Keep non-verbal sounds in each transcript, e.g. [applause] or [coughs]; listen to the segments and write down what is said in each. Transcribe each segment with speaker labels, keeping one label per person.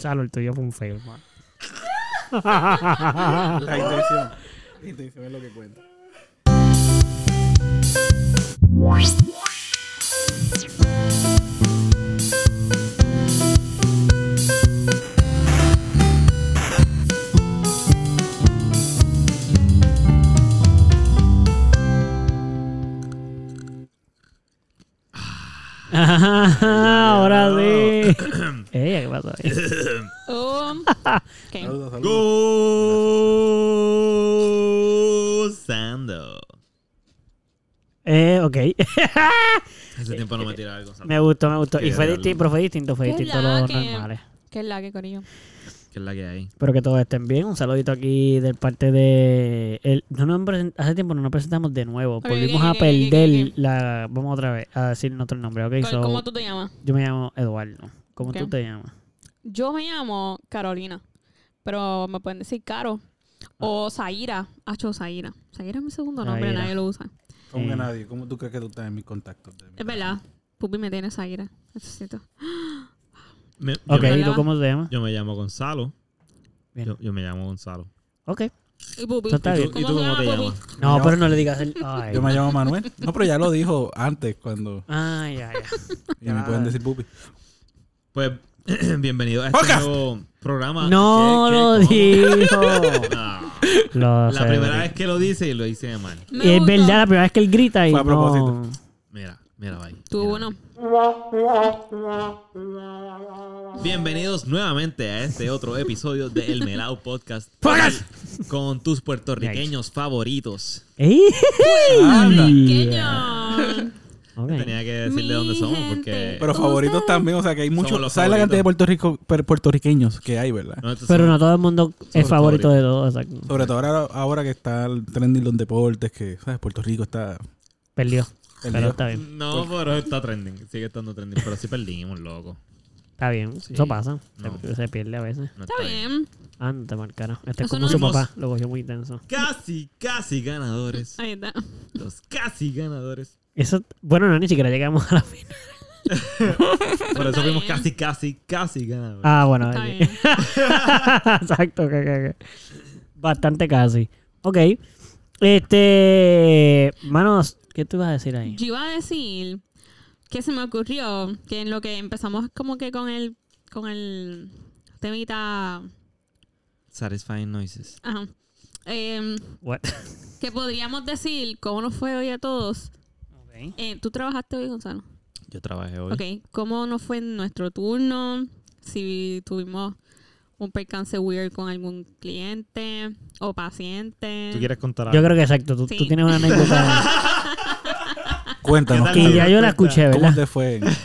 Speaker 1: Chalo, el tuyo fue un fail, man.
Speaker 2: La intuición. La intuición es lo que cuenta.
Speaker 1: Ajá, ahora sí.
Speaker 3: [coughs]
Speaker 1: Ey, ¿qué pasó ahí?
Speaker 4: Um, ok.
Speaker 2: Saludos, saludos.
Speaker 3: Gozando.
Speaker 1: Eh, ok. [laughs]
Speaker 3: Hace tiempo no me tiraba algo.
Speaker 1: me gustó, me gustó. Y
Speaker 3: Qué
Speaker 1: fue
Speaker 3: diablo.
Speaker 1: distinto, pero fue distinto, fue
Speaker 4: Qué
Speaker 1: distinto a los
Speaker 4: laque.
Speaker 1: normales.
Speaker 4: ¿Qué es la que, corillo?
Speaker 3: Que es la que hay.
Speaker 1: Espero que todos estén bien. Un saludito aquí del parte de. El, no nos presen- hace tiempo no nos presentamos de nuevo.
Speaker 4: Ok,
Speaker 1: Volvimos
Speaker 4: ok,
Speaker 1: a
Speaker 4: ok, ok,
Speaker 1: perder
Speaker 4: ok.
Speaker 1: la. Vamos otra vez a decir nuestro nombre, ¿ok?
Speaker 4: ¿Cómo-
Speaker 1: So,
Speaker 4: ¿Cómo tú te llamas?
Speaker 1: Yo me llamo Eduardo. ¿Cómo
Speaker 4: Ok.
Speaker 1: tú te llamas?
Speaker 4: Yo me llamo Carolina, pero me pueden decir Caro o Zaira. Hacho Zaira. Zaira es mi segundo nombre,
Speaker 1: Ah. Zaira.
Speaker 4: nadie lo usa.
Speaker 2: ¿Cómo
Speaker 1: Eh.
Speaker 2: que nadie? ¿Cómo tú crees que tú estás en mis contactos? de mi
Speaker 4: Es verdad. Pupi me tiene Zaira. Necesito.
Speaker 3: Me-
Speaker 1: Ok,
Speaker 3: yo,
Speaker 1: ¿y
Speaker 3: me,
Speaker 1: tú
Speaker 4: hablaba-
Speaker 1: cómo te llamas?
Speaker 3: yo me llamo Gonzalo.
Speaker 1: Bien.
Speaker 3: Yo, yo me llamo Gonzalo.
Speaker 1: Ok.
Speaker 4: Y Pupi.
Speaker 1: Eso está
Speaker 3: ¿Y tú,
Speaker 1: bien.
Speaker 3: y tú cómo te llamas?
Speaker 1: No,
Speaker 2: Yo-
Speaker 1: pero no le digas el. Ay,
Speaker 2: Yo me llamo Manuel. No, pero ya lo dijo antes cuando.
Speaker 1: ay, ay. ay.
Speaker 3: [laughs]
Speaker 2: Y me pueden decir pupi.
Speaker 3: Pues, [clears throat] bienvenido a este
Speaker 2: Podcast.
Speaker 3: nuevo programa.
Speaker 1: No
Speaker 3: ¿Qué- qué-
Speaker 1: lo
Speaker 3: cómo? [laughs]
Speaker 1: dijo.
Speaker 3: Ah,
Speaker 1: Lo
Speaker 3: la
Speaker 1: sé,
Speaker 3: primera
Speaker 1: Eduardo.
Speaker 3: vez que lo dice y lo dice mal.
Speaker 1: Y es verdad, la primera vez que él grita y
Speaker 2: Fue a propósito.
Speaker 1: no-
Speaker 3: Mira, mira, bye.
Speaker 4: Tú
Speaker 3: Mira.
Speaker 4: uno.
Speaker 3: Bienvenidos nuevamente a este otro episodio de El Melao Podcast. Con tus puertorriqueños favoritos.
Speaker 1: ¡Ey!
Speaker 2: Anda.
Speaker 4: Pequeño.
Speaker 1: Ok.
Speaker 3: Tenía que decirle
Speaker 4: Mi
Speaker 3: dónde somos
Speaker 4: gente.
Speaker 3: porque...
Speaker 2: Pero favoritos también, o sea que hay muchos.
Speaker 3: los
Speaker 2: ¿Sabes la cantidad de
Speaker 3: favoritos. Ah.
Speaker 2: Puerto Rico, per- puertorriqueños que hay, verdad?
Speaker 3: No, estos
Speaker 1: Pero
Speaker 3: son-
Speaker 1: no todo el mundo es
Speaker 3: Sobre
Speaker 1: favorito de todos. exacto.
Speaker 2: Sobre todo ahora, ahora que está el trending los deportes, que, ¿sabes? Puerto Rico está.
Speaker 1: Perdió. Pero
Speaker 2: Perdió.
Speaker 1: está bien.
Speaker 3: No, pero está trending. Sigue estando trending. Pero sí perdimos, loco.
Speaker 1: Está bien.
Speaker 3: Sí.
Speaker 1: Eso pasa. Se- Se,
Speaker 3: No.
Speaker 1: pierde a veces.
Speaker 3: No
Speaker 4: Está bien.
Speaker 1: Ah, no te marcaron. Este es
Speaker 4: Eso
Speaker 1: como
Speaker 4: no
Speaker 1: su
Speaker 3: es-
Speaker 1: papá. Lo cogió muy intenso.
Speaker 3: Casi, casi ganadores.
Speaker 4: Ahí está.
Speaker 3: Los casi ganadores.
Speaker 1: Eso, bueno, no, ni siquiera llegamos a la final.
Speaker 3: Por eso fuimos
Speaker 4: bien.
Speaker 3: casi, casi, casi ganadores.
Speaker 1: Ah, bueno.
Speaker 4: Está
Speaker 1: oye.
Speaker 4: bien.
Speaker 1: [laughs] Exacto. que- que- que. Bastante casi. Ok. Este. Manos, ¿qué tú ibas a decir ahí?
Speaker 4: Yo iba a decir que se me ocurrió que en lo que empezamos como que con el con el temita
Speaker 3: Satisfying noises.
Speaker 4: ajá, em,
Speaker 1: What?
Speaker 4: que podríamos decir cómo nos fue hoy a todos. Eh, ¿Tú trabajaste hoy, Gonzalo?
Speaker 3: Yo trabajé hoy.
Speaker 4: Ok. ¿Cómo nos fue en nuestro turno? Si tuvimos un percance weird con algún cliente o paciente.
Speaker 3: ¿Tú quieres contar
Speaker 1: Yo
Speaker 3: algo?
Speaker 1: creo que exacto. Tú,
Speaker 4: Sí.
Speaker 1: tú tienes una anécdota
Speaker 2: Cuéntanos.
Speaker 3: ¿Qué tal
Speaker 1: que
Speaker 3: si
Speaker 1: ya
Speaker 2: ¿cómo-
Speaker 1: yo la
Speaker 3: nos cuentas?
Speaker 1: escuché,
Speaker 2: ¿Cómo
Speaker 1: ¿verdad?
Speaker 2: te fue? en-
Speaker 3: ¿Qué
Speaker 2: hoy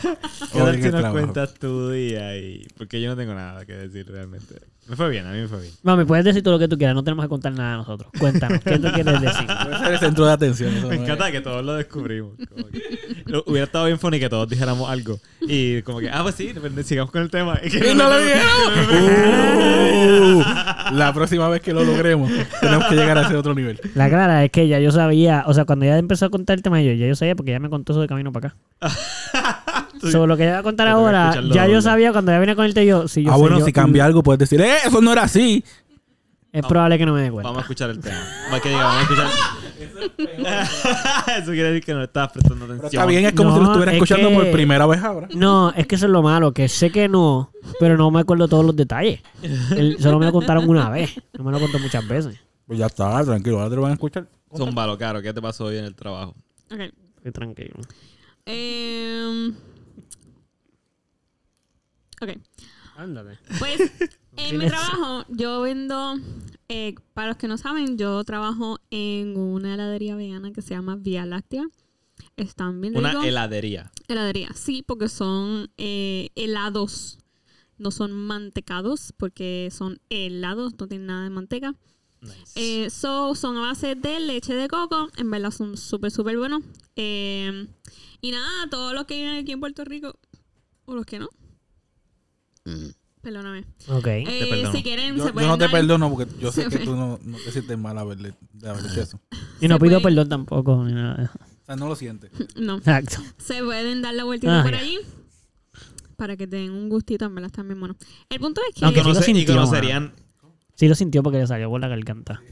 Speaker 3: tal
Speaker 2: en
Speaker 3: si
Speaker 2: el
Speaker 3: nos
Speaker 2: trabajo?
Speaker 3: cuentas tu día? Y... Porque yo no tengo nada que decir realmente. Me fue bien, a mí me fue bien.
Speaker 1: Mami, puedes decir todo lo que tú quieras. No tenemos que contar nada nosotros. Cuéntanos. ¿Qué tú quieres decir?
Speaker 2: Puede ser el centro de atención. eso no
Speaker 3: Me
Speaker 2: es-
Speaker 3: encanta que todos lo descubrimos. como que- lo- hubiera estado bien funny que todos dijéramos algo. Y como que, ah, pues sí, sigamos con el tema. [laughs] Y que
Speaker 2: ¡Y no lo dijeron! [laughs] Uh, La próxima vez que lo logremos, tenemos que llegar a ese otro nivel.
Speaker 1: La cara es que ya yo sabía. O sea, cuando ella empezó a contar el tema, yo ya yo sabía porque ya me contó eso de camino para acá. Sobre lo que ella va a contar
Speaker 3: Te toca
Speaker 1: ahora,
Speaker 3: escucharlo
Speaker 1: ya yo
Speaker 3: doble.
Speaker 1: sabía cuando ella viene con el yo. Si yo
Speaker 2: ah,
Speaker 1: sé,
Speaker 2: bueno,
Speaker 1: yo-
Speaker 2: si cambia algo, puedes decir, ¡eh! Eso no era así.
Speaker 1: Es probable que no me dé cuenta.
Speaker 3: Vamos a escuchar el tema. Más que diga, vamos a escuchar.
Speaker 2: [laughs]
Speaker 3: Eso quiere decir que no estabas prestando atención.
Speaker 2: Pero está bien, es como
Speaker 1: No,
Speaker 2: si lo estuviera
Speaker 1: es
Speaker 2: escuchando
Speaker 1: que-
Speaker 2: por primera vez ahora.
Speaker 1: No, es que eso es lo malo, que sé que no, pero no me acuerdo todos los detalles. Él- solo me lo contaron una vez, no me lo contó muchas veces.
Speaker 2: Pues ya está, tranquilo, ahora te lo van a escuchar.
Speaker 3: Zúmbalo, Caro, ¿qué te pasó hoy en el trabajo?
Speaker 4: Ok.
Speaker 1: Estoy tranquilo.
Speaker 4: Em, ok.
Speaker 1: Ándate.
Speaker 3: [laughs]
Speaker 4: Pues en mi
Speaker 1: Tienes-
Speaker 4: trabajo yo vendo, eh, para los que no saben, yo trabajo en una heladería vegana que se llama Vía Láctea. Están bien
Speaker 3: Una
Speaker 4: ricos.
Speaker 3: heladería.
Speaker 4: Heladería, sí, porque son eh, helados, no son mantecados, porque son helados, no tienen nada de manteca.
Speaker 3: Nice.
Speaker 4: Eh, so, son a base de leche de coco. En verdad son súper, súper buenos. Eh, y nada, todos los que viven aquí en Puerto Rico, o los que no. Perdóname.
Speaker 1: Ok.
Speaker 4: Eh,
Speaker 3: perdono.
Speaker 4: si quieren,
Speaker 2: Mm. Yo,
Speaker 4: se
Speaker 2: yo
Speaker 4: pueden
Speaker 2: no te
Speaker 4: dar-
Speaker 2: perdono porque yo sé
Speaker 4: Se
Speaker 2: que
Speaker 4: ve.
Speaker 2: tú no, no te sientes mal haberle, de haber hecho eso.
Speaker 1: Y no
Speaker 4: se
Speaker 1: pido
Speaker 4: puede-
Speaker 1: perdón tampoco, ni nada de eso.
Speaker 2: O sea, no lo sientes.
Speaker 4: No,
Speaker 1: Exacto.
Speaker 4: se pueden dar la vueltita
Speaker 1: Ah,
Speaker 4: por
Speaker 1: ya.
Speaker 4: allí. para que te den un gustito, en verdad están bien buenos. El punto es que
Speaker 3: Y,
Speaker 1: Aunque sí lo
Speaker 3: conoce- y
Speaker 1: sintió,
Speaker 3: conocerían.
Speaker 1: Sí lo sintió porque le salió por la
Speaker 2: [laughs]
Speaker 1: garganta.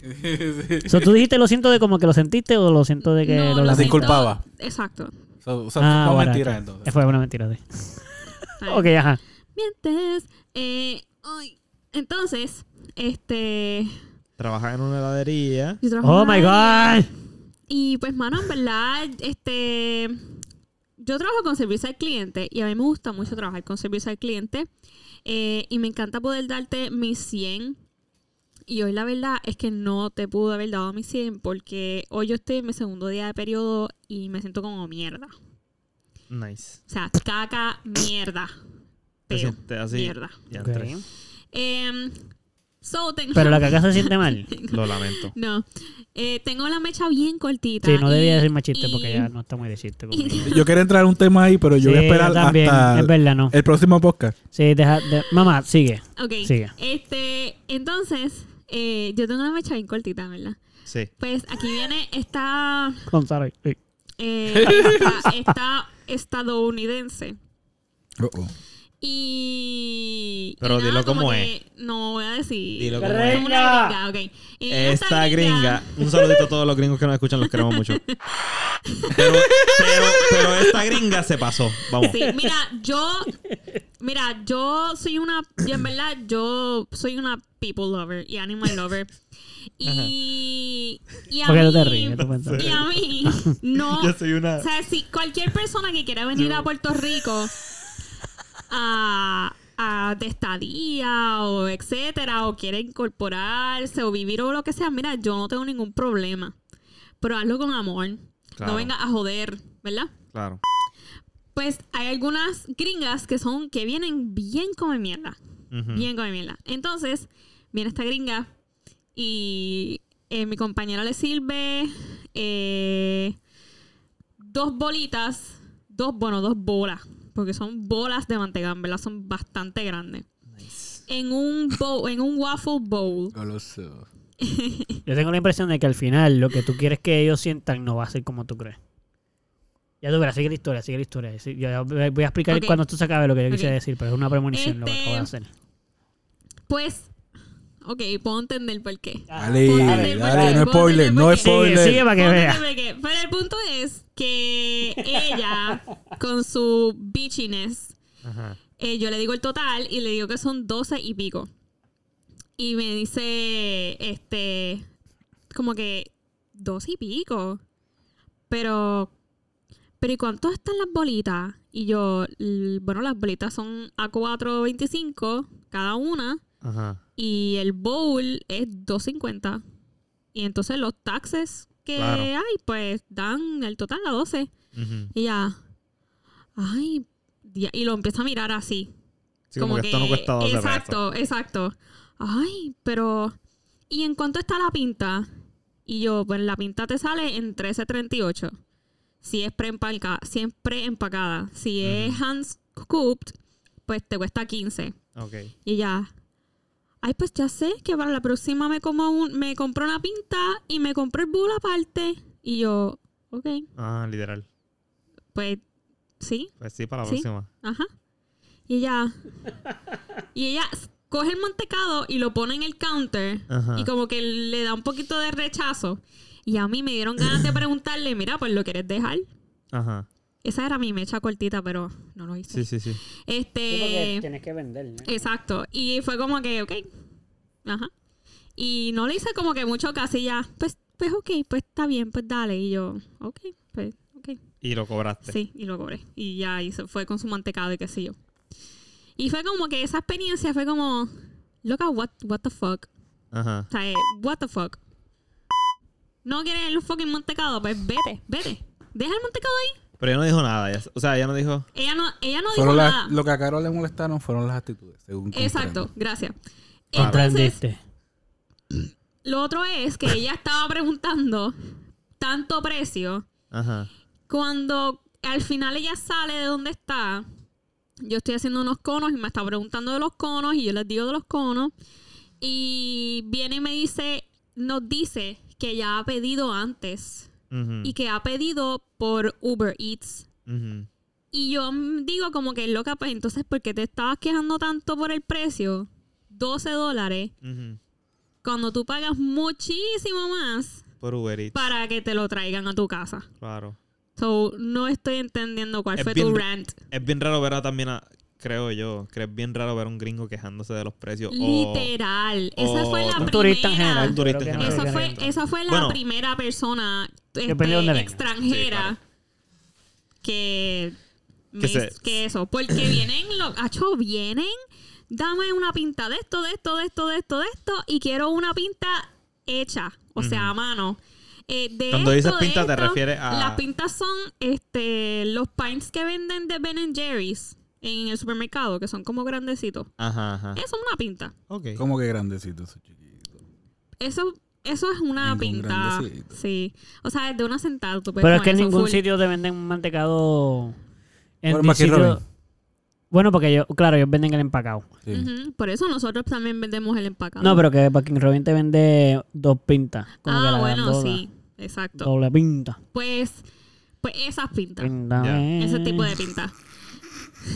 Speaker 1: So, ¿Tú dijiste lo siento de como que lo sentiste o lo siento de que
Speaker 4: no,
Speaker 1: lo
Speaker 4: lo
Speaker 1: lamento?
Speaker 2: siento. Disculpaba.
Speaker 4: siento- Exacto.
Speaker 2: So- so-
Speaker 1: Ah,
Speaker 2: fue
Speaker 1: bueno,
Speaker 2: mentira,
Speaker 1: ok.
Speaker 2: entonces.
Speaker 1: Fue una mentira, sí.
Speaker 4: Ay,
Speaker 1: Ok, ajá.
Speaker 4: Mientes. Eh, ay. Entonces, este.
Speaker 3: Trabajan en una heladería.
Speaker 4: yo trabajo
Speaker 1: Oh
Speaker 4: en
Speaker 1: my
Speaker 4: una-
Speaker 1: god.
Speaker 4: Y pues, mano, en verdad, este. Yo trabajo con servicio al cliente y a mí me gusta mucho trabajar con servicio al cliente. eh, y me encanta poder darte mis 100. Y hoy la verdad es que no te pude haber dado mis 100 porque hoy yo estoy en mi segundo día de periodo y me siento como mierda.
Speaker 3: Nice.
Speaker 4: O sea, caca, mierda.
Speaker 3: Te
Speaker 4: Peo,
Speaker 3: sientes así.
Speaker 4: mierda.
Speaker 3: Ya
Speaker 1: Ok.
Speaker 3: entré.
Speaker 4: Em, so, tengo-
Speaker 1: Pero la caca se siente mal.
Speaker 3: Lo lamento.
Speaker 4: No. Eh, tengo la mecha bien cortita.
Speaker 1: Sí, no
Speaker 4: y-
Speaker 1: debía
Speaker 4: [laughs]
Speaker 1: decir más chiste
Speaker 4: y-
Speaker 1: porque ya no está muy de chiste. conmigo.
Speaker 4: y-
Speaker 2: Yo quería entrar en un tema ahí, pero yo voy a
Speaker 1: Sí,
Speaker 2: esperar
Speaker 1: también,
Speaker 2: hasta
Speaker 1: Es verdad, no.
Speaker 2: el próximo podcast.
Speaker 1: Sí, deja. de- Mamá, sigue.
Speaker 4: Ok.
Speaker 1: Sigue.
Speaker 4: Este, entonces, eh, yo tengo una mecha bien cortita, ¿verdad?
Speaker 3: Sí.
Speaker 4: Pues aquí viene esta,
Speaker 1: Con Sara. Sí.
Speaker 4: eh,
Speaker 3: [laughs]
Speaker 4: esta, esta estadounidense.
Speaker 2: Oh, oh.
Speaker 4: Y.
Speaker 3: Pero
Speaker 4: y
Speaker 3: dilo cómo
Speaker 4: que No voy a decir.
Speaker 3: Dilo
Speaker 1: cómo
Speaker 4: Como
Speaker 1: es.
Speaker 4: una gringa, ok. [laughs] Y
Speaker 3: Esta gringa. Un saludito a todos los gringos que nos escuchan, los queremos mucho. Pero, pero, pero esta gringa se pasó. Vamos.
Speaker 4: Sí, mira, yo. Mira, yo soy una. Yo en verdad, yo soy una people lover y animal lover. Y. y a
Speaker 1: Porque no te
Speaker 4: mí-
Speaker 1: ríes. tú cuéntame.
Speaker 4: Y a mí, no.
Speaker 3: [laughs] Yo soy una.
Speaker 4: O sea, si cualquier persona que quiera venir a Puerto Rico a, a de estadía o etcétera, o quiere incorporarse o vivir o lo que sea, mira, yo no tengo ningún problema. Pero hazlo con amor.
Speaker 3: Claro.
Speaker 4: No venga a joder, ¿verdad?
Speaker 3: Claro.
Speaker 4: Pues hay algunas gringas que son que vienen bien como mierda.
Speaker 3: Ujú.
Speaker 4: Bien come mierda. Entonces, viene esta gringa y eh, mi compañera le sirve eh, dos bolitas, dos, bueno, dos bolas, porque son bolas de mantecado, en verdad son bastante grandes. En un bowl, en un waffle bowl.
Speaker 2: Goloso.
Speaker 1: Yo tengo la impresión de que al final lo que tú quieres que ellos sientan no va a ser como tú crees. Ya tú verás, sigue la historia, sigue la historia. Sí, Yo ya voy a explicar
Speaker 4: Ok.
Speaker 1: cuando esto se acabe lo que yo quise
Speaker 4: Ok.
Speaker 1: decir, pero es una premonición lo que
Speaker 4: Este,
Speaker 1: acabo de hacer.
Speaker 4: Pues, ok, puedo entender por qué.
Speaker 2: Dale,
Speaker 4: Puedo
Speaker 2: dale,
Speaker 4: entender por qué,
Speaker 2: no
Speaker 4: puedo
Speaker 2: spoiler,
Speaker 4: entender
Speaker 2: no
Speaker 4: por qué.
Speaker 1: Sigue,
Speaker 2: spoiler.
Speaker 1: sigue para que
Speaker 4: Ponte
Speaker 1: veas.
Speaker 4: peque. Pero el punto es que ella, con su bitchiness,
Speaker 3: Ajá.
Speaker 4: eh, yo le digo el total y le digo que son 12 y pico. Y me dice, este, como que 12 y pico. Pero, pero ¿y cuánto están las bolitas? Y yo, "L- bueno, las bolitas son a 4.25 cada una
Speaker 3: Ajá.
Speaker 4: y el bowl es 2.50. Y entonces los taxes que
Speaker 3: Claro.
Speaker 4: hay, pues dan el total a 12.
Speaker 3: Ujú.
Speaker 4: Y ya, ay, dia- y lo empieza a mirar así.
Speaker 3: Sí, como, que esto no cuesta 12 pesos.
Speaker 4: Exacto, exacto. Ay, pero, ¿y en cuánto está la pinta? Y yo, pues la pinta te sale en 13.38. Si es preempacada, si es preempacada. Si
Speaker 3: Mm.
Speaker 4: es hand scooped, pues te cuesta 15.
Speaker 3: Ok.
Speaker 4: Y ella, ay, pues ya sé que para la próxima me como un, me compro una pinta y me compro el bull aparte. Y yo, ok,
Speaker 3: Ah, literal.
Speaker 4: pues sí,
Speaker 3: Pues sí, para la
Speaker 4: Sí.
Speaker 3: próxima.
Speaker 4: ajá. Y ella, y ella coge el mantecado y lo pone en el counter
Speaker 3: Ajá.
Speaker 4: y como que le da un poquito de rechazo. Y a mí me dieron ganas de preguntarle, mira, pues lo quieres dejar.
Speaker 3: Ajá.
Speaker 4: Esa era mi mecha cortita, pero no lo
Speaker 3: Sí,
Speaker 4: hice.
Speaker 3: sí, sí.
Speaker 4: Este.
Speaker 1: tienes que vender.
Speaker 4: Exacto. Y fue como que, ok. Ajá. Y no le hice como que mucho casi ya. Pues, pues ok, pues está bien, pues dale. Y yo, ok, pues, ok.
Speaker 3: Y lo cobraste.
Speaker 4: Sí, y lo cobré. Y ya y se fue con su mantecado y qué sé yo. Y fue como que esa experiencia fue como, loca, what, what the fuck.
Speaker 3: Ajá.
Speaker 4: O sea, eh, what the fuck. No quieres el fucking mantecado, pues vete, vete. Deja el mantecado ahí.
Speaker 3: Pero ella no dijo nada. ella- o sea, ella no dijo.
Speaker 4: Ella no, ella no dijo
Speaker 2: Fueron las-
Speaker 4: nada.
Speaker 2: lo que a Carol le molestaron fueron las actitudes, según
Speaker 4: Exacto, gracias. Entonces,
Speaker 1: Comprendiste.
Speaker 4: Lo otro es que ella estaba preguntando tanto precio.
Speaker 3: Ajá.
Speaker 4: Cuando al final ella sale de donde está, yo estoy haciendo unos conos y me está preguntando de los conos y yo les digo de los conos. Y viene y me dice, nos dice que ya ha pedido antes
Speaker 3: Ujú.
Speaker 4: y que ha pedido por Uber Eats.
Speaker 3: Ujú.
Speaker 4: Y yo mm, digo como que loca, pues entonces, ¿por qué te estabas quejando tanto por el precio? 12 dólares.
Speaker 3: Ujú.
Speaker 4: Cuando tú pagas muchísimo más
Speaker 3: Por Uber Eats.
Speaker 4: para que te lo traigan a tu casa.
Speaker 3: Claro.
Speaker 4: So, no estoy entendiendo cuál
Speaker 3: Es
Speaker 4: fue
Speaker 3: bien
Speaker 4: tu
Speaker 3: re-
Speaker 4: rant.
Speaker 3: Es bien raro ver a también a- creo yo, que es bien raro ver a un gringo quejándose de los precios. o-
Speaker 4: Literal.
Speaker 3: o-
Speaker 4: esa fue
Speaker 3: Un
Speaker 4: la
Speaker 1: Un
Speaker 4: primera.
Speaker 1: turista en general.
Speaker 3: Un
Speaker 1: yo
Speaker 3: turista
Speaker 1: creo
Speaker 3: en
Speaker 1: que-
Speaker 3: general.
Speaker 4: Esa
Speaker 1: creo
Speaker 4: fue,
Speaker 1: que-
Speaker 4: esa fue la
Speaker 3: Bueno.
Speaker 4: primera persona este,
Speaker 1: Depende de dónde venga.
Speaker 4: extranjera
Speaker 3: Sí, claro.
Speaker 4: que, me-
Speaker 3: Que se-
Speaker 4: que eso. Porque vienen, los acho, vienen, dame una pinta de esto, de esto, de esto, de esto, de esto, y quiero una pinta hecha, o sea, a mano. Eh, de
Speaker 3: Cuando
Speaker 4: esto,
Speaker 3: dices
Speaker 4: de
Speaker 3: pinta, te
Speaker 4: esto,
Speaker 3: refieres a-
Speaker 4: Las pintas son este, los pints que venden de Ben Jerry's en el supermercado, que son como grandecitos.
Speaker 3: Ajá, ajá.
Speaker 4: Eso es una pinta.
Speaker 3: Ok.
Speaker 2: ¿Cómo que grandecito eso, chiquito?
Speaker 4: Eso, eso es una
Speaker 2: Ningún
Speaker 4: pinta.
Speaker 2: grandecito.
Speaker 4: Sí. O sea, de una sentada tú puedes
Speaker 1: Pero es
Speaker 4: comer
Speaker 1: que en
Speaker 4: eso
Speaker 1: ningún
Speaker 4: full.
Speaker 1: sitio te venden un mantecado. En
Speaker 2: Por
Speaker 1: un
Speaker 2: Mackie
Speaker 1: sitio-
Speaker 2: Robin.
Speaker 1: Bueno, porque yo, claro, ellos venden el empacado.
Speaker 2: Sí.
Speaker 4: Ujú, Por eso nosotros también vendemos el empacado.
Speaker 1: No, pero que Packing Robin te vende dos pintas. Como que
Speaker 4: ah,
Speaker 1: la
Speaker 4: bueno,
Speaker 1: grandota,
Speaker 4: sí. Exacto.
Speaker 1: Doble pinta.
Speaker 4: Pues, pues esas pintas.
Speaker 1: pinta
Speaker 3: Ya.
Speaker 1: eh.
Speaker 4: Ese tipo de pintas. [laughs]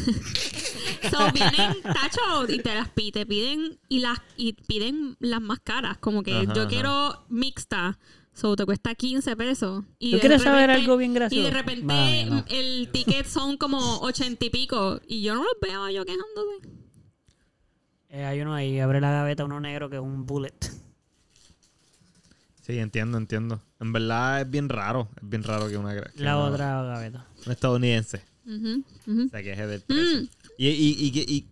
Speaker 4: so, vienen tacho y te las pi- te piden y las y piden las más caras. Como que
Speaker 3: Ajá,
Speaker 4: yo
Speaker 3: ajá.
Speaker 4: quiero mixta. So, te cuesta 15 pesos. Y
Speaker 1: ¿Tú
Speaker 4: de
Speaker 1: quieres saber
Speaker 4: repente-
Speaker 1: algo bien
Speaker 4: Y
Speaker 1: gracioso?
Speaker 4: de repente
Speaker 1: Mala mía, no.
Speaker 4: el ticket son como ochenta y pico. Y yo no los veo yo quejándose.
Speaker 1: Eh, hay uno ahí, abre la gaveta, uno negro que es un bullet.
Speaker 3: Sí, entiendo, entiendo. En verdad es bien raro. Es bien raro que una, que
Speaker 1: La
Speaker 3: una-
Speaker 1: otra gaveta.
Speaker 3: un estadounidense
Speaker 4: Ujú, ujú. Mm.
Speaker 3: se queje del precio. Y, y, y, que- y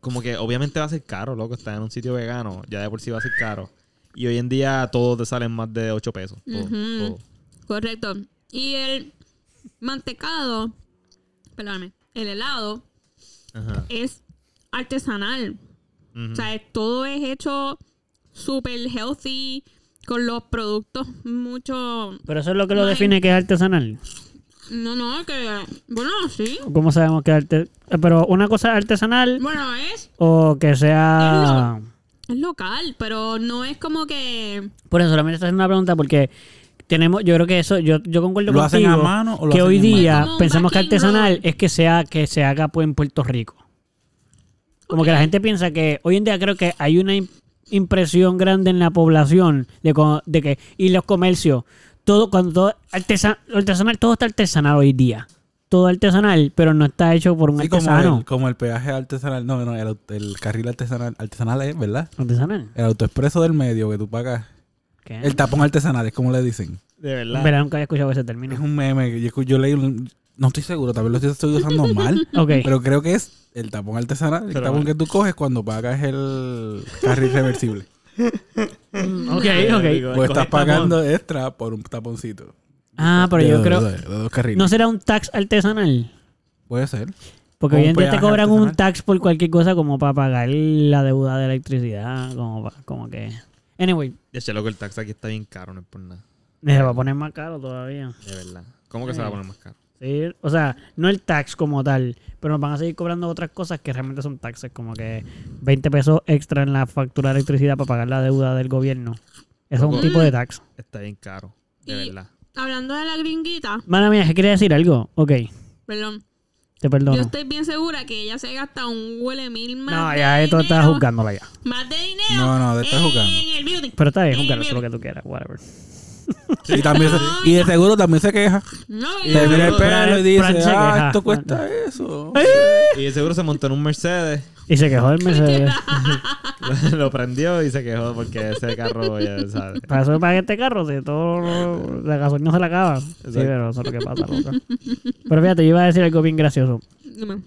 Speaker 3: como que obviamente va a ser caro, loco. Está en un sitio vegano. Ya de por sí va a ser caro. Y hoy en día todos te salen más de 8 pesos. Todo,
Speaker 4: Ujú.
Speaker 3: todo.
Speaker 4: Correcto. Y el mantecado, perdóname, el helado
Speaker 3: Ajá.
Speaker 4: es artesanal.
Speaker 3: Ujú.
Speaker 4: O sea, es- todo es hecho súper healthy, con los productos mucho...
Speaker 1: Pero eso es lo que lo
Speaker 4: No hay-
Speaker 1: define que es artesanal.
Speaker 4: No, no, que... Bueno, sí.
Speaker 1: ¿Cómo sabemos que es arte... eh, Pero una cosa es artesanal
Speaker 4: Bueno, es,
Speaker 1: o que sea...
Speaker 4: es local, pero no es como que...
Speaker 1: Por eso solamente estoy haciendo una pregunta porque tenemos, yo creo que eso, yo, yo concuerdo
Speaker 2: ¿Lo hacen
Speaker 1: contigo
Speaker 2: a mano o lo
Speaker 1: que
Speaker 2: hacen
Speaker 1: hoy
Speaker 2: en
Speaker 1: día
Speaker 4: mano? Como un
Speaker 1: pensamos que
Speaker 4: baking
Speaker 1: artesanal
Speaker 4: roll.
Speaker 1: es que sea que se haga pues, en Puerto Rico. Como que la gente piensa que hoy en día creo que hay una im- impresión grande en la población de, co- de que y los comercios todo cuando todo artesa- lo artesanal todo está artesanal hoy día todo artesanal pero no está hecho por un
Speaker 2: Sí, como
Speaker 1: artesano
Speaker 2: el, como el peaje artesanal. No, no, el, aut- el carril artesanal. Artesanal es, ¿verdad?
Speaker 1: artesanal
Speaker 2: El autoexpreso del medio que tú pagas.
Speaker 1: ¿Qué?
Speaker 2: El tapón artesanal es como le dicen.
Speaker 3: De verdad.
Speaker 1: Verdad, nunca había escuchado ese
Speaker 2: Es
Speaker 1: término
Speaker 2: un meme que yo, escu- yo leí. un- No estoy seguro, tal vez lo estoy usando [laughs] mal.
Speaker 1: Ok.
Speaker 2: Pero creo que es el tapón artesanal. El
Speaker 3: Pero-
Speaker 2: tapón que tú coges cuando pagas el carril reversible.
Speaker 1: ok ok
Speaker 3: Digo,
Speaker 2: o Pues estás
Speaker 3: coge-
Speaker 2: pagando extra por un taponcito.
Speaker 1: ah pero
Speaker 2: De
Speaker 1: yo
Speaker 2: dos-
Speaker 1: creo
Speaker 2: De, de dos carriles.
Speaker 1: ¿No será un tax artesanal?
Speaker 2: Puede ser.
Speaker 1: Porque
Speaker 2: O
Speaker 1: hoy
Speaker 2: un
Speaker 1: en día te
Speaker 2: peaje
Speaker 1: cobran un
Speaker 2: artesanal.
Speaker 1: tax por cualquier cosa como para pagar la deuda de electricidad, como, pa- como que... Anyway,
Speaker 3: Ya sé, loco, el taxi aquí está bien caro, no es por nada.
Speaker 1: se va a poner más caro todavía.
Speaker 3: De verdad. ¿Cómo que se va a poner más caro?
Speaker 1: Sí, o sea, no el tax como tal, pero nos van a seguir cobrando otras cosas que realmente son taxes, como que 20 pesos extra en la factura de electricidad para pagar la deuda del gobierno. Eso es un
Speaker 3: Loco.
Speaker 1: tipo de tax.
Speaker 3: Está bien caro. De
Speaker 4: Y-
Speaker 3: verdad.
Speaker 4: Hablando de la gringuita,
Speaker 1: Mala mía, ¿qué quería decir algo? Ok,
Speaker 4: perdón,
Speaker 1: te
Speaker 4: yo
Speaker 1: perdono.
Speaker 4: estoy bien segura que ella se gasta un huele mil más
Speaker 1: No,
Speaker 4: de
Speaker 1: ya esto estás
Speaker 4: dinero-
Speaker 1: juzgándola ya.
Speaker 4: Más de dinero.
Speaker 2: No, no, te estás juzgando.
Speaker 4: En el beauty.
Speaker 1: Pero está bien,
Speaker 4: Eh,
Speaker 1: juzgalo, eso es lo
Speaker 4: mira.
Speaker 1: que tú quieras, whatever.
Speaker 4: [laughs]
Speaker 2: Y, también se- y de seguro también se queja.
Speaker 4: No,
Speaker 3: Y
Speaker 2: Le
Speaker 4: no,
Speaker 2: mira el pelo
Speaker 3: Pero-
Speaker 2: y
Speaker 1: pero él
Speaker 2: dice,
Speaker 1: se queja.
Speaker 2: ah, esto cuesta eso.
Speaker 3: Y de seguro se montó en un Mercedes, [laughs]
Speaker 1: Y se quejó del Mercedes.
Speaker 3: lo prendió y se quejó porque ese carro ya sabes.
Speaker 1: Para eso pagué este carro, si todo lo- la gasolina se la acaba. Sí, pero eso es lo que pasa, loca. Pero fíjate, yo iba a decir algo bien gracioso.
Speaker 4: Dime.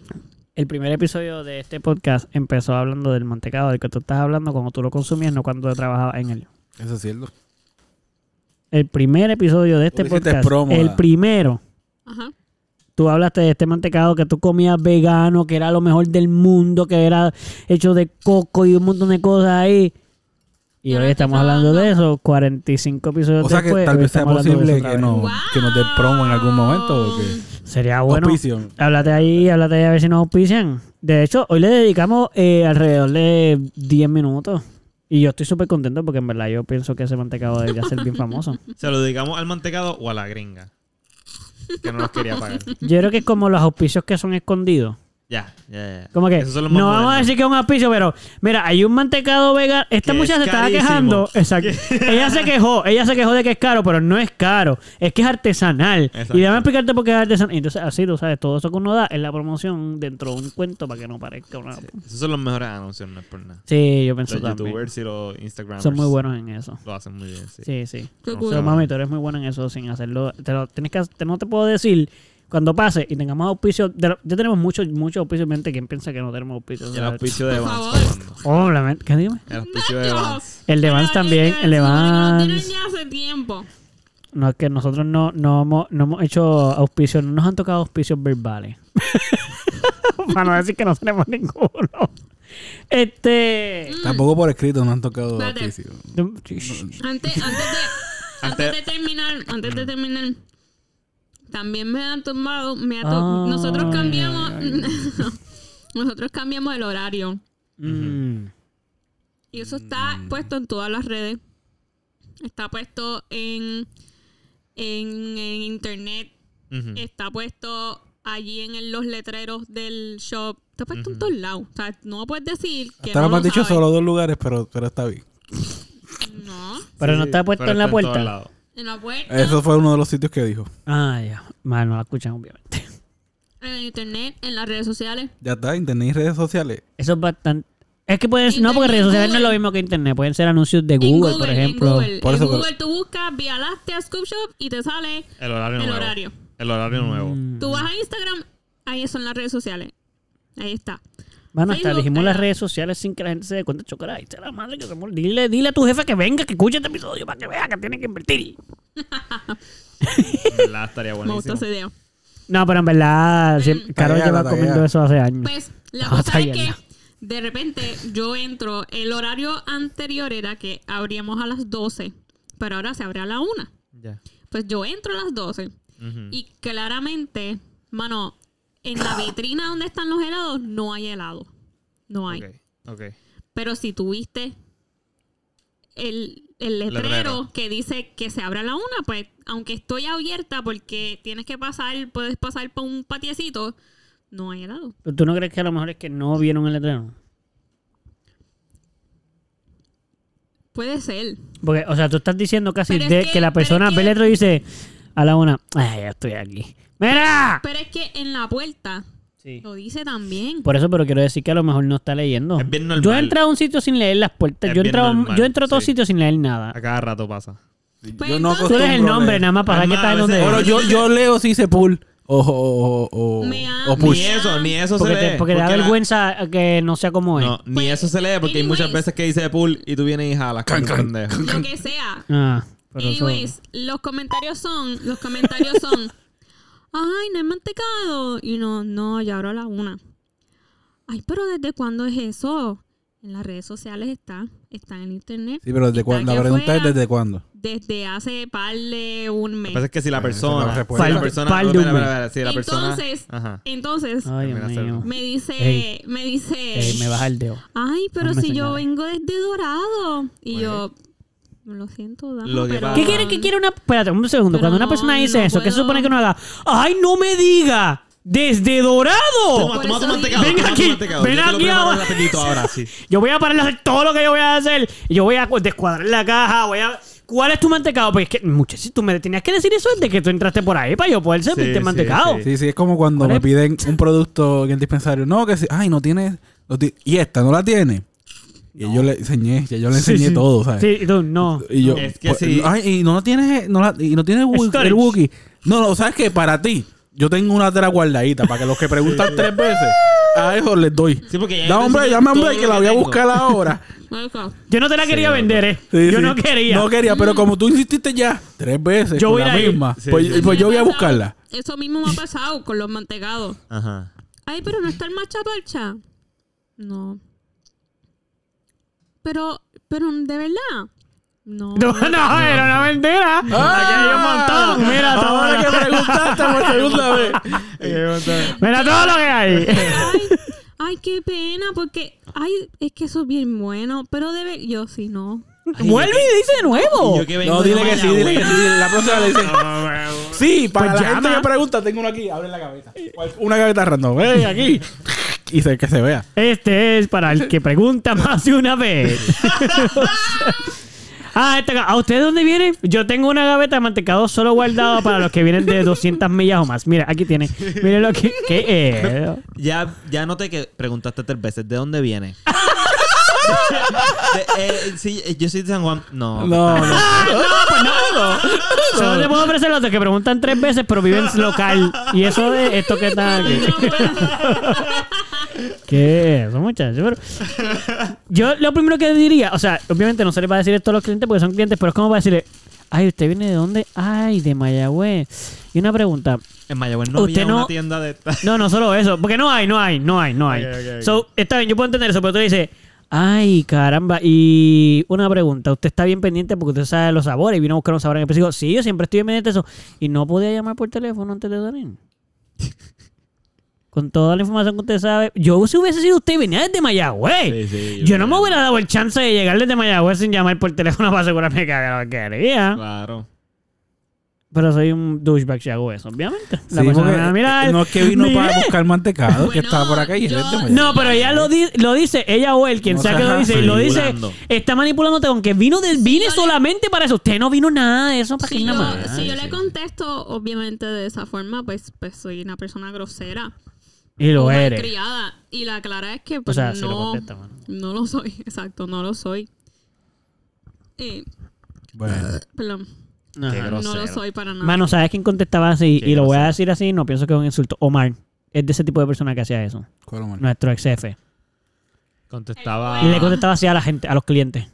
Speaker 1: El primer episodio de este podcast empezó hablando del mantecado, del que tú estás hablando cuando tú lo consumías, no cuando trabajabas en él.
Speaker 2: Eso es cierto.
Speaker 1: El primer episodio de este
Speaker 2: Tú hiciste
Speaker 1: podcast,
Speaker 2: promo, ah.
Speaker 1: el
Speaker 2: ¿verdad?
Speaker 1: primero,
Speaker 4: Ajá.
Speaker 1: tú hablaste de este mantecado que tú comías vegano, que era lo mejor del mundo, que era hecho de coco y un montón de cosas ahí. Y
Speaker 4: Yo
Speaker 1: hoy
Speaker 4: no
Speaker 1: estamos
Speaker 4: estoy
Speaker 1: hablando de
Speaker 4: hablando.
Speaker 1: eso, 45 episodios
Speaker 2: O sea que
Speaker 1: después.
Speaker 2: tal
Speaker 1: hoy
Speaker 2: vez sea
Speaker 1: pues, estamos hablando de
Speaker 2: posible
Speaker 1: eso otra
Speaker 2: que,
Speaker 1: vez.
Speaker 2: no, que nos dé promo en algún momento. o que-
Speaker 1: Sería bueno.
Speaker 2: Auspicio.
Speaker 1: Háblate ahí, háblate ahí a ver si nos auspician. De hecho, hoy le dedicamos eh, alrededor de 10 minutos. Y yo estoy súper contento porque en verdad yo pienso que ese mantecado debería ser bien famoso.
Speaker 3: ¿Se lo dedicamos al mantecado o a la gringa? que no los quería
Speaker 1: [laughs]
Speaker 3: pagar.
Speaker 1: Yo creo que es como los auspicios que son escondidos.
Speaker 3: Ya, ya, ya.
Speaker 1: Como que
Speaker 3: Esos son los más
Speaker 1: no vamos a
Speaker 3: modernos.
Speaker 1: decir que es un auspicio, pero mira, hay un mantecado vegano. Esta
Speaker 3: Que
Speaker 1: muchacha
Speaker 3: es
Speaker 1: se estaba
Speaker 3: carísimo. [laughs]
Speaker 1: quejando. Exacto. ella se quejó, ella se quejó de que es caro, pero no es caro. Es que es artesanal.
Speaker 3: Exacto.
Speaker 1: Y déjame explicarte por qué es artesanal. Y Entonces, así tú sabes, todo eso que uno da es la promoción dentro de un cuento para que no parezca una. Sí,
Speaker 3: Esos son los mejores anuncios, no es por nada.
Speaker 1: yo pienso
Speaker 3: Los
Speaker 1: también.
Speaker 3: youtubers y los instagramers
Speaker 1: Son muy buenos en eso.
Speaker 3: Lo hacen muy bien, sí.
Speaker 1: Sí, sí.
Speaker 4: Qué
Speaker 3: No
Speaker 4: cool.
Speaker 1: Pero, mami, tú eres muy buena en eso sin hacerlo. Te lo tienes que, te- no te puedo decir cuando pase y tengamos auspicio. de lo- ya tenemos muchos muchos auspicios en mente. ¿Quién piensa que no tenemos auspicio?
Speaker 3: El auspicio de
Speaker 4: Por
Speaker 3: Vans.
Speaker 4: favor.
Speaker 3: cabrón.
Speaker 1: Oh, la men- ¿Qué dime?
Speaker 3: El auspicio de Vans.
Speaker 1: El de
Speaker 4: Pero
Speaker 1: Vans también,
Speaker 4: que
Speaker 1: el de
Speaker 4: eso no lo
Speaker 1: Vans.
Speaker 4: tienen ya hace tiempo.
Speaker 1: No, es que nosotros no, no, hemos, no hemos hecho auspicios, no nos han tocado auspicios verbales. [laughs] Para no decir que no tenemos ninguno. Este.
Speaker 2: Tampoco por escrito no han tocado
Speaker 4: Espérate.
Speaker 2: auspicio.
Speaker 1: Mm.
Speaker 4: Mm, Antes, antes, de, antes de
Speaker 3: Antes,
Speaker 4: terminar, antes de terminar, también me han tumbado, me ha to-
Speaker 1: Ah.
Speaker 4: nosotros cambiamos, [laughs] nosotros cambiamos el horario.
Speaker 1: Mm.
Speaker 4: Y eso está puesto en todas las redes. Está puesto en, en, en internet.
Speaker 3: Ujú.
Speaker 4: Está puesto allí en el- los letreros del shop. Está puesto en todos lados. O sea, no puedes decir que
Speaker 2: Hasta
Speaker 4: no
Speaker 2: ahora me
Speaker 4: lo
Speaker 2: han dicho
Speaker 4: sabes.
Speaker 2: solo dos lugares, pero, pero está bien.
Speaker 4: No,
Speaker 1: Pero
Speaker 3: Sí,
Speaker 1: no
Speaker 3: sí,
Speaker 1: está puesto
Speaker 3: pero
Speaker 1: en la
Speaker 3: está todos
Speaker 1: puerta.
Speaker 3: lados.
Speaker 4: en la puerta,
Speaker 2: Eso fue uno de los sitios que dijo.
Speaker 1: Ah, ya. Bueno, no la escuchan, obviamente.
Speaker 4: en el internet, en las redes sociales.
Speaker 2: Ya está, internet y redes sociales.
Speaker 1: Eso es bastante. Es que pueden. No, porque redes sociales no es lo mismo que internet. Pueden ser anuncios de
Speaker 4: en
Speaker 1: Google,
Speaker 4: Google,
Speaker 1: por ejemplo.
Speaker 4: En Google,
Speaker 2: Por
Speaker 4: En
Speaker 2: eso, pero-
Speaker 4: Google tú buscas Vía Láctea Scoop Shop y te sale.
Speaker 3: El horario
Speaker 4: El
Speaker 3: nuevo.
Speaker 4: horario.
Speaker 3: El horario
Speaker 1: Mm.
Speaker 3: nuevo.
Speaker 4: Tú vas a Instagram, ahí son las redes sociales. Ahí está.
Speaker 1: Bueno, hasta
Speaker 4: Facebook,
Speaker 1: dijimos
Speaker 4: ahí
Speaker 1: las
Speaker 4: va.
Speaker 1: redes sociales sin que la gente se dé cuenta. Chocara, ahí está la madre que somos. Dile, dile a tu jefe que venga, que escuche este episodio para que vea que tiene que invertir.
Speaker 3: En verdad, estaría
Speaker 4: Me gustó
Speaker 3: buenísimo.
Speaker 4: ese video.
Speaker 1: No, pero en verdad, sí, Carol
Speaker 2: Taguéala,
Speaker 1: lleva
Speaker 2: taguéala.
Speaker 1: comiendo eso hace años.
Speaker 4: Mm. Pues la
Speaker 1: Ah,
Speaker 4: cosa es que
Speaker 1: taguéala.
Speaker 4: de repente yo entro. El horario anterior era que abríamos a las 12, pero ahora se abre a la 1.
Speaker 3: Ya.
Speaker 4: Pues yo entro a las 12
Speaker 3: Ujú.
Speaker 4: y claramente, mano, en la vitrina donde están los helados no hay helado. No hay.
Speaker 3: Ok, ok.
Speaker 4: Pero si tuviste el, el letrero,
Speaker 3: Letrero.
Speaker 4: que dice que se abra la una, pues aunque estoy abierta porque tienes que pasar, puedes pasar por un patiecito, no hay helado.
Speaker 1: Pero ¿Tú no crees que a lo mejor es que no vieron el letrero?
Speaker 4: Puede ser.
Speaker 1: Porque, o sea, tú estás diciendo casi
Speaker 4: Pero es
Speaker 1: de-
Speaker 4: que-
Speaker 1: que, la
Speaker 4: pero es
Speaker 1: persona ve
Speaker 4: que-
Speaker 1: el letrero y dice a la una, ay, ya estoy aquí. ¡Mira!
Speaker 4: Pero es que en la puerta
Speaker 1: Sí.
Speaker 4: lo dice también.
Speaker 1: Por eso, pero quiero decir que a lo mejor no está leyendo.
Speaker 3: Es bien normal.
Speaker 1: Yo he entrado a un sitio sin leer las puertas.
Speaker 3: Es
Speaker 1: Yo he
Speaker 3: bien
Speaker 1: entrado, a un-
Speaker 3: normal,
Speaker 1: yo entro a todos
Speaker 3: sí.
Speaker 1: sitios sin leer nada.
Speaker 3: A cada rato pasa.
Speaker 4: Pues
Speaker 2: yo no
Speaker 4: entonces-
Speaker 1: Tú eres el
Speaker 2: acostumbro
Speaker 1: nombre,
Speaker 2: leer.
Speaker 1: nada más para
Speaker 3: Es
Speaker 1: ver que
Speaker 3: más,
Speaker 1: estás
Speaker 3: a
Speaker 1: en donde.
Speaker 3: veces-
Speaker 2: Bueno,
Speaker 1: es.
Speaker 2: yo, yo leo si dice pull o, o, o, o-
Speaker 4: Me ha-
Speaker 2: o
Speaker 3: Ni
Speaker 2: push.
Speaker 3: eso, ni eso
Speaker 1: Porque,
Speaker 3: se
Speaker 1: te-
Speaker 3: lee.
Speaker 1: porque te da
Speaker 3: la-
Speaker 1: vergüenza que no pues, sea como es.
Speaker 3: No, ni eso se lee porque hay muchas
Speaker 4: anyways.
Speaker 3: veces que dice pool y tú vienes y jalas con un
Speaker 2: can,
Speaker 3: pendejo.
Speaker 4: Lo que sea.
Speaker 1: Ah, [laughs] pero eso-
Speaker 4: Anyways, los comentarios son, los comentarios son,
Speaker 1: [laughs]
Speaker 4: ay, no hay mantecado. Y uno, no, ya ahora la una. Ay, pero ¿desde cuándo es eso? En las redes sociales está, está en internet.
Speaker 2: Sí, pero desde
Speaker 4: Está
Speaker 2: cuándo- la
Speaker 4: aquí
Speaker 2: pregunta
Speaker 4: afuera.
Speaker 2: es desde cuándo.
Speaker 4: Desde hace par de un
Speaker 3: Lo
Speaker 4: mes.
Speaker 3: que pasa es que si la
Speaker 2: Bueno, esa es la
Speaker 3: persona.
Speaker 2: respuesta.
Speaker 3: Si la
Speaker 1: Pal-
Speaker 3: persona.
Speaker 1: pal eh, de
Speaker 3: espera,
Speaker 1: un
Speaker 3: espera, espera, si la persona.
Speaker 4: entonces,
Speaker 3: Ajá.
Speaker 4: entonces,
Speaker 1: Ay, Dios
Speaker 3: Termina
Speaker 1: mío.
Speaker 4: me dice,
Speaker 1: Ey.
Speaker 4: me dice,
Speaker 1: Ey, me baja el dedo.
Speaker 4: ay, pero
Speaker 1: No me
Speaker 4: si
Speaker 1: señales.
Speaker 4: yo vengo desde Dorado. Y yo, lo siento, dama,
Speaker 3: Lo que
Speaker 4: pero-
Speaker 3: pasa-
Speaker 1: ¿Qué quiere, qué quiere una... Espérate, un segundo.
Speaker 4: Ah. Pero
Speaker 1: Cuando una
Speaker 4: no,
Speaker 1: persona dice
Speaker 4: no
Speaker 1: eso, ¿qué se
Speaker 4: puedo.
Speaker 1: supone que uno haga? ¡Ay, no me diga! ¡Desde
Speaker 3: Toma,
Speaker 1: Dorado!
Speaker 4: Por
Speaker 3: Oh, toma
Speaker 4: eso
Speaker 3: tu mantecado.
Speaker 1: digo-
Speaker 3: toma tu
Speaker 1: pues, Ven aquí,
Speaker 3: mantecado.
Speaker 1: ven
Speaker 3: Yo te lo
Speaker 1: aquí
Speaker 3: preparo
Speaker 1: ahora.
Speaker 3: rapidito
Speaker 1: [laughs]
Speaker 3: ahora, sí.
Speaker 1: Yo voy a parar de hacer todo lo que yo voy a hacer. Yo voy a cu- descuadrar la caja, voy a... ¿Cuál es tu mantecado? Porque es que, muchachito, tú me tenías que decir eso desde que tú entraste por ahí para yo poder servirte
Speaker 3: sí,
Speaker 1: mantecado.
Speaker 3: sí.
Speaker 2: Sí, sí, es como cuando
Speaker 1: ¿Cuál
Speaker 2: me
Speaker 1: es?
Speaker 2: piden un producto en el dispensario. No, que si, ay, no tiene. no ti- y esta no la tiene. Y yo le enseñé, ya yo le enseñé
Speaker 1: sí.
Speaker 2: todo, ¿sabes?
Speaker 1: Sí, y tú, no.
Speaker 2: Y yo,
Speaker 3: Es que
Speaker 2: pues,
Speaker 3: sí.
Speaker 2: ay, y no la tienes, no la- y no tienes wu-
Speaker 1: Storage.
Speaker 2: el Wookiee. No, no, ¿sabes qué? Para ti, yo tengo una tela guardadita para que los que preguntan tres veces, a eso les doy.
Speaker 3: Sí, porque ya yo
Speaker 2: da
Speaker 3: te
Speaker 2: hombre,
Speaker 3: enseñé
Speaker 2: llame
Speaker 3: todo
Speaker 2: hombre,
Speaker 3: lo
Speaker 2: que la
Speaker 3: que
Speaker 2: voy a
Speaker 3: tengo.
Speaker 2: buscar
Speaker 3: [laughs]
Speaker 2: ahora.
Speaker 4: Marco,
Speaker 1: Yo no te la quería
Speaker 3: Sí,
Speaker 1: vender, ¿eh?
Speaker 2: Sí,
Speaker 1: yo
Speaker 2: sí.
Speaker 1: no quería. [laughs]
Speaker 2: No quería, pero como tú insististe ya tres veces
Speaker 1: Yo
Speaker 2: con
Speaker 1: voy
Speaker 2: la
Speaker 1: a ir.
Speaker 2: misma,
Speaker 3: Sí,
Speaker 2: pues,
Speaker 3: sí.
Speaker 2: pues yo voy a
Speaker 4: me ha pasado-
Speaker 2: buscarla.
Speaker 4: Eso mismo me ha pasado con los mantecados.
Speaker 3: Ajá.
Speaker 4: Ay, pero no está el matcha parcha. No. Pero, pero, ¿de verdad? No.
Speaker 1: No, no, era una mentira.
Speaker 2: Ah,
Speaker 1: Aquí hay un montón. Mira todo,
Speaker 2: Ahora
Speaker 1: lo-
Speaker 2: que preguntaste por segunda vez.
Speaker 1: mira todo lo que
Speaker 2: [laughs]
Speaker 1: hay.
Speaker 4: Ay, ay, qué pena, porque, ay, es que eso es bien bueno. Pero de ver, yo sí, no.
Speaker 1: Vuelve y dice de nuevo.
Speaker 3: Y yo que vengo
Speaker 2: No,
Speaker 3: de
Speaker 2: dile que sí, dile que sí. La próxima le dicen. Sí, para
Speaker 1: Pues
Speaker 2: la gente
Speaker 1: llama.
Speaker 2: que pregunta, tengo uno aquí. Abre la cabeza. Cual- Una gaveta random. ¡Ey, aquí! Y se, que se vea.
Speaker 1: Este es para el que pregunta más de una vez. ah, esta, ga- ¿a usted de dónde viene? Yo tengo una gaveta de mantecado solo guardada para los que vienen de 200 millas o más. Mira, aquí tiene. Mira lo que, ¿qué es?
Speaker 3: Ya, ya noté que preguntaste tres veces ¿de
Speaker 1: [laughs]
Speaker 3: dónde viene? De- eh, sí, eh, yo soy de San Juan. No. pues,
Speaker 2: No, no.
Speaker 1: Solo te puedo ofrecer los de que preguntan tres veces pero viven local. Y eso de eh, esto que está aquí.
Speaker 3: [laughs]
Speaker 1: ¿Qué es eso, muchachos? Pero- Yo lo primero que diría, o sea, obviamente no se les va a decir esto a los clientes porque son clientes, pero es como para decirle, ay, ¿usted viene de dónde? Ay, de Mayagüez. Y una pregunta.
Speaker 3: En Mayagüez no
Speaker 1: Usted
Speaker 3: había
Speaker 1: no-
Speaker 3: una
Speaker 1: [laughs]
Speaker 3: tienda de esta.
Speaker 1: No, no solo eso, porque no hay, no hay, no hay, no hay.
Speaker 3: Ok, ok, ok.
Speaker 1: So, está bien, yo puedo entender eso, pero tú dices, ay, caramba, y una pregunta, usted está bien pendiente porque usted sabe los sabores y vino a buscar un sabor en específico. Sí, yo siempre estoy bien pendiente de eso. Y no podía llamar por teléfono antes de salir. Con toda la información que usted sabe, yo si hubiese sido usted y venía desde Mayagüez.
Speaker 3: Sí, sí,
Speaker 1: yo no me hubiera dado el chance de llegar desde Mayagüez sin llamar por teléfono [laughs] para asegurarme que haga lo que quería.
Speaker 3: Claro.
Speaker 1: Pero soy un douchebag si hago eso, obviamente. La
Speaker 2: Sí,
Speaker 1: persona
Speaker 2: porque
Speaker 1: me va a mirar,
Speaker 2: no es que vino para
Speaker 1: "Mire,
Speaker 2: buscar mantecado, que
Speaker 4: Bueno,
Speaker 2: estaba por acá y él
Speaker 4: yo-
Speaker 2: es de Mayagüez.
Speaker 1: No, pero ella lo, di- lo dice, ella o él, quien
Speaker 2: No
Speaker 1: sea que
Speaker 2: seas
Speaker 1: lo dice, lo dice,
Speaker 3: manipulando.
Speaker 1: está manipulándote con que vino del, vine
Speaker 4: yo le-
Speaker 1: solamente para eso. Usted no vino nada de eso, para que
Speaker 4: si yo,
Speaker 1: nada más.
Speaker 4: si yo
Speaker 3: sí.
Speaker 4: le contesto, obviamente de esa forma, pues, pues soy una persona grosera.
Speaker 1: Y lo
Speaker 4: o
Speaker 1: eres.
Speaker 4: malcriada. Y la clara es que pues,
Speaker 1: sea,
Speaker 4: no,
Speaker 1: si lo contesta, mano.
Speaker 4: no lo soy, [laughs] exacto, no lo soy. Eh,
Speaker 2: Bueno.
Speaker 4: perdón,
Speaker 3: Qué
Speaker 1: Ajá.
Speaker 3: grosero.
Speaker 4: no lo soy para nada.
Speaker 1: Mano, ¿sabes quién contestaba así?
Speaker 3: Qué
Speaker 1: Y lo voy a decir así, no pienso que es un insulto. Omar. Es de ese tipo de persona que hacía eso.
Speaker 2: ¿Cuál, Omar?
Speaker 1: Nuestro ex jefe.
Speaker 3: Contestaba.
Speaker 1: Y le contestaba así a la gente, a los clientes.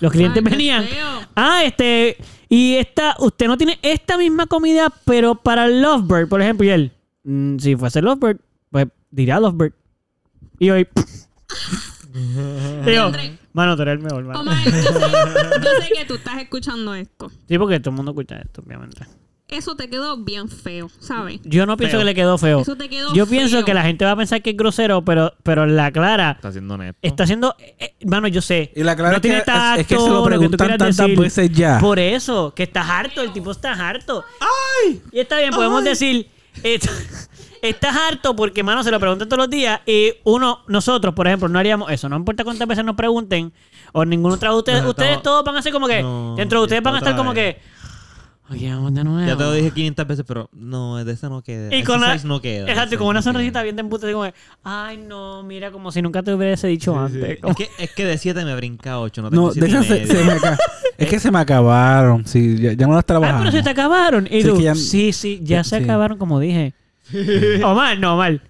Speaker 1: Los clientes
Speaker 4: Ay, qué
Speaker 1: venían.
Speaker 4: feo.
Speaker 1: Ah, este. Y esta, usted no tiene esta misma comida, pero para el Lovebird, por ejemplo. Y él, mm, si fuese Lovebird, pues diría Lovebird. Y
Speaker 4: [laughs]
Speaker 1: hoy. Digo, mano, tú eres el mejor, mano.
Speaker 4: Omar, yo sé, yo sé que tú estás escuchando esto.
Speaker 1: Sí, porque todo el mundo escucha esto, obviamente.
Speaker 4: Eso te quedó bien feo, ¿sabes?
Speaker 1: Yo no pienso
Speaker 3: Feo.
Speaker 1: que le quedó feo.
Speaker 4: Eso te quedó
Speaker 1: Yo pienso
Speaker 4: feo.
Speaker 1: que la gente va a pensar que es grosero, pero, pero la Clara
Speaker 3: Está siendo honesto.
Speaker 1: está haciendo. eh, eh, Mano, yo sé.
Speaker 2: Y la Clara
Speaker 1: no
Speaker 2: es que-
Speaker 1: tiene
Speaker 2: es- es que se lo
Speaker 1: tacto, tú
Speaker 2: preguntan
Speaker 1: quieras
Speaker 2: tantas
Speaker 1: decir.
Speaker 2: veces ya.
Speaker 1: Por eso, que estás harto, el tipo está harto. Y está bien, podemos decir, est- [laughs] estás harto porque, mano, se lo preguntan todos los días y uno, nosotros, por ejemplo, no haríamos eso. No importa cuántas veces nos pregunten o ninguno de ustedes,
Speaker 3: No,
Speaker 1: ustedes
Speaker 3: estamos-
Speaker 1: todos van a ser como que,
Speaker 3: No,
Speaker 1: dentro de ustedes van a
Speaker 3: otra
Speaker 1: estar como
Speaker 3: vez.
Speaker 1: que, oye, vamos de nuevo.
Speaker 3: Ya te lo dije 500 veces, pero no, de esa no queda.
Speaker 1: Ah. Y con, la,
Speaker 3: Exercise no queda.
Speaker 1: exacto, y con una
Speaker 3: Exercise no
Speaker 1: sonrisita
Speaker 3: queda.
Speaker 1: bien de embuste, así como, que, ay, no, mira, como si nunca te hubiese dicho antes.
Speaker 3: Es
Speaker 1: Como-
Speaker 3: que, es que de 7 me brinca 8, no tengo
Speaker 2: No,
Speaker 3: 7
Speaker 2: de esas se, se me aca- Es que se me acabaron. Sí, ya, ya no las
Speaker 1: Ah,
Speaker 2: trabajamos.
Speaker 1: pero se te acabaron. Y
Speaker 2: Sí,
Speaker 1: tú,
Speaker 2: que ya-
Speaker 1: sí, sí, ya se
Speaker 2: sí.
Speaker 1: acabaron, como dije. O mal, no, mal.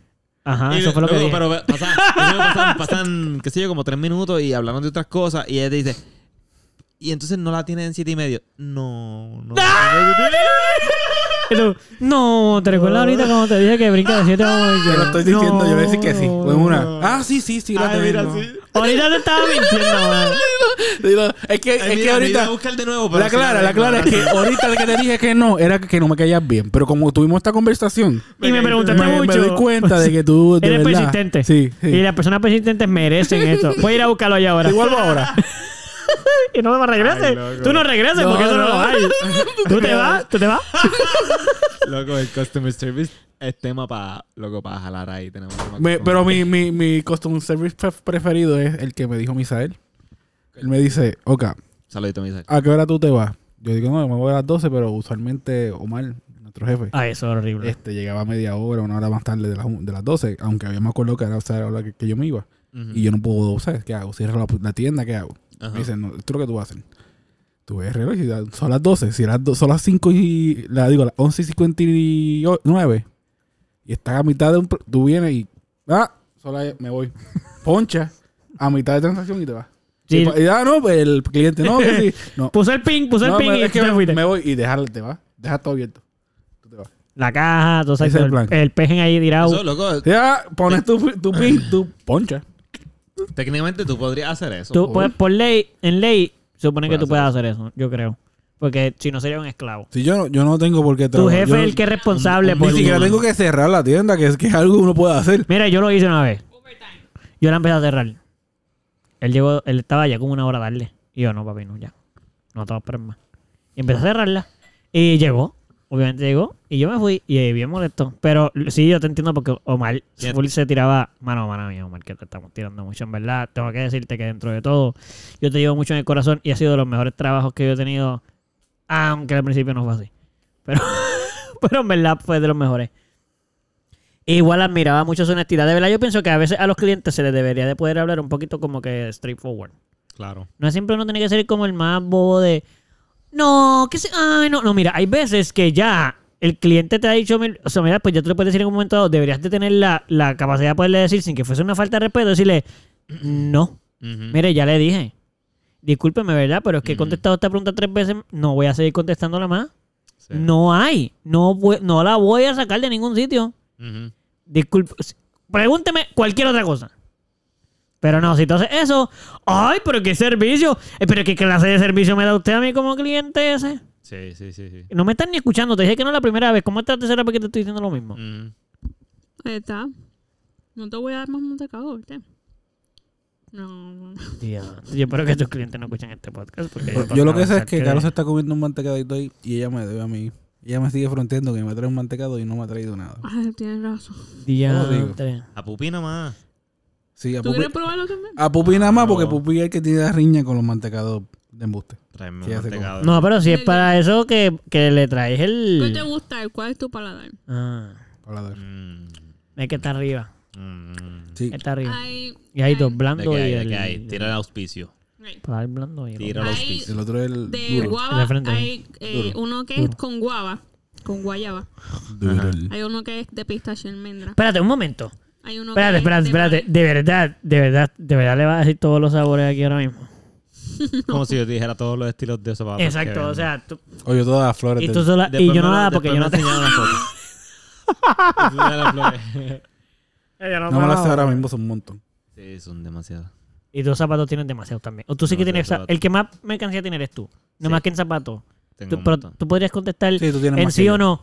Speaker 1: Ajá,
Speaker 2: ah,
Speaker 3: Y
Speaker 1: eso fue lo que
Speaker 3: luego,
Speaker 1: dije.
Speaker 3: Pero pasan, luego pasan, pasan, qué sé yo, como tres minutos y hablaron de otras cosas y ella te dice, y entonces no la tienes en siete y medio. No,
Speaker 1: [laughs]
Speaker 3: no.
Speaker 1: Ah, Y tú, no, te recuerdas ahorita cuando te dije que brinca de 7 a
Speaker 2: Yo lo estoy diciendo, yo voy a decir que sí. Fue una. Ah, sí, sí, sí, la
Speaker 3: Ay, mira,
Speaker 2: tengo.
Speaker 3: sí.
Speaker 1: Ahorita te estaba mintiendo,
Speaker 2: [laughs]
Speaker 1: man.
Speaker 2: Dilo, Es que,
Speaker 3: Ay,
Speaker 2: es que
Speaker 3: mira, me iba a
Speaker 2: ahorita.
Speaker 3: buscar de nuevo, pero
Speaker 2: La
Speaker 3: sí
Speaker 2: clara, la
Speaker 3: tengo,
Speaker 2: clara es que ahorita lo que te dije que no era que no me caías bien. Pero como tuvimos esta conversación,
Speaker 1: Y me preguntaste
Speaker 2: me, me
Speaker 1: mucho.
Speaker 2: doy cuenta de que tú. De
Speaker 1: Eres
Speaker 2: verdad,
Speaker 1: persistente.
Speaker 2: Sí, sí.
Speaker 1: Y las personas persistentes
Speaker 2: [laughs]
Speaker 1: merecen esto. Voy a ir a buscarlo allá ahora.
Speaker 2: Te vuelvo ahora.
Speaker 1: [laughs] Y no me regreses.
Speaker 3: Ay, loco.
Speaker 1: tú no regreses
Speaker 2: No,
Speaker 1: porque eso no
Speaker 2: [laughs] no.
Speaker 1: lo hay. ¿Tú te vas? ¿Tú te vas?
Speaker 3: [laughs] Loco, el customer service es tema para, loco, para jalar ahí. Tenemos tema
Speaker 2: Me-
Speaker 3: con-
Speaker 2: pero mi, mi, mi customer service pref- preferido es el que me dijo Misael. Él me dice, Oka,
Speaker 3: Saludito, Misael.
Speaker 2: ¿a qué hora tú te vas? Yo digo, no, me voy a las 12, pero usualmente Omar, nuestro jefe,
Speaker 1: Ay, eso es horrible.
Speaker 2: este llegaba media hora, una hora más tarde de las, un- de las 12, aunque habíamos acordado que era o sea, la hora que, que yo me iba.
Speaker 3: Mm.
Speaker 2: Y yo no puedo, ¿sabes? ¿Qué hago? Cierro la, pu- la tienda, ¿qué hago?
Speaker 3: Ajá.
Speaker 2: Me dicen, no, esto es lo que tú vas a hacer. Tú ves el reloj y ya son las 12. Si eran do- son las 5 y... La, digo, las 11 y 59. Y estás a mitad de un... pro- Tú vienes y... Ah, son las-
Speaker 1: [laughs]
Speaker 2: me voy. Poncha. A mitad de transacción y te vas.
Speaker 1: Sí.
Speaker 2: Y pa- y, ah, no, pues el cliente. No, que sí.
Speaker 1: [laughs]
Speaker 2: No,
Speaker 1: Puso el ping, puso
Speaker 2: No,
Speaker 1: el ping
Speaker 2: me,
Speaker 1: y
Speaker 2: es que
Speaker 1: te
Speaker 2: me,
Speaker 1: fuiste.
Speaker 2: me voy y dejarle, te vas. Deja todo abierto. Tú te vas.
Speaker 1: La caja, todo
Speaker 2: Ese es el
Speaker 1: eso,
Speaker 2: plan.
Speaker 1: el, el pejen ahí tirado.
Speaker 3: Eso, loco,
Speaker 2: Ya, pones tu, tu pin, tu poncha.
Speaker 3: técnicamente tú podrías hacer eso.
Speaker 1: Tú, puedes- por ley, en ley, se supone que
Speaker 3: Puedes
Speaker 1: tú puedes hacer eso, yo creo. Porque si no sería un esclavo.
Speaker 2: Si yo, no- yo no tengo por qué
Speaker 1: Tu
Speaker 2: trabajar.
Speaker 1: jefe
Speaker 2: Yo
Speaker 1: es el que es responsable
Speaker 3: un-
Speaker 1: por.
Speaker 2: Ni siquiera tengo que cerrar la tienda, que es, que es algo que uno puede hacer.
Speaker 1: Mira, yo lo hice una vez. Yo la empecé a cerrar. Él llegó, él estaba ya como una hora tarde. Y yo, no, papi, no, ya. No te vas a esperar más. Y empecé a cerrarla. Y llegó. Obviamente llegó. Y yo me fui. Y eh, bien molesto. Pero l- sí, yo te entiendo porque Omar
Speaker 3: Cierto.
Speaker 1: full se tiraba. Mano, mano mía, Omar, que te estamos tirando mucho, en verdad. Tengo que decirte que dentro de todo, yo te llevo mucho en el corazón y ha sido de los mejores trabajos que yo he tenido. Aunque al principio no fue así. Pero, [laughs] pero en verdad fue de los mejores. Igual admiraba mucho su honestidad. De verdad, yo pienso que a veces a los clientes se les debería de poder hablar un poquito como que straightforward.
Speaker 3: Claro.
Speaker 1: No siempre uno tiene que ser como el más bobo de. No, que se. Ay, no, no, mira, hay veces que ya el cliente te ha dicho. mil- O sea, mira, pues ya te lo puedes decir en un momento dado. Deberías de tener la, la capacidad de poderle decir sin que fuese una falta de respeto, decirle, no.
Speaker 3: Ujú.
Speaker 1: Mire, ya le dije. Discúlpeme, ¿verdad? Pero es que he contestado esta pregunta tres veces. No voy a seguir contestándola más.
Speaker 3: Sí.
Speaker 1: No hay. No, voy- no la voy a sacar de ningún sitio.
Speaker 3: Ujú.
Speaker 1: Disculpe. Pregúnteme cualquier otra cosa. Pero no, si tú haces eso. ¡Ay, pero qué servicio! Eh, ¿Pero qué clase de servicio me da usted a mí como cliente ese?
Speaker 3: Sí, sí, sí, sí.
Speaker 1: No me están ni escuchando. Te dije que no la primera vez. ¿Cómo es la tercera vez que te estoy diciendo lo mismo?
Speaker 3: Ujú.
Speaker 4: Ahí está. No te voy a dar más Montecago, ¿viste? No, no. [laughs]
Speaker 1: Dios, Yo espero que tus clientes no escuchen este podcast. Porque
Speaker 2: Yo,
Speaker 1: yo
Speaker 2: lo que sé es Eh, que Carlos se está comiendo un mantecadito ahí y ella me debe a mí. Ella me sigue fronteando que me trae un mantecado y no me ha traído nada.
Speaker 4: Ay, Ah, tienes razón.
Speaker 1: Diantre.
Speaker 3: A Pupi nada más.
Speaker 2: Sí, a
Speaker 4: ¿Tú
Speaker 2: Pupi,
Speaker 4: quieres probarlo también?
Speaker 2: a Pupi nada más
Speaker 3: No.
Speaker 2: porque Pupi es el que tiene la riña con los mantecados de embuste.
Speaker 3: Tráeme
Speaker 2: Sí,
Speaker 3: un
Speaker 2: hace
Speaker 3: mantecado.
Speaker 1: No, pero si es para eso que, que le traes
Speaker 4: ¿Qué te
Speaker 1: el.
Speaker 4: gusta? ¿Cuál es tu paladar?
Speaker 1: Ah,
Speaker 2: Paladar.
Speaker 3: Mm,
Speaker 1: es que está arriba.
Speaker 3: mm.
Speaker 2: Sí.
Speaker 1: Está arriba.
Speaker 4: Ay,
Speaker 1: Y hay
Speaker 4: ay,
Speaker 1: dos
Speaker 3: ¿De
Speaker 1: blandos
Speaker 3: qué
Speaker 1: y
Speaker 3: hay?
Speaker 1: el.
Speaker 3: ¿De qué hay? Tira el auspicio.
Speaker 4: ay.
Speaker 1: Para el blando y el
Speaker 3: Tira
Speaker 1: otro.
Speaker 3: el
Speaker 4: Ay,
Speaker 3: auspicio.
Speaker 2: El otro es el
Speaker 4: De
Speaker 2: duro.
Speaker 1: De
Speaker 4: guava
Speaker 1: frente.
Speaker 4: hay eh, uno que es con guava, con guayaba.
Speaker 2: Duro.
Speaker 4: Hay uno que es de pistache y almendra.
Speaker 1: Espérate, un momento.
Speaker 4: Hay uno
Speaker 1: Espérate,
Speaker 4: que es
Speaker 1: espérate,
Speaker 4: de
Speaker 1: espérate.
Speaker 4: maíz.
Speaker 1: De verdad, de verdad, de verdad le vas a decir todos los sabores aquí ahora mismo.
Speaker 3: Ah, Como si yo te dijera todos los estilos de zapatos. que
Speaker 1: Exacto, o
Speaker 3: venden.
Speaker 1: sea, tú,
Speaker 2: Oye, todas las flores.
Speaker 1: y,
Speaker 2: del-
Speaker 1: tú sola, y
Speaker 3: Después
Speaker 1: yo
Speaker 3: me
Speaker 1: no
Speaker 3: lo-
Speaker 1: nada porque yo no
Speaker 3: después
Speaker 1: te...
Speaker 3: me enseñaron
Speaker 1: [laughs]
Speaker 3: las fotos. Enseñaron las flores.
Speaker 1: yo
Speaker 2: No me las sé
Speaker 1: daba.
Speaker 2: ahora mismo, son un montón.
Speaker 3: Sí, son demasiadas.
Speaker 1: Y tus zapatos tienen demasiado también. O tú sí que
Speaker 3: Demasiado
Speaker 1: tienes... za-
Speaker 3: zapato.
Speaker 1: El que más mercancía tiene eres tú. No
Speaker 3: Sí.
Speaker 1: más que en zapatos.
Speaker 3: Tengo
Speaker 1: Tú,
Speaker 3: un
Speaker 1: pero
Speaker 3: montón.
Speaker 1: tú podrías contestar
Speaker 2: Sí, tú tienes
Speaker 1: en
Speaker 2: más
Speaker 1: sí
Speaker 2: que
Speaker 1: o
Speaker 2: yo.
Speaker 1: no.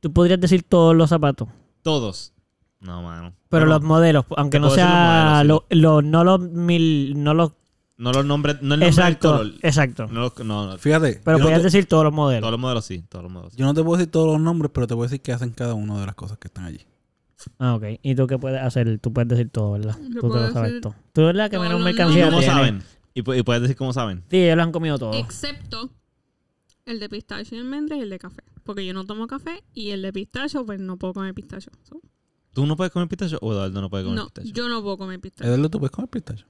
Speaker 1: Tú podrías decir todos los zapatos.
Speaker 3: Todos. No, mano.
Speaker 1: Pero
Speaker 3: Bueno,
Speaker 1: los modelos, aunque
Speaker 3: te
Speaker 1: no
Speaker 3: puedo decir los
Speaker 1: sea...
Speaker 3: modelos,
Speaker 1: lo- lo- no los mil... No los...
Speaker 3: No los nombres, no el nombre
Speaker 1: Exacto,
Speaker 3: del color.
Speaker 1: exacto.
Speaker 3: No, los- no, no.
Speaker 2: Fíjate.
Speaker 1: Pero
Speaker 2: yo no
Speaker 1: podrías
Speaker 2: te-
Speaker 1: decir todos los modelos.
Speaker 3: Todos los modelos sí, todos los modelos. sí.
Speaker 2: Yo no te puedo decir todos los nombres, pero te puedo decir qué hacen cada una de las cosas que están allí.
Speaker 1: Ah, ok. ¿Y tú qué puedes hacer? Tú puedes decir todo, ¿verdad?
Speaker 4: Yo
Speaker 1: Tú te lo
Speaker 4: puedo
Speaker 1: sabes
Speaker 4: decir
Speaker 1: todo. Tú eres la que
Speaker 4: todo
Speaker 1: menos
Speaker 4: lo
Speaker 1: mercancía
Speaker 4: mío.
Speaker 3: ¿Cómo
Speaker 1: tiene.
Speaker 3: saben? Y, pu- y puedes decir cómo saben.
Speaker 1: Sí, ellos lo han comido todo.
Speaker 4: Excepto el de pistache y almendra y el de café. Porque yo no tomo café y el de pistacho, pues no puedo comer pistacho. So,
Speaker 3: ¿Tú no puedes comer pistacho o Eduardo no puede comer
Speaker 4: no,
Speaker 3: pistacho?
Speaker 4: yo no puedo comer pistacho.
Speaker 2: Eduardo, ¿tú puedes comer pistacho?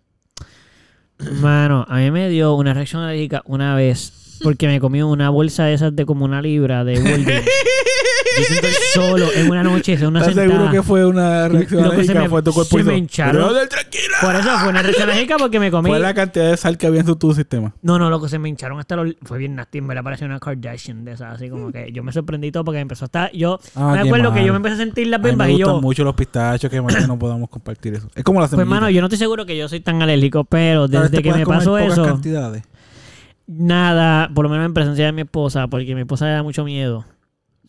Speaker 1: Mano, a mí me dio una reacción alérgica una vez porque me comí una bolsa de esas de como una libra de Goldie. Yo siento que solo en una noche, en una
Speaker 2: ¿Estás
Speaker 1: sentada.
Speaker 2: seguro que fue una reacción
Speaker 1: Lo que se
Speaker 2: alérgica?
Speaker 1: me-
Speaker 2: fue tu cuerpo
Speaker 1: se
Speaker 2: hizo,
Speaker 1: me hincharon.
Speaker 2: "Eduardo, tranquila!
Speaker 1: Por eso fue una reacción alérgica porque me comí.
Speaker 2: Fue la cantidad de sal que había en su, tu sistema.
Speaker 1: No, no, loco, se me hincharon hasta los. Fue bien nasty, me la pareció una Kardashian de esas, así como que yo me sorprendí todo porque empezó a estar. Yo
Speaker 2: Ah,
Speaker 1: me
Speaker 2: qué
Speaker 1: acuerdo que
Speaker 2: mal.
Speaker 1: yo me empecé a sentir
Speaker 2: A
Speaker 1: las
Speaker 2: mí me
Speaker 1: bembas y
Speaker 2: gustan
Speaker 1: yo.
Speaker 2: mucho los pistachos, que más que no podamos compartir eso. Es como la
Speaker 1: Pues,
Speaker 2: semillita.
Speaker 1: hermano, yo no estoy seguro que yo soy tan alérgico, pero
Speaker 2: Tal vez
Speaker 1: desde
Speaker 2: te
Speaker 1: que
Speaker 2: puedas
Speaker 1: me
Speaker 2: este comer
Speaker 1: pasó
Speaker 2: pocas
Speaker 1: eso.
Speaker 2: cantidades.
Speaker 1: Nada, por lo menos en presencia de mi esposa, porque mi esposa le da mucho miedo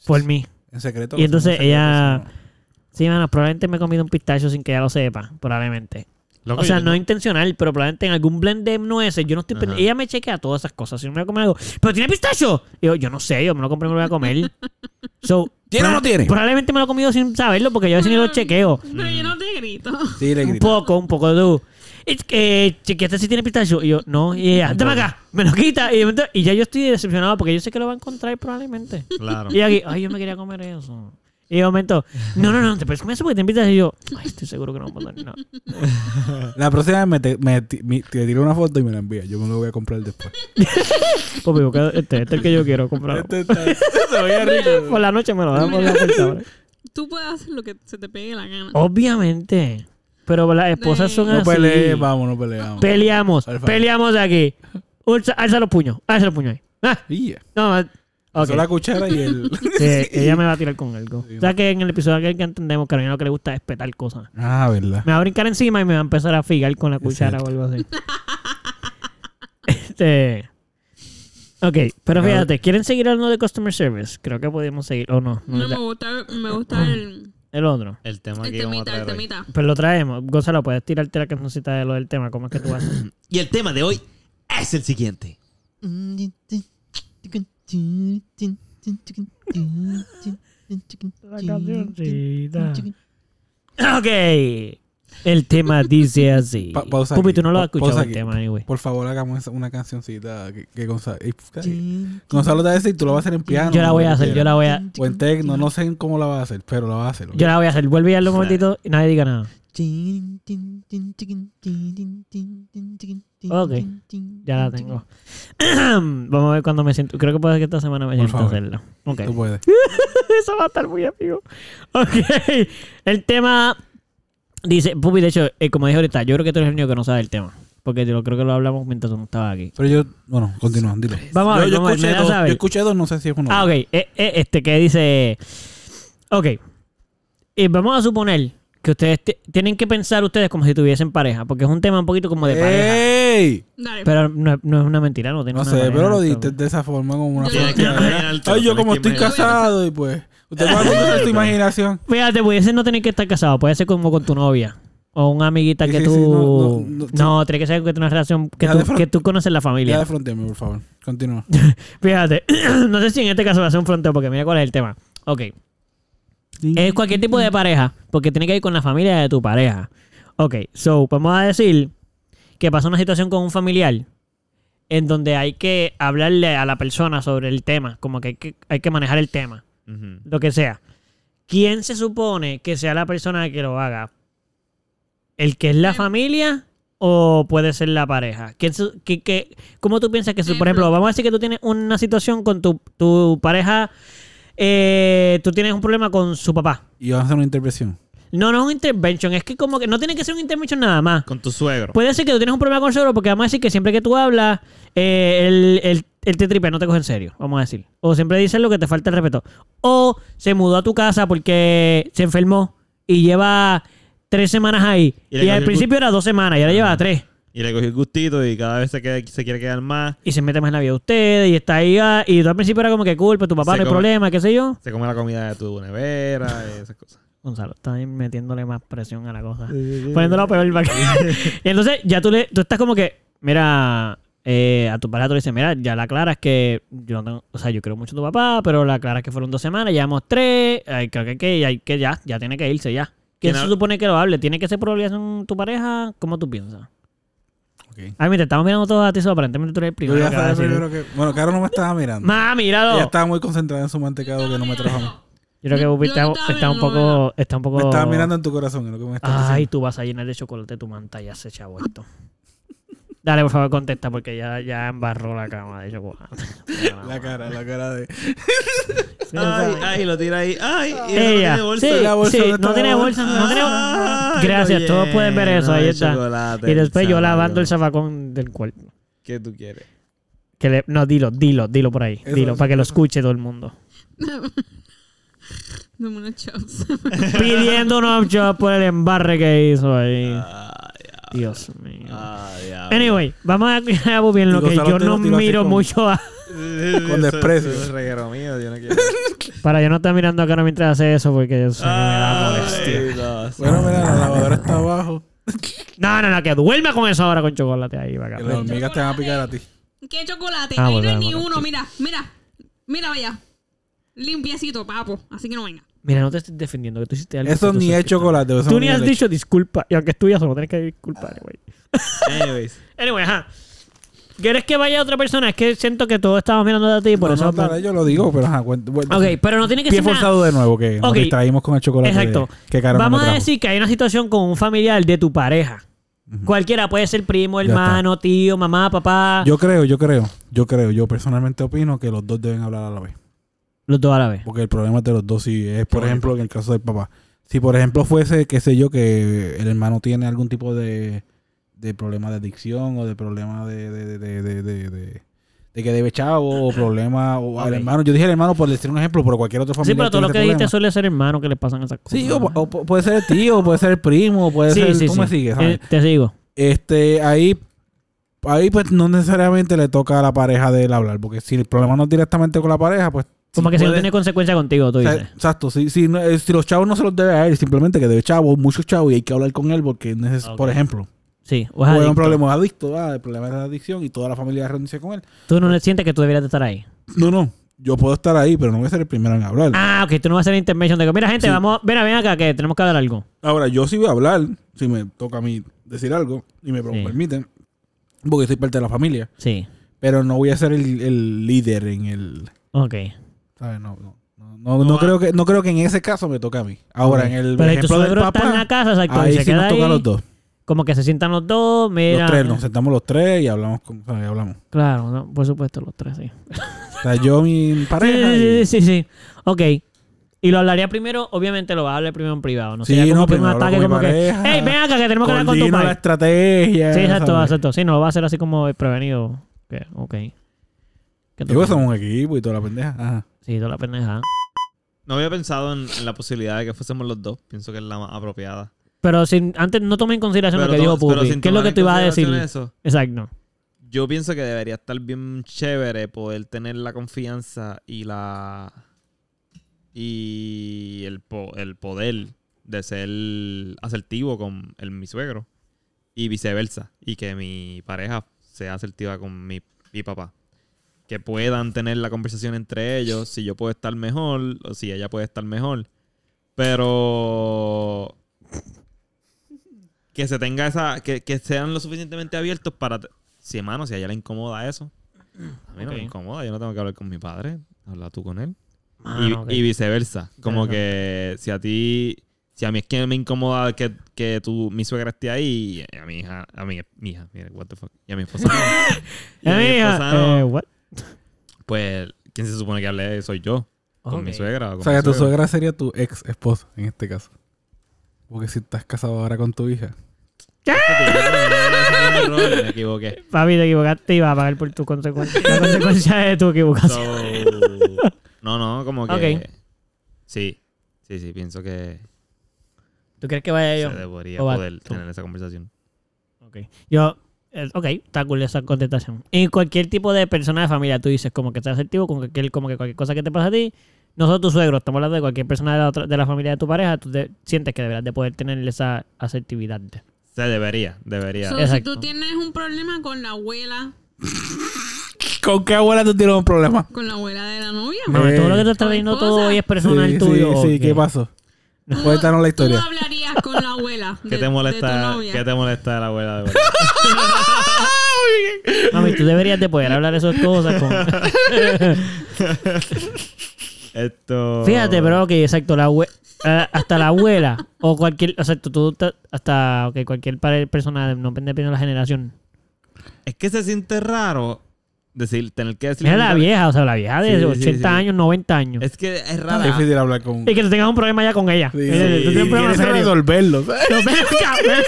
Speaker 1: por mí.
Speaker 2: En secreto.
Speaker 1: Y
Speaker 2: lo
Speaker 1: entonces
Speaker 2: hacemos en
Speaker 1: ella-
Speaker 2: secreto,
Speaker 1: Sí, mano, probablemente me he comido un pistacho sin que ella lo sepa, probablemente.
Speaker 3: Loco,
Speaker 1: O sea,
Speaker 3: yo
Speaker 1: no
Speaker 3: tengo-
Speaker 1: intencional, pero probablemente en algún blend de nueces, yo no estoy... pendiente.
Speaker 3: Ajá.
Speaker 1: Ella me chequea todas esas cosas, si no me voy a comer algo, ¡pero tiene pistacho! Y yo, yo no sé, yo me lo compré y me lo voy a
Speaker 2: [laughs]
Speaker 1: comer. So,
Speaker 2: ¿Tiene o no
Speaker 1: proba-
Speaker 2: tiene?
Speaker 1: Probablemente me lo he comido sin saberlo, porque yo a veces ni lo chequeo.
Speaker 4: Pero yo no te grito.
Speaker 2: no. Sí, le
Speaker 1: Un
Speaker 2: grito.
Speaker 1: poco, un poco tú. Es que chequeaste si tiene pistacho. Y yo, no, y ella, dame acá, me lo quita. Y, de momento- y ya yo estoy decepcionado porque yo sé que lo va a encontrar probablemente.
Speaker 3: Claro.
Speaker 1: Y aquí, ay, yo me quería comer eso. Y de momento, no, no, no, te puedes comer eso porque te invitas. Y yo, ay, estoy seguro que no vamos a poder, no. Pues,
Speaker 2: La próxima vez me, te, me, ti- mi- te tiro una foto y me la envía. Yo me lo voy a comprar después.
Speaker 1: Papi, busca este, este es el que yo quiero comprar.
Speaker 2: Este
Speaker 1: [laughs]
Speaker 2: está- se veía rico.
Speaker 1: Por la noche me lo dan por la puerta. ahora.
Speaker 4: Tú puedes hacer lo que se te pegue la
Speaker 3: Oh,
Speaker 4: gana.
Speaker 1: Obviamente. Pero las esposas son
Speaker 2: No
Speaker 1: así.
Speaker 2: pelees, vamos, no peleamos.
Speaker 1: Peleamos,
Speaker 2: Alfa.
Speaker 1: peleamos aquí. Alza, alza los puños, alza los puños ahí. Ah,
Speaker 2: Yeah.
Speaker 1: no, ok.
Speaker 2: Solo la cuchara
Speaker 1: [laughs]
Speaker 2: y el... [laughs]
Speaker 1: Sí, ella me va a tirar con algo.
Speaker 2: Sí.
Speaker 1: o sea que en el episodio aquel que entendemos, Carolina lo que le gusta es petar cosas.
Speaker 2: ah, verdad.
Speaker 1: Me va a brincar encima y me va a empezar a figar con la cuchara o algo
Speaker 2: [laughs]
Speaker 1: así. este. Ok, pero fíjate, ¿quieren seguir hablando de customer service? Creo que podemos seguir, o no. no
Speaker 4: No
Speaker 1: es
Speaker 4: me
Speaker 1: la-
Speaker 4: gusta, me gusta el, este
Speaker 1: el otro. Pues
Speaker 3: El tema
Speaker 4: el
Speaker 3: que vamos a
Speaker 4: temita, el
Speaker 3: traer hoy.
Speaker 4: temita.
Speaker 2: [coughs]
Speaker 1: Pero lo traemos. Gonzalo, puedes tirarte la cancioncita de lo del tema. ¿Cómo es que tú haces?
Speaker 3: Y el tema de hoy es el siguiente.
Speaker 1: La cancioncita. Ok. El tema dice así.
Speaker 2: Pa- pausa
Speaker 1: Pupi,
Speaker 2: aquí,
Speaker 1: tú no lo has
Speaker 2: pa-
Speaker 1: escuchado
Speaker 2: pausa
Speaker 1: el
Speaker 2: aquí.
Speaker 1: tema, anyway.
Speaker 2: Por favor, hagamos esa- una cancioncita que, que Gonzalo... eh, Gonzalo te va a decir, tú lo vas a hacer en piano.
Speaker 1: Yo la voy a
Speaker 2: lo que
Speaker 1: hacer, yo
Speaker 2: quieras.
Speaker 1: la voy a...
Speaker 2: O en tecno, no sé cómo la vas a hacer, pero la vas a hacer.
Speaker 1: Yo la voy a hacer. Vuelve a darle un momentito y nadie diga nada. Ok, Ya la tengo. [clears throat] Vamos a ver cuando me siento. Creo que puede ser que esta semana me
Speaker 2: Por
Speaker 1: siento a
Speaker 2: favor.
Speaker 1: hacerla. Ok.
Speaker 2: Tú puedes.
Speaker 1: Eso va a estar muy amigo. Ok. [laughs] El tema. Dice, Pupi, de hecho, eh, como dije ahorita, yo creo que tú eres el único que no sabe el tema. Porque yo creo que lo hablamos mientras tú no estabas aquí.
Speaker 2: Pero yo, bueno, continúa, dilo.
Speaker 1: Vamos a ver,
Speaker 2: yo,
Speaker 1: vamos a ver,
Speaker 2: escuché
Speaker 1: me da
Speaker 2: dos,
Speaker 1: saber.
Speaker 2: yo escuché dos, no sé si es uno.
Speaker 1: Ah, ok. Eh, eh, este que dice. Ok. Eh, vamos a suponer que ustedes t- tienen que pensar ustedes como si tuviesen pareja. Porque es un tema un poquito como
Speaker 2: Eh,
Speaker 1: de pareja.
Speaker 2: ¡Ey!
Speaker 4: Dale.
Speaker 1: Pero no, es- no es una mentira, no tiene
Speaker 2: No
Speaker 1: una
Speaker 2: sé,
Speaker 1: pareja,
Speaker 2: pero lo
Speaker 1: entonces.
Speaker 2: diste de esa forma como una
Speaker 4: Yo-
Speaker 2: forma
Speaker 3: Tienes que
Speaker 2: de-
Speaker 3: imaginártelo,
Speaker 2: Ay, yo
Speaker 3: tienes
Speaker 2: como
Speaker 3: que
Speaker 2: estoy
Speaker 3: imaginártelo.
Speaker 2: casado y pues. Usted va a
Speaker 3: [laughs]
Speaker 2: usar su imaginación.
Speaker 1: Fíjate, pudiese no tener que estar casado, puede ser como con tu novia. O una amiguita
Speaker 2: Sí,
Speaker 1: que
Speaker 2: sí,
Speaker 1: tú.
Speaker 2: sí,
Speaker 1: no,
Speaker 2: no, no, no, sí.
Speaker 1: tiene que ser que una relación que
Speaker 2: Ya
Speaker 1: tú,
Speaker 2: de front-
Speaker 1: que tú conoces la
Speaker 2: Ya
Speaker 1: familia.
Speaker 2: defrontéme, por favor. Continúa.
Speaker 1: Fíjate, [clears throat] no sé si en este caso va a ser un fronteo, porque mira cuál es el tema. Ok. Es cualquier tipo de pareja, porque tiene que ir con la familia de tu pareja. Ok, so, vamos a decir que pasa una situación con un familiar en donde hay que hablarle a la persona sobre el tema, como que hay que, hay que manejar el tema.
Speaker 3: Ujú.
Speaker 1: lo que sea. ¿Quién se supone que sea la persona que lo haga? ¿El que es la
Speaker 4: Em-
Speaker 1: familia o puede ser la pareja? ¿Quién se- qué- qué- ¿Cómo tú piensas que, su- por ejemplo,
Speaker 4: Ejemplo.
Speaker 1: vamos a decir que tú tienes una situación con tu, tu pareja, eh, tú tienes un problema con su papá?
Speaker 2: Y vamos a hacer una intervención.
Speaker 1: No, no es un intervention, es que como que no tiene que ser un intervention nada más.
Speaker 3: Con tu suegro.
Speaker 1: Puede ser que tú tienes un problema con el suegro porque vamos a decir que siempre que tú hablas, eh, él, él- él te tripea, no te coge en serio, vamos a decir. O siempre dices lo que te falta el respeto. O se mudó a tu casa porque se enfermó y lleva tres semanas ahí.
Speaker 3: Y
Speaker 1: Y,
Speaker 3: le cogió
Speaker 1: al
Speaker 3: el
Speaker 1: principio era dos semanas y ahora lleva tres.
Speaker 3: Y le cogió el gustito y cada vez se, queda- se quiere quedar más.
Speaker 1: Y se mete más en la vida de ustedes y está ahí. ah, Y tú al principio era como que culpa, tu papá
Speaker 3: Se
Speaker 1: no hay
Speaker 3: come-
Speaker 1: problema, qué sé yo.
Speaker 3: Se come la comida de tu nevera y esas cosas.
Speaker 1: Gonzalo, está ahí metiéndole más presión a la cosa. poniéndolo peor para que- [laughs] y entonces ya tú le tú estás como que mira eh, a tu pareja tú le dices mira ya la clara es que yo no tengo- o sea yo quiero mucho a tu papá pero la clara es que fueron dos semanas llevamos tres ay, creo que, que, hay que ya ya tiene que irse ya ¿Quién
Speaker 3: ¿Quién
Speaker 1: se
Speaker 3: habla?
Speaker 1: supone que lo hable? ¿Tiene que ser por obligación tu pareja? ¿Cómo tú piensas?
Speaker 2: Ok.
Speaker 1: Ay, mira, te estamos mirando todos a ti, so, aparentemente tú eres el
Speaker 2: Yo
Speaker 1: primero.
Speaker 2: voy a
Speaker 1: que va a
Speaker 2: saber
Speaker 1: decir.
Speaker 2: primero que. Bueno, Caro no me estaba mirando.
Speaker 1: Ma, míralo.
Speaker 2: Ella estaba muy concentrada en su mantecado que no me trajo a mí.
Speaker 1: Yo creo que
Speaker 4: Yo-
Speaker 1: Bubi
Speaker 4: yo
Speaker 1: está,
Speaker 4: no estaba
Speaker 1: está un
Speaker 4: viendo
Speaker 1: poco, está un poco.
Speaker 2: Me estaba mirando en tu corazón, es lo que me estaba
Speaker 1: Ay,
Speaker 2: diciendo.
Speaker 1: tú vas a llenar de chocolate tu manta ya se chavo esto. Dale, por favor, contesta porque ya, ya embarró la cama de chocolate.
Speaker 2: La cara, la cara de.
Speaker 1: Sí, o sea,
Speaker 3: Ay, ay, lo tira ahí. Ay, y eso no
Speaker 1: ella,
Speaker 3: tiene bolsa.
Speaker 1: sí,
Speaker 2: la bolsa
Speaker 1: sí,
Speaker 2: no
Speaker 1: no
Speaker 2: estaba-
Speaker 1: tiene bolsa, no tiene
Speaker 3: Ay,
Speaker 1: Gracias,
Speaker 3: lo
Speaker 1: todos pueden ver eso,
Speaker 3: lleno
Speaker 1: ahí
Speaker 3: de
Speaker 1: está.
Speaker 3: chocolate,
Speaker 1: Y después yo lavando el
Speaker 3: sabio.
Speaker 1: zafacón del cuerpo.
Speaker 3: ¿Qué tú quieres?
Speaker 1: Que le- no, dilo, dilo, dilo por ahí.
Speaker 2: Eso,
Speaker 1: dilo,
Speaker 2: eso,
Speaker 1: para que lo escuche todo el mundo.
Speaker 4: [laughs] Dame unos chops.
Speaker 1: Pidiendo un upshot por el embarre que hizo ahí.
Speaker 3: Ah,
Speaker 1: Dios mío.
Speaker 3: Ay, ya.
Speaker 1: Anyway, vamos a cuidar a Bubi en lo
Speaker 2: Y
Speaker 1: que
Speaker 2: Gonzalo
Speaker 1: yo
Speaker 2: te
Speaker 1: no
Speaker 2: lo tiró así
Speaker 1: miro
Speaker 2: con-
Speaker 1: mucho a-
Speaker 3: Con
Speaker 2: desprecio.
Speaker 3: Es reguero mío, yo no [laughs] quiero.
Speaker 1: Para yo no estar mirando acá mientras hace eso porque yo sé que me
Speaker 3: Ah.
Speaker 1: da molestia.
Speaker 3: Ay, no, sí.
Speaker 2: Bueno, mira, la lavadora está abajo.
Speaker 1: No, no, no, que duerma con eso ahora con chocolate ahí, para
Speaker 2: Que
Speaker 1: acá.
Speaker 2: las hormigas te van a picar a ti.
Speaker 4: ¿Qué chocolate?
Speaker 1: Ah,
Speaker 4: Ahí no hay
Speaker 1: volvemos,
Speaker 4: ni
Speaker 1: ahora
Speaker 4: uno.
Speaker 1: sí.
Speaker 4: Mira, mira. Mira, vaya. Limpiecito, papo. Así que no venga.
Speaker 1: Mira, no te estoy defendiendo, que tú hiciste algo. que
Speaker 2: Eso
Speaker 1: tú
Speaker 2: ni
Speaker 1: sabes
Speaker 2: es
Speaker 1: que-
Speaker 2: chocolate. eso
Speaker 1: Tú
Speaker 2: no
Speaker 1: ni
Speaker 2: es
Speaker 1: has
Speaker 2: leche.
Speaker 1: dicho disculpa, y aunque es tuya, solo tienes que disculpar, güey.
Speaker 3: Anyways.
Speaker 1: Anyway, ajá. ¿Quieres que vaya otra persona? Es que siento que todos estamos mirando a ti y por
Speaker 2: No,
Speaker 1: eso.
Speaker 2: no, claro, yo lo digo, pero ajá, cuenta- bueno,
Speaker 1: ok, pero no tiene que
Speaker 2: Pie
Speaker 1: ser. nada-
Speaker 2: forzado de nuevo, que nos
Speaker 1: Ok.
Speaker 2: distraímos con el chocolate.
Speaker 1: Exacto.
Speaker 2: de- que Caro no
Speaker 1: Vamos
Speaker 2: me
Speaker 1: a
Speaker 2: trajo.
Speaker 1: decir que hay una situación con un familiar de tu pareja. Cualquiera puede ser primo,
Speaker 2: Ya está.
Speaker 1: hermano, tío, mamá, papá.
Speaker 2: Yo creo, yo creo, yo creo, yo personalmente opino que los dos deben hablar a la vez.
Speaker 1: Los dos a la vez.
Speaker 2: Porque el problema es de los dos, si es, por ejemplo, en el caso del papá. Si, por ejemplo, fuese, qué sé yo, que el hermano tiene algún tipo de, de problema de adicción o de problema de, de, de, de, de, de- de- de que debe chavo o problema o al
Speaker 1: Ok.
Speaker 2: hermano. Yo dije el hermano por decir un ejemplo, pero cualquier otro
Speaker 1: Sí,
Speaker 2: familiar
Speaker 1: pero todo
Speaker 2: tiene
Speaker 1: lo que
Speaker 2: ese
Speaker 1: dijiste
Speaker 2: problema.
Speaker 1: suele ser hermano que le pasan esas cosas.
Speaker 2: Sí, o, o pu- puede ser el tío, puede ser el primo, puede
Speaker 1: Sí,
Speaker 2: ser...
Speaker 1: sí,
Speaker 2: tú
Speaker 1: sí.
Speaker 2: me sigues, ¿sabes?
Speaker 1: Eh, te sigo.
Speaker 2: Este, ahí, ahí pues no necesariamente le toca a la pareja de él hablar, porque si el problema no es directamente con la pareja, pues...
Speaker 1: Como
Speaker 2: sí
Speaker 1: que si no
Speaker 2: puede-
Speaker 1: tiene consecuencia contigo, tú
Speaker 2: o sea,
Speaker 1: dices.
Speaker 2: Exacto, si, si, no- eh, si los chavos no se los debe a él, simplemente que debe chavos, muchos chavos, y hay que hablar con él porque, neces-
Speaker 1: Ok.
Speaker 2: por ejemplo,
Speaker 1: Sí, o
Speaker 2: O
Speaker 1: es
Speaker 2: era un
Speaker 1: adicto.
Speaker 2: problema adicto, ah, el problema era la adicción y toda la familia renuncia con él.
Speaker 1: Tú no sientes que tú deberías de estar ahí.
Speaker 2: No, no, yo puedo estar ahí, pero no voy a ser el primero en hablar.
Speaker 1: Ah, ok, tú no vas a hacer intervention de que, mira, gente,
Speaker 2: Sí.
Speaker 1: vamos, ven, ven acá, que tenemos que hablar algo.
Speaker 2: Ahora, yo sí voy a hablar, si me toca a mí decir algo y me
Speaker 1: Sí.
Speaker 2: permiten, porque soy parte de la familia,
Speaker 1: Sí,
Speaker 2: pero no voy a ser el, el líder en el...
Speaker 1: ok.
Speaker 2: ¿Sabes? No, no. No, no,
Speaker 3: No
Speaker 2: no
Speaker 3: va.
Speaker 2: creo que, no creo que en ese caso me toca a mí. Ahora,
Speaker 1: Ok.
Speaker 2: en
Speaker 1: Pero si
Speaker 2: el
Speaker 1: tu
Speaker 2: ejemplo del
Speaker 1: suegro está
Speaker 2: papá,
Speaker 1: en la casa, exacto, y
Speaker 2: ahí
Speaker 1: se
Speaker 2: sí
Speaker 1: queda
Speaker 2: nos toca a
Speaker 1: ahí,
Speaker 2: los dos.
Speaker 1: como que se sientan los dos, mira.
Speaker 2: Los tres, nos sentamos los tres y hablamos. Con, ¿sabes? Y hablamos.
Speaker 1: Claro, no, por supuesto, los tres, sí.
Speaker 2: O sea, yo, mi pareja.
Speaker 1: Sí,
Speaker 2: y-
Speaker 1: sí, sí, sí, sí. Ok. Y lo hablaría primero, obviamente lo vas a hablar primero en privado. No
Speaker 2: Sí,
Speaker 1: sería como
Speaker 2: no,
Speaker 1: que un
Speaker 2: primero hablo
Speaker 1: ataque
Speaker 2: con mi
Speaker 1: como que,
Speaker 2: pareja,
Speaker 1: hey, ven acá que tenemos que hablar con tu
Speaker 2: coordino la
Speaker 1: padre.
Speaker 2: estrategia.
Speaker 1: Sí, exacto,
Speaker 2: ¿sabes?
Speaker 1: exacto. Sí, no, va a ser así como prevenido. Que, ok. ¿Qué tú
Speaker 2: Digo,
Speaker 1: crees?
Speaker 2: somos un equipo y toda la pendeja. Ajá.
Speaker 1: Sí, toda la pendeja.
Speaker 3: No había pensado en, en la posibilidad de que fuésemos los dos. Pienso que es la más apropiada.
Speaker 1: Pero sin, antes no tomé en consideración lo que
Speaker 3: to-
Speaker 1: dijo
Speaker 3: pero
Speaker 1: Pupi.
Speaker 3: sin
Speaker 1: ¿Qué es lo
Speaker 3: tomar
Speaker 1: que
Speaker 3: en
Speaker 1: tú ibas a decir?
Speaker 3: consideración eso,
Speaker 1: Exacto.
Speaker 3: yo pienso que debería estar bien chévere poder tener la confianza y la. y el, po- el poder de ser asertivo con el, mi suegro y viceversa. Y que mi pareja sea asertiva con mi, mi papá. Que puedan tener la conversación entre ellos, si yo puedo estar mejor o si ella puede estar mejor. Pero que se tenga esa, que, que sean lo suficientemente abiertos para, te- si hermano, si a ella le incomoda eso, a mí no
Speaker 1: Ok.
Speaker 3: me incomoda, yo no tengo que hablar con mi padre, habla tú con él.
Speaker 1: Ah,
Speaker 3: y,
Speaker 1: ok.
Speaker 3: y viceversa, como que si a ti, si a mí es que me incomoda que, que tú, mi suegra esté ahí, y a mi hija, a mi, mi hija, mira, what the fuck, y a mi
Speaker 1: [laughs]
Speaker 3: esposa no. Y a mi
Speaker 1: Eh,
Speaker 3: esposa no,
Speaker 1: eh, what?
Speaker 3: pues, ¿quién se supone que hable soy yo? Con mi
Speaker 1: Ok.
Speaker 3: suegra. o
Speaker 2: O
Speaker 3: con
Speaker 2: sea,
Speaker 3: mi
Speaker 2: que tu
Speaker 3: suegro.
Speaker 2: suegra sería tu ex esposa en este caso. Porque si estás casado ahora con tu hija.
Speaker 3: Me equivoqué.
Speaker 1: [laughs] Papi, te equivocaste y vas a pagar por tu consecuencia. la consecuencia de tu equivocación.
Speaker 3: So, no, no, como que.
Speaker 1: Ok.
Speaker 3: Sí, sí, sí, pienso que
Speaker 1: ¿Tú crees que vaya
Speaker 3: se
Speaker 1: yo?
Speaker 3: debería
Speaker 1: o va
Speaker 3: poder
Speaker 1: tú.
Speaker 3: tener esa conversación.
Speaker 1: Ok. Yo, eh, ok, está cool esa contestación. En cualquier tipo de persona de familia, tú dices como que estás asertivo con cualquier, como que cualquier cosa que te pasa a ti. No solo tu suegro, estamos hablando de cualquier persona de la, otra- de la familia de tu pareja, tú te- sientes que deberás de poder tener esa asertividad.
Speaker 3: Se debería, debería.
Speaker 4: So, si
Speaker 1: Exacto.
Speaker 4: tú tienes un problema con la abuela,
Speaker 2: ¿Con qué abuela tú tienes un problema?
Speaker 4: con la abuela de la novia,
Speaker 1: Mami,
Speaker 2: Eh.
Speaker 1: todo lo que te está diciendo
Speaker 4: Cosa.
Speaker 1: todo hoy es personal
Speaker 2: sí,
Speaker 1: tuyo.
Speaker 2: Sí, sí,
Speaker 1: ok. [laughs]
Speaker 2: ¿qué pasó?
Speaker 4: tú no-
Speaker 2: Cuéntanos la
Speaker 4: tú no
Speaker 2: historia.
Speaker 4: hablarías con la abuela.
Speaker 3: [laughs] ¿Qué
Speaker 4: de-
Speaker 3: te
Speaker 4: de tu
Speaker 3: molesta?
Speaker 4: novia.
Speaker 3: ¿Qué te molesta de la abuela de verdad?
Speaker 1: Mami, tú deberías de poder hablar esas cosas con...
Speaker 2: [laughs]
Speaker 1: [laughs]
Speaker 3: Esto.
Speaker 1: Fíjate, pero ok, exacto, la abue- eh, hasta la abuela o cualquier, o sea, tú, tú ta- hasta ok, cualquier pare- persona, no depende de la generación.
Speaker 3: Es que se siente raro decir, tener que decir.
Speaker 1: Mira la vieja, o sea, la vieja de
Speaker 3: Sí, sí,
Speaker 1: 80
Speaker 3: sí.
Speaker 1: años, 90 años.
Speaker 3: Es que es
Speaker 2: Es
Speaker 3: raro.
Speaker 2: difícil hablar con.
Speaker 1: Y que tú tengas un problema ya con ella.
Speaker 2: Sí,
Speaker 1: Eh,
Speaker 2: sí.
Speaker 1: tú tienes un problema
Speaker 2: Quieres
Speaker 1: serio.
Speaker 2: resolverlo. ¿sabes?
Speaker 1: No, [laughs] ven acá, ven.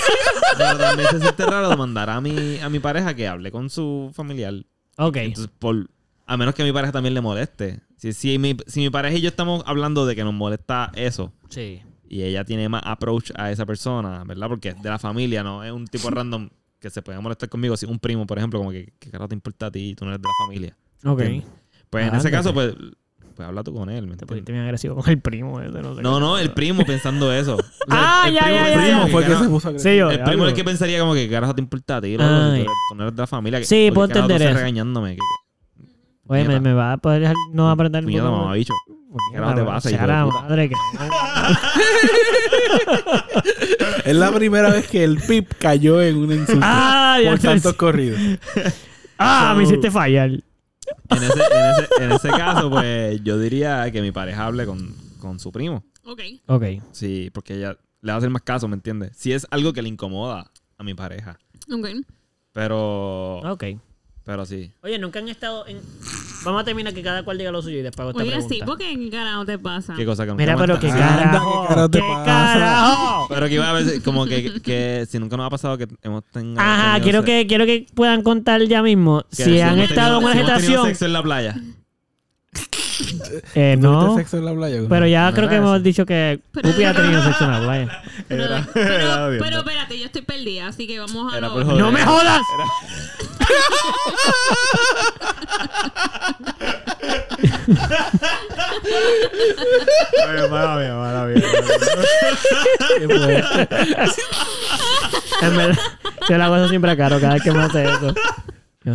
Speaker 3: Pero también se siente raro demandar a mi, a mi pareja que hable con su familiar.
Speaker 1: ok,
Speaker 3: Entonces, por- a menos que a mi pareja también le moleste. Si, si, mi, si mi pareja y yo estamos hablando de que nos molesta eso,
Speaker 1: sí.
Speaker 3: y ella tiene más approach a esa persona, ¿verdad? Porque es de la familia, ¿no? Es un tipo random que se puede molestar conmigo. Si un primo, por ejemplo, como que, ¿qué carajo te importa a ti? Tú no eres de la familia.
Speaker 1: Ok.
Speaker 3: Entiendo. Pues en
Speaker 1: Ah,
Speaker 3: ese caso,
Speaker 1: ándate.
Speaker 3: pues, pues habla tú con él, ¿me
Speaker 1: Te pusiste
Speaker 3: entiendes?
Speaker 1: bien agresivo con el primo. ese, no, sé
Speaker 3: No,
Speaker 1: qué.
Speaker 3: no, el primo pensando [laughs] eso. O sea,
Speaker 1: Ah, ya,
Speaker 3: primo
Speaker 1: ya,
Speaker 2: El
Speaker 1: ya,
Speaker 3: pensaría
Speaker 1: ya.
Speaker 2: primo
Speaker 3: como
Speaker 2: fue que
Speaker 3: carajo-
Speaker 2: se puso agresivo.
Speaker 1: Sí,
Speaker 3: El primo es
Speaker 1: es
Speaker 3: el que pensaría como que ¿qué carajo te importa a ti, loco?
Speaker 1: Ay.
Speaker 3: Si tú eres- tú no eres de la familia. que-
Speaker 1: Sí,
Speaker 3: ¿por qué
Speaker 1: puedo
Speaker 3: carajo tú
Speaker 1: entender
Speaker 3: estás
Speaker 1: eso.
Speaker 3: regañándome. ¿Qué-
Speaker 1: Oye, me,
Speaker 3: puñeta.
Speaker 1: me va a poder dejar no aprender
Speaker 3: Puñeta,
Speaker 1: poco-
Speaker 3: mamá, bicho.
Speaker 1: Puñeta,
Speaker 3: carajo te pasa, hijo de
Speaker 1: cara,
Speaker 3: puta?
Speaker 1: madre, que-
Speaker 2: [laughs] Es la primera vez que el Pip cayó en un insulto.
Speaker 1: Ah, ya
Speaker 2: por
Speaker 1: sé.
Speaker 2: tantos corridos.
Speaker 1: Ah, me
Speaker 3: So-
Speaker 1: hiciste fallar.
Speaker 3: En ese, en ese- en ese caso, pues yo diría que mi pareja hable con, con su primo.
Speaker 4: Ok.
Speaker 1: Ok.
Speaker 3: Sí, porque ella le va a hacer más caso, ¿me entiendes? Si es algo que le incomoda a mi pareja.
Speaker 4: Ok.
Speaker 3: Pero,
Speaker 1: Ok.
Speaker 3: pero sí.
Speaker 1: Oye, nunca han estado en... Vamos a terminar que cada cual diga lo suyo y después hago esta
Speaker 4: Oye,
Speaker 1: pregunta.
Speaker 4: sí, porque en carajo te pasa.
Speaker 3: Qué cosa que nunca
Speaker 1: Ah. Mira, pero
Speaker 3: aguanta.
Speaker 1: qué
Speaker 2: Anda,
Speaker 1: carajo.
Speaker 2: ¿qué carajo te
Speaker 1: qué
Speaker 2: pasa?
Speaker 1: carajo.
Speaker 3: Pero que iba a veces, como que, que si nunca nos ha pasado que hemos tenido.
Speaker 1: Ajá,
Speaker 3: tenido
Speaker 1: quiero
Speaker 3: se-
Speaker 1: que, quiero que puedan contar ya mismo si han
Speaker 3: hemos
Speaker 1: estado en
Speaker 3: tenido-
Speaker 1: una
Speaker 3: si hemos tenido
Speaker 1: gestación.
Speaker 3: sexo en la playa.
Speaker 1: Eh,
Speaker 2: ¿Tuviste
Speaker 1: no,
Speaker 2: sexo en la playa?
Speaker 1: pero ya
Speaker 3: No
Speaker 1: creo
Speaker 3: era
Speaker 1: que hemos
Speaker 3: eso.
Speaker 1: dicho que
Speaker 4: Pero-
Speaker 1: Pupi ha tenido sexo en la playa.
Speaker 4: Pero,
Speaker 3: Era-
Speaker 4: pero-
Speaker 3: era obvio,
Speaker 4: pero
Speaker 3: ¿no?
Speaker 4: espérate, yo estoy perdida, así que vamos a
Speaker 3: Era
Speaker 4: lo-
Speaker 3: por [laughs] joder.
Speaker 1: ¡No me jodas!
Speaker 2: pues.
Speaker 1: En verdad, Yo le hago eso siempre a Caro cada vez que me hace eso. Yo,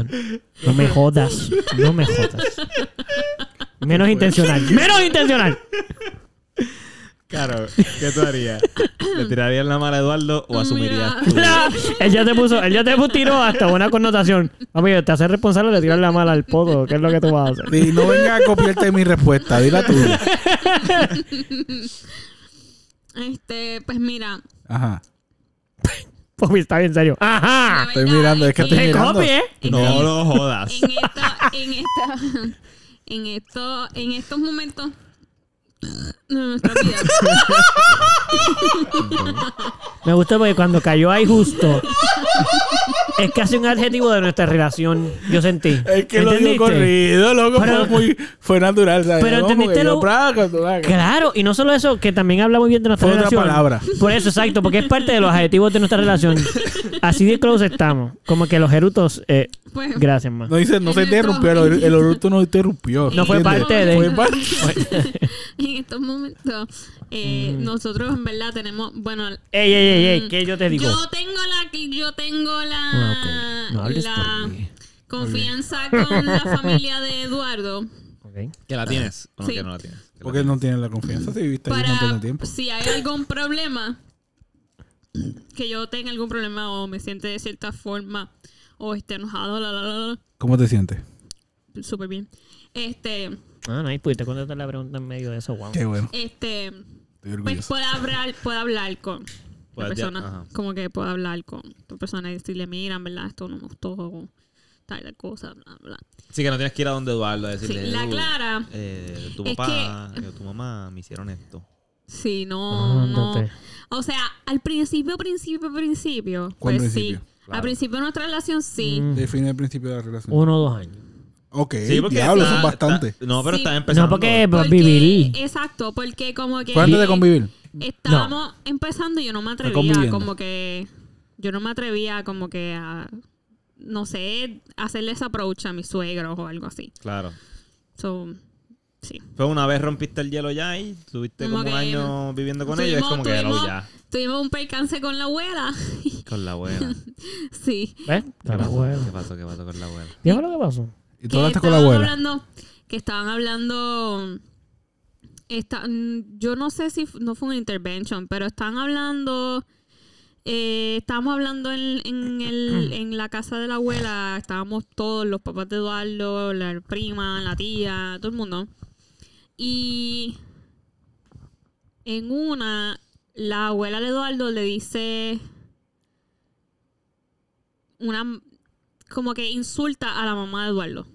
Speaker 1: no me jodas. No me jodas. Menos intencional. Menos intencional.
Speaker 3: Claro, ¿qué tú harías? ¿Le tirarías la mano a Eduardo o asumirías tú?
Speaker 1: No. [laughs] Él ya te puso, él ya te tiró hasta una connotación. Amigo, te haces responsable de tirar la mala al podo. ¿Qué es lo que tú vas a hacer?
Speaker 2: Y no vengas a copiarte mi respuesta, dila tú.
Speaker 4: Este, pues mira.
Speaker 2: Ajá.
Speaker 1: Pues está bien serio. ¡Ajá!
Speaker 2: Ah, Estoy mirando, es que estoy
Speaker 1: ¡Te
Speaker 2: mirando.
Speaker 1: copie!
Speaker 3: No lo
Speaker 4: [laughs]
Speaker 3: jodas.
Speaker 4: En esto, en esta, [laughs] en esto, en estos momentos. No, no, está
Speaker 1: [laughs]
Speaker 4: olvidado.
Speaker 1: Me gusta porque cuando cayó ahí justo. Es casi un adjetivo de nuestra relación. Yo sentí.
Speaker 2: Es que lo digo
Speaker 1: ¿Entendiste?
Speaker 2: corrido, loco,
Speaker 1: Pero-
Speaker 2: fue muy fue natural, ¿sabes?
Speaker 1: pero
Speaker 2: No,
Speaker 1: entendiste
Speaker 2: porque yo,
Speaker 1: lo-
Speaker 2: braca, braca.
Speaker 1: Claro, y no solo eso, que también habla muy bien de nuestra
Speaker 2: Fue otra
Speaker 1: relación.
Speaker 2: palabra.
Speaker 1: Por eso, exacto, porque es parte de los adjetivos de nuestra relación. Así de close estamos. Como que los erutos. eh,
Speaker 4: Pues,
Speaker 1: gracias, más.
Speaker 2: No dice, no se interrumpió, el, el oruto no interrumpió.
Speaker 1: No fue
Speaker 2: ¿entiendes?
Speaker 1: parte de-
Speaker 2: Fue parte-
Speaker 4: en estos momentos, eh, nosotros en verdad tenemos,
Speaker 1: [laughs]
Speaker 4: bueno, mm,
Speaker 1: Ey, Mm. ey, ey, ey, ¿qué yo te digo?
Speaker 4: Yo tengo la, yo tengo la,
Speaker 1: Ah, ok. No hables
Speaker 4: la
Speaker 1: por mí.
Speaker 4: confianza con la familia de Eduardo
Speaker 1: Ok.
Speaker 3: ¿Que la tienes o no,
Speaker 4: Sí.
Speaker 3: que no la tienes? Que la
Speaker 2: Porque no tienen la confianza si viviste ahí un montón de
Speaker 4: para
Speaker 2: tiempo.
Speaker 4: si hay algún problema que yo tenga algún problema o me siente de cierta forma o esté enojado, la, la, la,
Speaker 2: ¿Cómo te sientes?
Speaker 4: la, súper bien. Este,
Speaker 1: Ah, no, ahí pudiste contestar la pregunta en medio de eso, wow.
Speaker 2: Qué bueno,
Speaker 4: este,
Speaker 2: estoy
Speaker 4: pues
Speaker 2: orgulloso.
Speaker 4: puedo hablar, puedo hablar con la
Speaker 3: Puedes ya-
Speaker 4: persona,
Speaker 3: ajá.
Speaker 4: como que puedo hablar con tu persona y decirle, mira, en verdad esto no me gustó, o tal tal cosa, bla, bla.
Speaker 3: Sí, que no tienes que ir a donde Eduardo a decirle.
Speaker 4: Sí, la
Speaker 3: "Uh,
Speaker 4: Clara
Speaker 3: eh, tu
Speaker 4: es
Speaker 3: papá o tu mamá me hicieron esto.
Speaker 4: Sí, no, no.
Speaker 1: Ah, Ándate.
Speaker 4: O sea, al principio, principio, principio.
Speaker 2: ¿Cuál
Speaker 4: Pues sí.
Speaker 2: principio?
Speaker 4: Al
Speaker 3: Claro.
Speaker 4: principio de nuestra relación, sí.
Speaker 1: Mm.
Speaker 2: Define el principio de la relación.
Speaker 1: Uno o dos años.
Speaker 2: Ok, diablo, son bastantes.
Speaker 3: no, pero
Speaker 4: Sí.
Speaker 3: está empezando.
Speaker 1: No, porque
Speaker 4: Porque-
Speaker 1: vivir.
Speaker 4: Exacto, porque como que
Speaker 2: ¿Cuánto de convivir?
Speaker 4: estábamos empezando y yo no me atrevía,
Speaker 2: conviviendo.
Speaker 4: como que. Yo no me atrevía, como que a. No sé, hacerle esa approach a mis suegros o algo así.
Speaker 3: Claro.
Speaker 4: So, sí.
Speaker 3: Fue una vez rompiste el hielo ya y estuviste como
Speaker 4: Como
Speaker 3: un
Speaker 4: que-
Speaker 3: año viviendo con ellos. Es como que hello
Speaker 4: tuvimos,
Speaker 3: ya.
Speaker 4: tuvimos un percance con la abuela. [laughs]
Speaker 3: Con la abuela.
Speaker 4: sí.
Speaker 1: ¿Ves?
Speaker 3: ¿Qué
Speaker 1: Claro,
Speaker 3: pasó?
Speaker 1: bueno.
Speaker 3: ¿Qué pasó? ¿Qué pasó con la abuela?
Speaker 1: Dígame lo que pasó.
Speaker 2: Y
Speaker 4: que
Speaker 2: tú hablaste con la
Speaker 4: estaban
Speaker 2: abuela.
Speaker 4: hablando- que estaban hablando. Está, mm, yo no sé si f- no fue una intervention, pero estaban hablando. Eh, estábamos hablando en, en,
Speaker 2: Mm.
Speaker 4: el- en la casa de la abuela. Estábamos todos, los papás de Eduardo, la prima, la tía, todo el mundo. Y en una, la abuela de Eduardo le dice una como que insulta a la mamá de Eduardo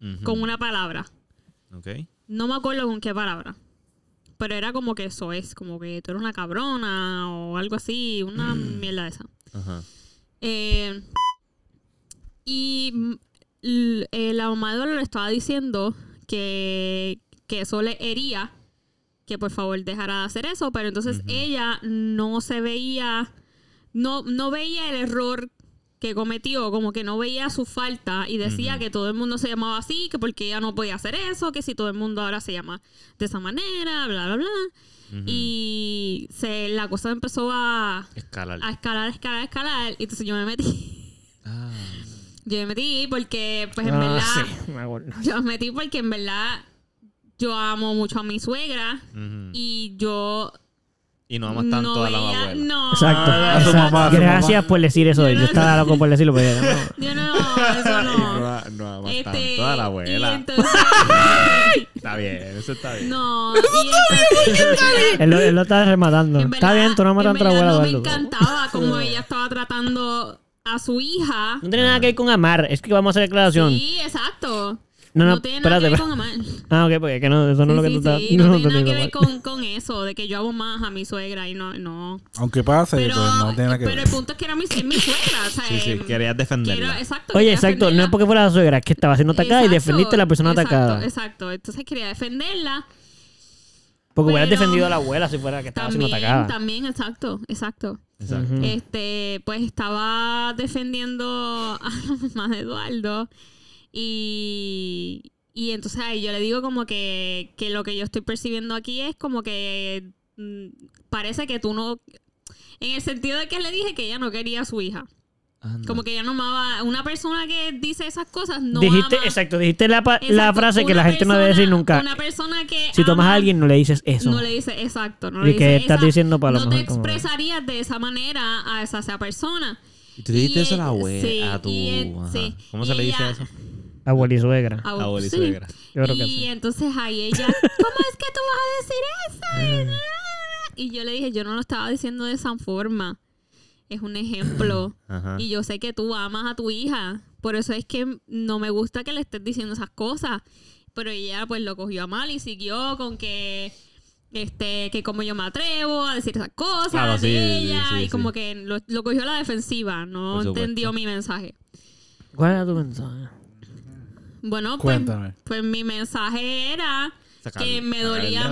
Speaker 3: Ujú.
Speaker 4: con una palabra.
Speaker 3: Ok.
Speaker 4: No me acuerdo con qué palabra. Pero era como que eso es, como que tú eres una cabrona o algo así, una mierda de esa.
Speaker 3: Ajá.
Speaker 4: Eh, y mm, l- eh, la mamá de Eduardo le estaba diciendo que, que eso le hería, que por favor dejara de hacer eso, pero entonces ella no se veía, no, no veía el error que cometió, como que no veía su falta y decía que todo el mundo se llamaba así, que porque ella no podía hacer eso, que si todo el mundo ahora se llama de esa manera, bla, bla, bla.
Speaker 3: Ujú.
Speaker 4: Y se, la cosa empezó a,
Speaker 3: Escalar.
Speaker 4: a escalar, escalar, escalar. Y entonces yo me metí. [laughs]
Speaker 3: Ah.
Speaker 4: Yo me metí porque, pues en
Speaker 1: Ah,
Speaker 4: verdad,
Speaker 1: sí, me acuerdo.
Speaker 4: [laughs] yo me metí porque en verdad yo amo mucho a mi suegra
Speaker 3: Ujú.
Speaker 4: y yo
Speaker 3: Y no amas tanto
Speaker 4: no
Speaker 3: a la
Speaker 4: veía-
Speaker 3: abuela.
Speaker 4: No,
Speaker 1: Exacto.
Speaker 2: a su
Speaker 1: exacto.
Speaker 2: mamá, a su
Speaker 1: Gracias
Speaker 2: mamá.
Speaker 1: por decir eso. Yo estaba loco por decirlo. Pero ya no.
Speaker 4: [laughs] Yo no,
Speaker 3: [laughs]
Speaker 4: eso
Speaker 3: [laughs] Y no,
Speaker 4: no.
Speaker 3: a- no amas
Speaker 4: Este,
Speaker 3: tanto a la
Speaker 4: Y
Speaker 3: abuela.
Speaker 4: entonces,
Speaker 3: Está bien, eso está bien. [laughs]
Speaker 4: no, y entonces,
Speaker 1: Él, lo- él lo está rematando.
Speaker 4: en
Speaker 1: Está
Speaker 4: verdad-
Speaker 1: bien, tú no matas
Speaker 4: en
Speaker 1: a tu
Speaker 4: verdad
Speaker 1: abuela.
Speaker 4: No me
Speaker 1: Eduardo.
Speaker 3: [laughs]
Speaker 4: encantaba como ella estaba tratando a su hija.
Speaker 1: No tiene nada que ver con amar. Es que vamos a hacer declaración.
Speaker 4: Sí, exacto.
Speaker 1: No, no,
Speaker 4: tiene nada
Speaker 1: espérate.
Speaker 4: que ver
Speaker 1: espérate.
Speaker 4: con amar.
Speaker 1: Ah, ok, porque es que no, eso no es lo que
Speaker 4: Sí,
Speaker 1: tú
Speaker 4: sí,
Speaker 1: estás.
Speaker 4: sí,
Speaker 1: [laughs]
Speaker 4: no,
Speaker 1: no
Speaker 4: tiene nada
Speaker 1: te
Speaker 4: que ver
Speaker 1: digo
Speaker 4: con, con eso, de que yo amo más a mi suegra y no. no.
Speaker 2: Aunque pase,
Speaker 4: Pero,
Speaker 2: pues no tiene nada que
Speaker 4: pero
Speaker 2: ver.
Speaker 4: el punto es que era mi, es mi suegra, o sea,
Speaker 3: Sí, sí,
Speaker 4: em,
Speaker 3: querías
Speaker 4: quiero-
Speaker 3: defenderla.
Speaker 4: exacto,
Speaker 1: mal. Oye,
Speaker 4: quería
Speaker 1: exacto. No
Speaker 4: defenderla.
Speaker 1: es porque fuera la suegra, es que estaba siendo atacada y
Speaker 4: Exacto,
Speaker 1: defendiste a la persona
Speaker 4: exacto,
Speaker 1: atacada.
Speaker 4: Exacto, entonces quería defenderla.
Speaker 1: Porque hubieras
Speaker 4: Pero-
Speaker 1: defendido a la abuela si fuera la que estaba siendo
Speaker 4: También,
Speaker 1: atacada.
Speaker 4: también, exacto, exacto.
Speaker 3: Exacto.
Speaker 1: Ujú.
Speaker 4: Este, pues estaba defendiendo a la mamá de Eduardo y, y entonces ahí yo le digo como que, que lo que yo estoy percibiendo aquí es como que mm, parece que tú no, en el sentido de que le dije que ella no quería a su hija.
Speaker 3: Anda.
Speaker 4: Como que ya no amaba. Una persona que dice esas cosas no
Speaker 1: dijiste,
Speaker 4: ama.
Speaker 1: exacto, dijiste la, pa- la
Speaker 4: Exacto,
Speaker 1: frase que
Speaker 4: una
Speaker 1: la gente no debe decir
Speaker 4: persona-
Speaker 1: nunca.
Speaker 4: Una persona que.
Speaker 1: Si tomas
Speaker 4: ama,
Speaker 1: a alguien, no le dices eso.
Speaker 4: No le dice, exacto. No
Speaker 1: Y
Speaker 4: le
Speaker 1: que
Speaker 4: dice
Speaker 1: estás
Speaker 4: esa-
Speaker 1: diciendo para lo
Speaker 4: No te
Speaker 1: mejor como-
Speaker 4: expresarías de esa manera a esa, esa persona.
Speaker 5: Y tú dijiste
Speaker 4: Y
Speaker 5: eso a la
Speaker 4: él-
Speaker 5: abuela,
Speaker 4: sí,
Speaker 5: a tu...
Speaker 4: y él-
Speaker 5: ajá.
Speaker 4: sí.
Speaker 3: ¿Cómo se le dice
Speaker 4: Ella-
Speaker 3: eso?
Speaker 1: Abuela y suegra.
Speaker 4: Abu-
Speaker 3: Abuela y
Speaker 4: sí.
Speaker 3: suegra.
Speaker 1: Yo creo que
Speaker 4: Ah, y
Speaker 1: sí.
Speaker 4: entonces ahí ella, ¿cómo es que tú vas a decir eso? Y yo le dije, yo no lo estaba diciendo de esa forma. Es un ejemplo.
Speaker 3: Ah.
Speaker 5: Ajá.
Speaker 4: Y yo sé que tú amas a tu hija. Por eso es que no me gusta que le estés diciendo esas cosas. Pero ella pues lo cogió a mal y siguió con que este que como yo me atrevo a decir esas cosas
Speaker 3: Claro,
Speaker 4: de
Speaker 3: Ah, sí, sí,
Speaker 4: ella
Speaker 3: sí,
Speaker 4: y
Speaker 3: sí.
Speaker 4: como que lo, lo cogió a la defensiva, no
Speaker 5: Por supuesto.
Speaker 4: entendió mi mensaje.
Speaker 1: ¿Cuál era tu mensaje?
Speaker 4: Bueno, pues,
Speaker 2: Cuéntame.
Speaker 4: pues mi mensaje era
Speaker 3: Sacar-
Speaker 4: que me
Speaker 3: sacar el
Speaker 4: dolía
Speaker 3: dedo, sacar el dedo ahí.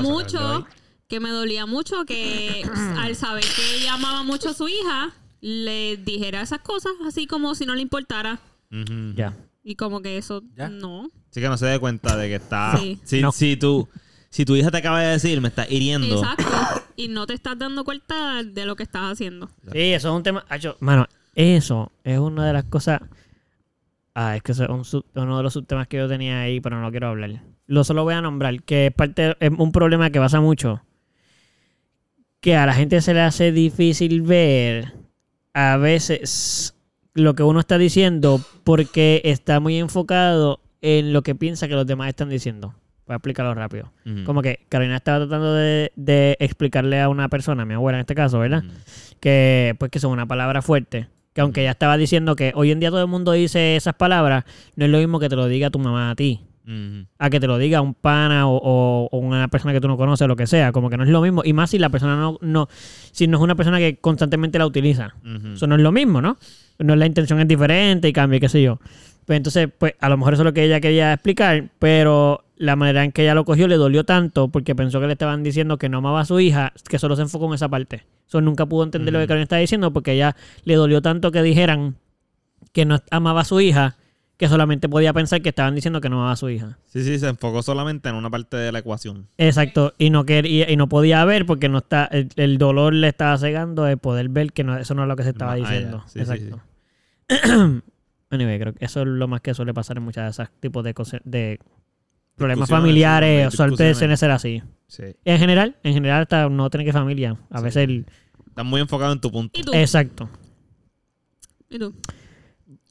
Speaker 4: mucho, que me dolía mucho que
Speaker 3: [clears throat]
Speaker 4: al saber que ella amaba mucho a su hija, le dijera esas cosas así como si no le importara.
Speaker 3: Ujú.
Speaker 1: Ya.
Speaker 4: Y como que eso
Speaker 2: Ya.
Speaker 4: no.
Speaker 3: Así que no se dé cuenta de que está.
Speaker 4: Sí.
Speaker 5: Si,
Speaker 1: No.
Speaker 5: si tú, si tu hija te acaba de decir, me estás hiriendo.
Speaker 4: Exacto. Y no te estás dando cuenta de lo que estás haciendo.
Speaker 1: Sí, eso es un tema. Acho, mano, eso es una de las cosas. Ah, es que eso es un sub- uno de los subtemas que yo tenía ahí, pero no lo quiero hablar. Lo solo voy a nombrar, que es parte, es un problema que pasa mucho. Que a la gente se le hace difícil ver a veces lo que uno está diciendo porque está muy enfocado en lo que piensa que los demás están diciendo. Voy a explicarlo rápido.
Speaker 3: Ujú.
Speaker 1: Como que Carolina estaba tratando de, de explicarle a una persona, mi abuela en este caso, ¿verdad?
Speaker 3: Mm.
Speaker 1: Que pues que son una palabra fuerte. Que aunque ella estaba diciendo que hoy en día todo el mundo dice esas palabras, no es lo mismo que te lo diga tu mamá a ti.
Speaker 3: Ujú.
Speaker 1: A que te lo diga un pana o, o- o una persona que tú no conoces, lo que sea. Como que no es lo mismo. Y más si la persona no, no, si no es una persona que constantemente la utiliza.
Speaker 3: Ujú.
Speaker 1: Eso no es lo mismo, ¿no? No la intención es diferente y cambia, y qué sé yo. Pues entonces, pues a lo mejor eso es lo que ella quería explicar, pero la manera en que ella lo cogió le dolió tanto porque pensó que le estaban diciendo que no amaba a su hija, que solo se enfocó en esa parte. Eso nunca pudo entender lo que Karen estaba diciendo porque ella le dolió tanto que dijeran que no amaba a su hija, que solamente podía pensar que estaban diciendo que no amaba a su hija.
Speaker 3: Sí, sí, se enfocó solamente en una parte de la ecuación.
Speaker 1: Exacto, y no quería, y no podía ver porque no está, el, el dolor le estaba cegando de poder ver que no, eso no es lo que se estaba
Speaker 3: Ah, ya.
Speaker 1: diciendo.
Speaker 3: Sí, sí,
Speaker 1: Exacto. [clears throat] anyway, creo que eso es lo más que suele pasar en muchas de esas tipos de cose- de problemas
Speaker 3: Discusiones,
Speaker 1: familiares,
Speaker 3: sí,
Speaker 1: suerte
Speaker 3: discusiones.
Speaker 1: de ser así.
Speaker 3: Sí.
Speaker 1: En general, en general hasta no tener que familia. A
Speaker 3: Sí.
Speaker 1: veces el-
Speaker 3: Estás muy enfocado en tu punto.
Speaker 4: Y tú,
Speaker 1: Exacto.
Speaker 4: y tú.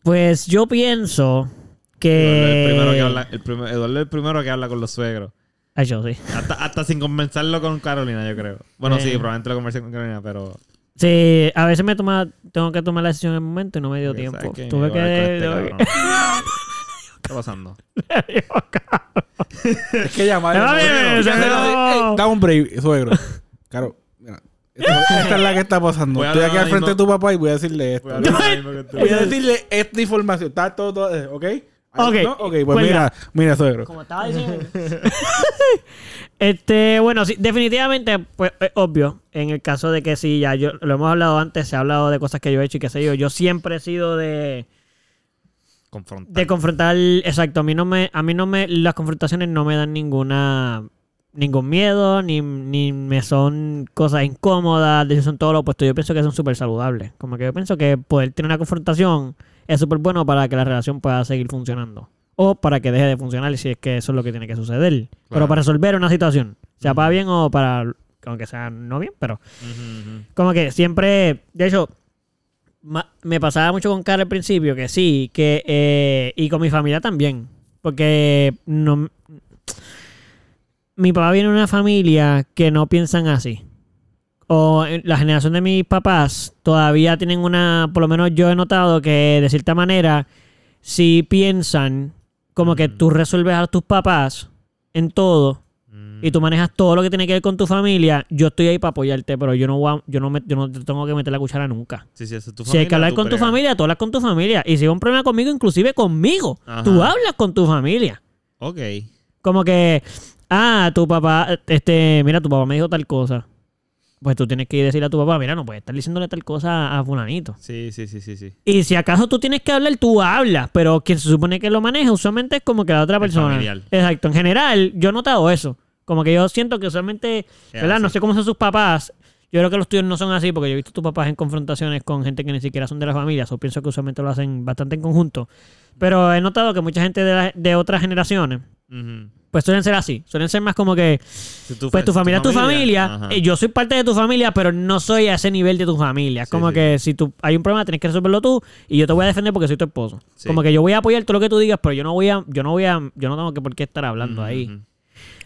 Speaker 1: Pues yo pienso
Speaker 3: Eduardo es
Speaker 1: que.
Speaker 3: el primero que habla, el primer- Eduardo es el primero que habla con los suegros.
Speaker 1: Ay, yo sí.
Speaker 3: Hasta, hasta sin conversarlo con Carolina, yo creo. Bueno, sí,
Speaker 1: Eh.
Speaker 3: probablemente lo conversé con Carolina, pero.
Speaker 1: Sí, a veces me toma, tengo que tomar la decisión en el momento y no me dio
Speaker 3: porque,
Speaker 1: tiempo.
Speaker 3: ¿sabes qué?
Speaker 1: Tuve
Speaker 3: Me voy a
Speaker 1: que. [laughs]
Speaker 3: hablar con este cabrón. ¿Qué está pasando?
Speaker 2: Es que llamar.
Speaker 1: No, mire, se acabó.
Speaker 2: Da un break, suegro. Claro, mira. Esta, esta es la que está pasando.
Speaker 3: Voy a
Speaker 2: Estoy
Speaker 3: hablar
Speaker 2: aquí al
Speaker 3: ahora
Speaker 2: frente de
Speaker 3: mismo.
Speaker 2: tu papá y voy a decirle esto.
Speaker 3: Voy a hablar ahora mismo con tu-
Speaker 2: [laughs] Voy a decirle esta información. Está todo, todo eh, ¿ok? Ah,
Speaker 1: Ok.
Speaker 2: ¿no? Ok, pues
Speaker 1: Cuelga.
Speaker 2: mira, mira, suegro.
Speaker 1: Como estaba diciendo. este, bueno, sí, definitivamente, pues, es obvio. En el caso de que sí, ya yo lo hemos hablado antes, se ha hablado de cosas que yo he hecho y qué sé yo. Yo siempre he sido de,
Speaker 3: Confrontar.
Speaker 1: de confrontar. Exacto, a mí no me, a mí no me, las confrontaciones no me dan ninguna ningún miedo, ni, ni me son cosas incómodas, de hecho son todo lo opuesto. Yo pienso que son súper saludables. Como que yo pienso que poder tener una confrontación es súper bueno para que la relación pueda seguir funcionando. O para que deje de funcionar si es que eso es lo que tiene que suceder. Pero
Speaker 3: Claro.
Speaker 1: para resolver una situación, sea para bien o para, aunque sea no bien, pero
Speaker 3: Ujú, ujú.
Speaker 1: como que siempre, de hecho, ma- me pasaba mucho con Cara al principio, que sí, que eh, y con mi familia también, porque no, mi papá viene de una familia que no piensan así. O en la generación de mis papás todavía tienen una, por lo menos yo he notado que de cierta manera, si piensan como que tú resuelves a tus papás en todo,
Speaker 3: Mm.
Speaker 1: y tú manejas todo lo que tiene que ver con tu familia, yo estoy ahí para apoyarte, pero yo no voy a- yo no me- yo no te tengo que meter la cuchara nunca.
Speaker 3: Sí, sí, esa es tu
Speaker 1: Si hay que
Speaker 3: familia,
Speaker 1: hablar
Speaker 3: tú
Speaker 1: con tu
Speaker 3: bregas.
Speaker 1: familia, tú hablas con tu familia. Y si hay un problema conmigo, inclusive conmigo,
Speaker 3: Ajá.
Speaker 1: tú hablas con tu familia.
Speaker 3: Ok.
Speaker 1: Como que, ah, tu papá, este, mira, tu papá me dijo tal cosa. Pues tú tienes que ir a decirle a tu papá, mira, no puedes estar diciéndole tal cosa a fulanito.
Speaker 3: Sí, sí, sí, sí. sí.
Speaker 1: Y si acaso tú tienes que hablar, tú hablas, pero quien se supone que lo maneja usualmente es como que la otra
Speaker 3: El
Speaker 1: persona.
Speaker 3: familiar.
Speaker 1: Exacto, en general yo he notado eso. Como que yo siento que usualmente,
Speaker 3: Es
Speaker 1: ¿verdad? No
Speaker 3: así.
Speaker 1: sé cómo son sus papás. Yo Yo creo que los tuyos no son así porque yo he visto a tus papás en confrontaciones con gente que ni siquiera son de la familia. O pienso que usualmente lo hacen bastante en conjunto. Pero he notado que mucha gente de, la- de otras generaciones,
Speaker 3: Ujú.
Speaker 1: pues suelen ser así. Suelen ser más como que,
Speaker 3: Si tu fa-
Speaker 1: pues tu
Speaker 3: si
Speaker 1: familia es tu familia.
Speaker 3: ajá.
Speaker 1: eh, Yo soy parte de tu familia, pero no soy a ese nivel de tu familia. Es
Speaker 3: Sí,
Speaker 1: como
Speaker 3: sí.
Speaker 1: que si tú, hay un problema, tienes que resolverlo tú y yo te voy a defender porque soy tu esposo.
Speaker 3: Sí.
Speaker 1: Como que yo voy a apoyar todo lo que tú digas, pero yo no voy a, yo no voy a, yo no tengo que por qué estar hablando
Speaker 3: Ujú,
Speaker 1: ahí.
Speaker 3: ujú.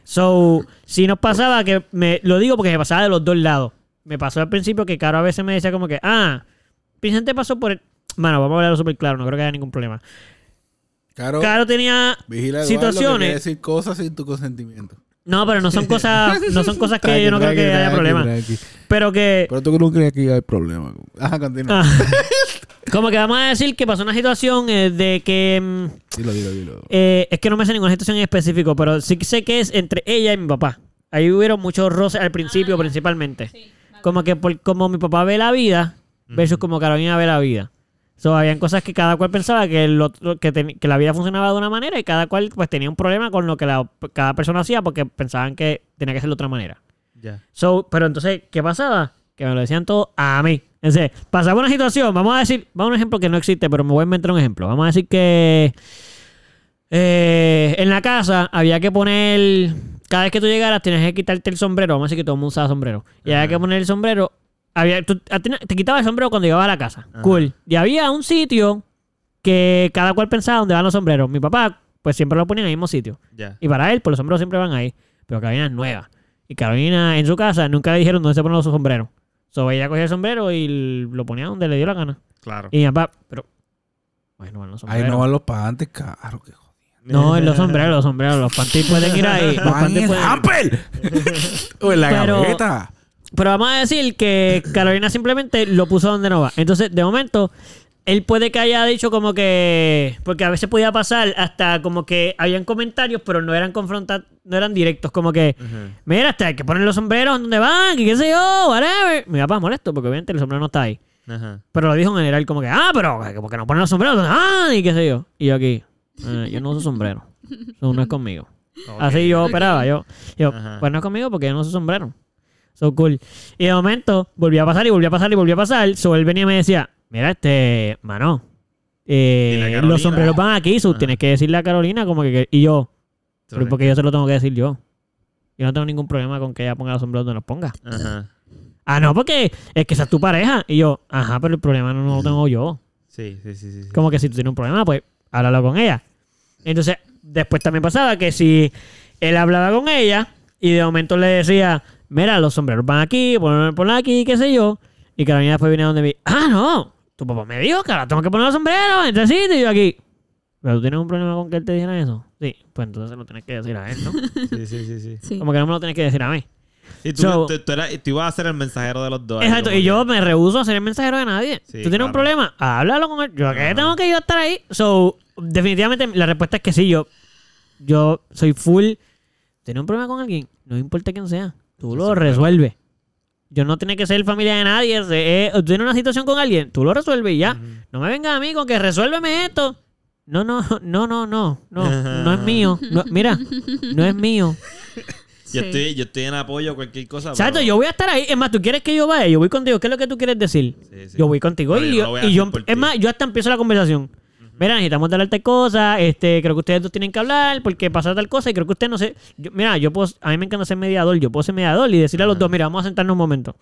Speaker 1: So, si nos pasaba que me lo digo porque me pasaba de los dos lados. Me pasó al principio que Caro a veces me decía como que, ah, Vicente pasó por el. Mano, vamos a hablarlo súper claro, no creo que haya ningún problema.
Speaker 2: Claro,
Speaker 1: Caro tenía
Speaker 2: vigila Eduardo, que quiere
Speaker 1: situaciones.
Speaker 2: decir cosas sin tu consentimiento.
Speaker 1: No, pero no son cosas, no son cosas que yo no creo
Speaker 2: [laughs] Tranqui,
Speaker 1: que haya
Speaker 2: tranqui,
Speaker 1: problema.
Speaker 2: tranqui.
Speaker 1: Pero que.
Speaker 2: Pero tú no crees que hay problema. Ajá, continúa.
Speaker 1: ah, [laughs] como que vamos a decir que pasó una situación eh, de que. mm,
Speaker 2: Dilo, dilo, dilo.
Speaker 1: Eh, es que no me hace ninguna situación en específico, pero sí que sé que es entre ella y mi papá. Ahí hubieron muchos roces al principio, principalmente. como que por como mi papá ve la vida versus como Carolina ve la vida. So, habían cosas que cada cual pensaba que, el otro- que, ten- que la vida funcionaba de una manera y cada cual pues tenía un problema con lo que la- cada persona hacía porque pensaban que tenía que ser de otra manera.
Speaker 3: Ya.
Speaker 1: So, pero entonces, ¿qué pasaba? Que me lo decían todo a mí. Entonces, pasaba una situación, vamos a decir, vamos a un ejemplo que no existe, pero me voy a inventar un ejemplo. Vamos a decir que eh, en la casa había que poner, cada vez que tú llegaras tenías que quitarte el sombrero, vamos a decir que todo el mundo usaba sombrero, y había
Speaker 3: Ajá.
Speaker 1: que poner el sombrero, había, tú- a ti- te quitabas el sombrero cuando llegabas a la casa.
Speaker 3: Ajá.
Speaker 1: Cool. Y había un sitio que cada cual pensaba dónde van los sombreros. Mi papá, pues siempre lo ponía en el mismo sitio.
Speaker 3: Ya.
Speaker 1: Y para él, pues los sombreros siempre van ahí. Pero Carolina es nueva. Y Carolina en su casa nunca le dijeron dónde se ponen los sombreros. So ella cogía el sombrero y lo ponía donde le dio la gana.
Speaker 3: Claro.
Speaker 1: Y mi papá, pero. Bueno, van los
Speaker 2: Ahí
Speaker 1: sombreros.
Speaker 2: no
Speaker 1: no,
Speaker 2: van los pagantes, caro. Que joder.
Speaker 1: en los sombreros, los sombreros. Los panties pueden ir ahí.
Speaker 2: [laughs]
Speaker 1: Los
Speaker 2: Van
Speaker 1: panties
Speaker 2: en
Speaker 1: pueden ir.
Speaker 2: Apple.
Speaker 1: [laughs]
Speaker 2: o en la
Speaker 1: Pero-
Speaker 2: gaveta.
Speaker 1: Pero vamos a decir que Carolina simplemente lo puso donde no va. Entonces, de momento, él puede que haya dicho como que. Porque a veces podía pasar hasta como que habían comentarios, pero no eran confronta no eran directos. Como que, mira, hasta hay que poner los sombreros donde van, que qué sé yo, whatever. Mi papá es molesto porque obviamente el sombrero no está ahí.
Speaker 3: Ajá.
Speaker 1: Pero lo dijo en general como que, ah, pero porque no ponen los sombreros, donde van?" y qué sé yo. Y yo aquí, "Ah, yo no uso sombrero. Eso no es conmigo.
Speaker 3: Ok.
Speaker 1: Así yo operaba. Yo, yo
Speaker 3: Ajá.
Speaker 1: pues no conmigo porque yo no uso sombrero. So cool. Y de momento volvió a pasar y volvió a pasar y volvió a pasar. So él venía y me decía, mira, este, mano, eh,
Speaker 3: Dile a Carolina.
Speaker 1: los sombreros van aquí, so
Speaker 3: Ajá.
Speaker 1: tienes que decirle a Carolina como que... que- Y yo, pero
Speaker 3: Sorry.
Speaker 1: pues, porque yo se lo tengo que decir yo. Yo no tengo ningún problema con que ella ponga los sombreros donde los ponga.
Speaker 3: Ajá.
Speaker 1: Ah, no, porque es que esa es tu pareja. Y yo, ajá, pero el problema no, no lo tengo yo.
Speaker 3: Sí, sí, sí, sí. sí.
Speaker 1: Como que si tú tienes un problema, pues háblalo con ella. Entonces, después también pasaba que si él hablaba con ella y de momento le decía, mira, los sombreros van aquí, ponlos ponlos aquí, qué sé yo. Y Carolina después viene donde vi, ah, no, tu papá me dijo que ahora tengo que poner los sombreros en este sitio y yo aquí. Pero tú tienes un problema con que él te dijera eso. Sí, pues entonces lo tienes que decir a él, ¿no?
Speaker 3: Sí, sí, sí, sí.
Speaker 4: Sí.
Speaker 1: Como que no me lo tienes que decir a mí.
Speaker 3: Y tú,
Speaker 1: So-
Speaker 3: tú- tú eras- tú ibas a ser el mensajero de los dos. ahí,
Speaker 1: Exacto,
Speaker 3: como
Speaker 1: y yo
Speaker 3: que-
Speaker 1: me rehuso a ser el mensajero de nadie.
Speaker 3: Sí,
Speaker 1: Tú tienes un
Speaker 3: claro.
Speaker 1: problema, háblalo con él. Yo que
Speaker 3: Ajá.
Speaker 1: tengo que yo estar ahí. So, definitivamente la respuesta es que sí, yo, yo soy full. Tienes un problema con alguien, no importa quién sea, tú lo resuelves. Yo no tiene que ser familia de nadie. se- eh, tienes una situación con alguien, tú lo resuelves y ya. No me vengas a mí con que resuélveme esto. No, no, [laughs] no, no, no, no,
Speaker 3: [laughs]
Speaker 1: no es mío. No, mira, no es mío.
Speaker 3: Yo,
Speaker 4: Sí.
Speaker 3: estoy, yo estoy en apoyo a cualquier cosa.
Speaker 1: Exacto,
Speaker 3: Ah, pero-
Speaker 1: yo voy a estar ahí. Es más, tú quieres que yo vaya, yo voy contigo. ¿Qué es lo que tú quieres decir?
Speaker 3: Sí, sí.
Speaker 1: Yo voy contigo
Speaker 3: Pero
Speaker 1: y
Speaker 3: yo
Speaker 1: yo,
Speaker 3: no lo voy a
Speaker 1: y yo-
Speaker 3: hacer por
Speaker 1: es
Speaker 3: ti.
Speaker 1: más, yo hasta empiezo la conversación. Mira, necesitamos hablar tal cosa, este, creo que ustedes dos tienen que hablar porque pasa tal cosa y creo que ustedes no sé, yo- mira, yo puedo, a mí me encanta ser mediador, yo puedo ser mediador y decirle a los dos, mira, vamos a sentarnos un momento.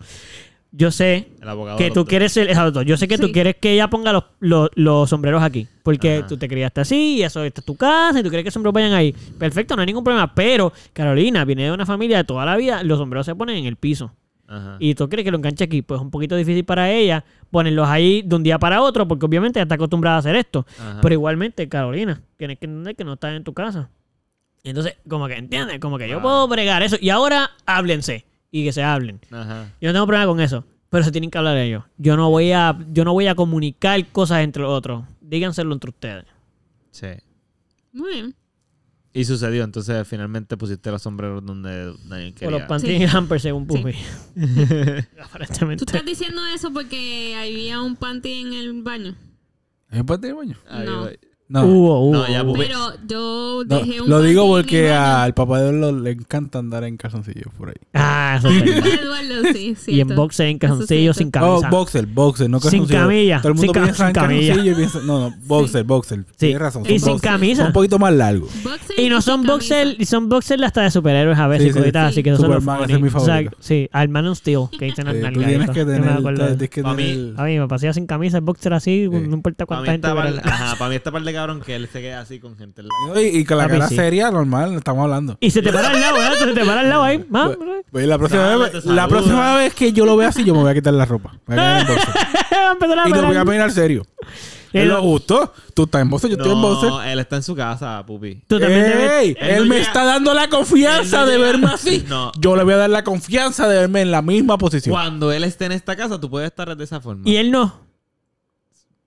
Speaker 1: Yo sé
Speaker 3: El abogado de
Speaker 1: que
Speaker 3: los
Speaker 1: tú
Speaker 3: dos.
Speaker 1: quieres ser, exacto, yo sé que tú
Speaker 4: Sí.
Speaker 1: quieres que ella ponga los, los- los sombreros aquí, porque
Speaker 3: Ajá.
Speaker 1: tú te criaste así, y eso, esta es tu casa, y tú quieres que los sombreros vayan ahí. Perfecto, no hay ningún problema, pero Carolina viene de una familia de toda la vida, los sombreros se ponen en el piso
Speaker 3: Ajá.
Speaker 1: y tú crees que lo enganche aquí, pues es un poquito difícil para ella ponerlos ahí de un día para otro, porque obviamente ella está acostumbrada a hacer esto.
Speaker 3: Ajá.
Speaker 1: Pero igualmente, Carolina, tienes que entender que no estás en tu casa. Entonces, como que entiendes, como que yo
Speaker 3: Claro.
Speaker 1: puedo bregar eso. Y ahora háblense y que se hablen.
Speaker 3: Ajá.
Speaker 1: Yo no tengo problema con eso, pero se tienen que hablar ellos. Yo no voy a, yo no voy a comunicar cosas entre los otros. Díganselo entre ustedes.
Speaker 3: Sí.
Speaker 4: Muy bien.
Speaker 3: Y sucedió, entonces finalmente pusiste los sombreros donde Daniel
Speaker 1: Por
Speaker 3: quería.
Speaker 1: los panties y hampers según Puffy.
Speaker 4: Tú
Speaker 1: Aparentemente.
Speaker 4: estás diciendo eso porque había un panty en el baño.
Speaker 2: ¿Es parte del baño?
Speaker 3: Ahí
Speaker 4: No.
Speaker 3: voy.
Speaker 2: No.
Speaker 1: Hubo, hubo.
Speaker 5: No, ya,
Speaker 1: hubo.
Speaker 5: pues,
Speaker 4: Pero yo
Speaker 2: No,
Speaker 4: dejé un.
Speaker 2: lo digo
Speaker 4: panty
Speaker 2: porque
Speaker 4: en
Speaker 2: al papá de Eduardo le encanta andar en calzoncillos por ahí.
Speaker 1: [laughs] Ah, eso
Speaker 4: mi
Speaker 1: es
Speaker 4: baño.
Speaker 1: verdad.
Speaker 4: [laughs] Eduardo, [laughs] sí,
Speaker 1: Y en
Speaker 4: cierto.
Speaker 1: boxer, en
Speaker 4: Eso es
Speaker 1: calzoncillos, sin
Speaker 4: cierto.
Speaker 2: Oh,
Speaker 1: camisa.
Speaker 2: boxer, boxer, no
Speaker 1: Sin
Speaker 2: calzoncillos.
Speaker 1: camilla,
Speaker 2: Todo el
Speaker 1: sin
Speaker 2: mundo
Speaker 1: ca-
Speaker 2: piensa en
Speaker 1: sin camilla.
Speaker 2: calzoncillos y piensa, no, no, boxer, boxer. Tienes razón. son
Speaker 1: Y sin
Speaker 2: boxers.
Speaker 1: camisa.
Speaker 2: Son un poquito más largo.
Speaker 4: Boxer
Speaker 1: Y no son
Speaker 4: sin
Speaker 1: boxer,
Speaker 4: camisa.
Speaker 1: y son boxer hasta de superhéroes a veces,
Speaker 2: Sí, sí,
Speaker 1: cositas
Speaker 2: sí.
Speaker 1: así que eso son los
Speaker 2: Superman,
Speaker 1: funny.
Speaker 2: ese es mi
Speaker 1: O sea,
Speaker 2: favorito.
Speaker 1: sí, al Man of Steel, que dicen las
Speaker 2: Eh, tú
Speaker 1: nalgaditas.
Speaker 2: tienes que
Speaker 1: Yo me
Speaker 2: tener,
Speaker 1: acuerdo de-
Speaker 2: tienes que
Speaker 5: Pa' mí-
Speaker 2: tener-
Speaker 1: A mí me pasía sin camisa, el boxer así, no importa
Speaker 5: Para
Speaker 1: cuánta
Speaker 5: mí,
Speaker 1: gente
Speaker 5: está
Speaker 1: verá
Speaker 3: [laughs]
Speaker 5: par,
Speaker 1: la-
Speaker 5: ajá, pa' mí está par de cabrón que él se queda así con gente. en la-
Speaker 2: No, Y, y con la
Speaker 1: Papi,
Speaker 2: cara
Speaker 1: sí.
Speaker 2: seria, normal, estamos hablando.
Speaker 1: Y se te para al lado, ¿verdad? Se te para al lado ahí. mam, ¿verdad?
Speaker 2: [laughs] Pues la próxima,
Speaker 5: Dale,
Speaker 2: vez,
Speaker 5: te
Speaker 2: la
Speaker 5: saluda.
Speaker 2: próxima vez que yo lo vea así, yo me voy a quitar la ropa. Me voy a quedar en
Speaker 1: [laughs]
Speaker 2: boxer.
Speaker 1: Va a empezar a
Speaker 2: y lo voy a
Speaker 1: parar.
Speaker 2: mirar
Speaker 1: [laughs]
Speaker 2: serio.
Speaker 1: Y
Speaker 2: Es
Speaker 1: lo-
Speaker 2: lo justo. Tú estás en boxer, yo estoy en boxer.
Speaker 5: No, él está en su casa, pupi.
Speaker 1: Tú también te ves-
Speaker 2: ¡Ey!
Speaker 5: Él
Speaker 2: Él
Speaker 5: no
Speaker 2: me
Speaker 5: llega-
Speaker 2: está dando la confianza
Speaker 5: Él no
Speaker 2: de
Speaker 5: llega-
Speaker 2: verme así.
Speaker 5: No.
Speaker 2: Yo le voy a dar la confianza de verme en la misma posición.
Speaker 5: Cuando él esté en esta casa, tú puedes estar de esa forma.
Speaker 1: Y él no.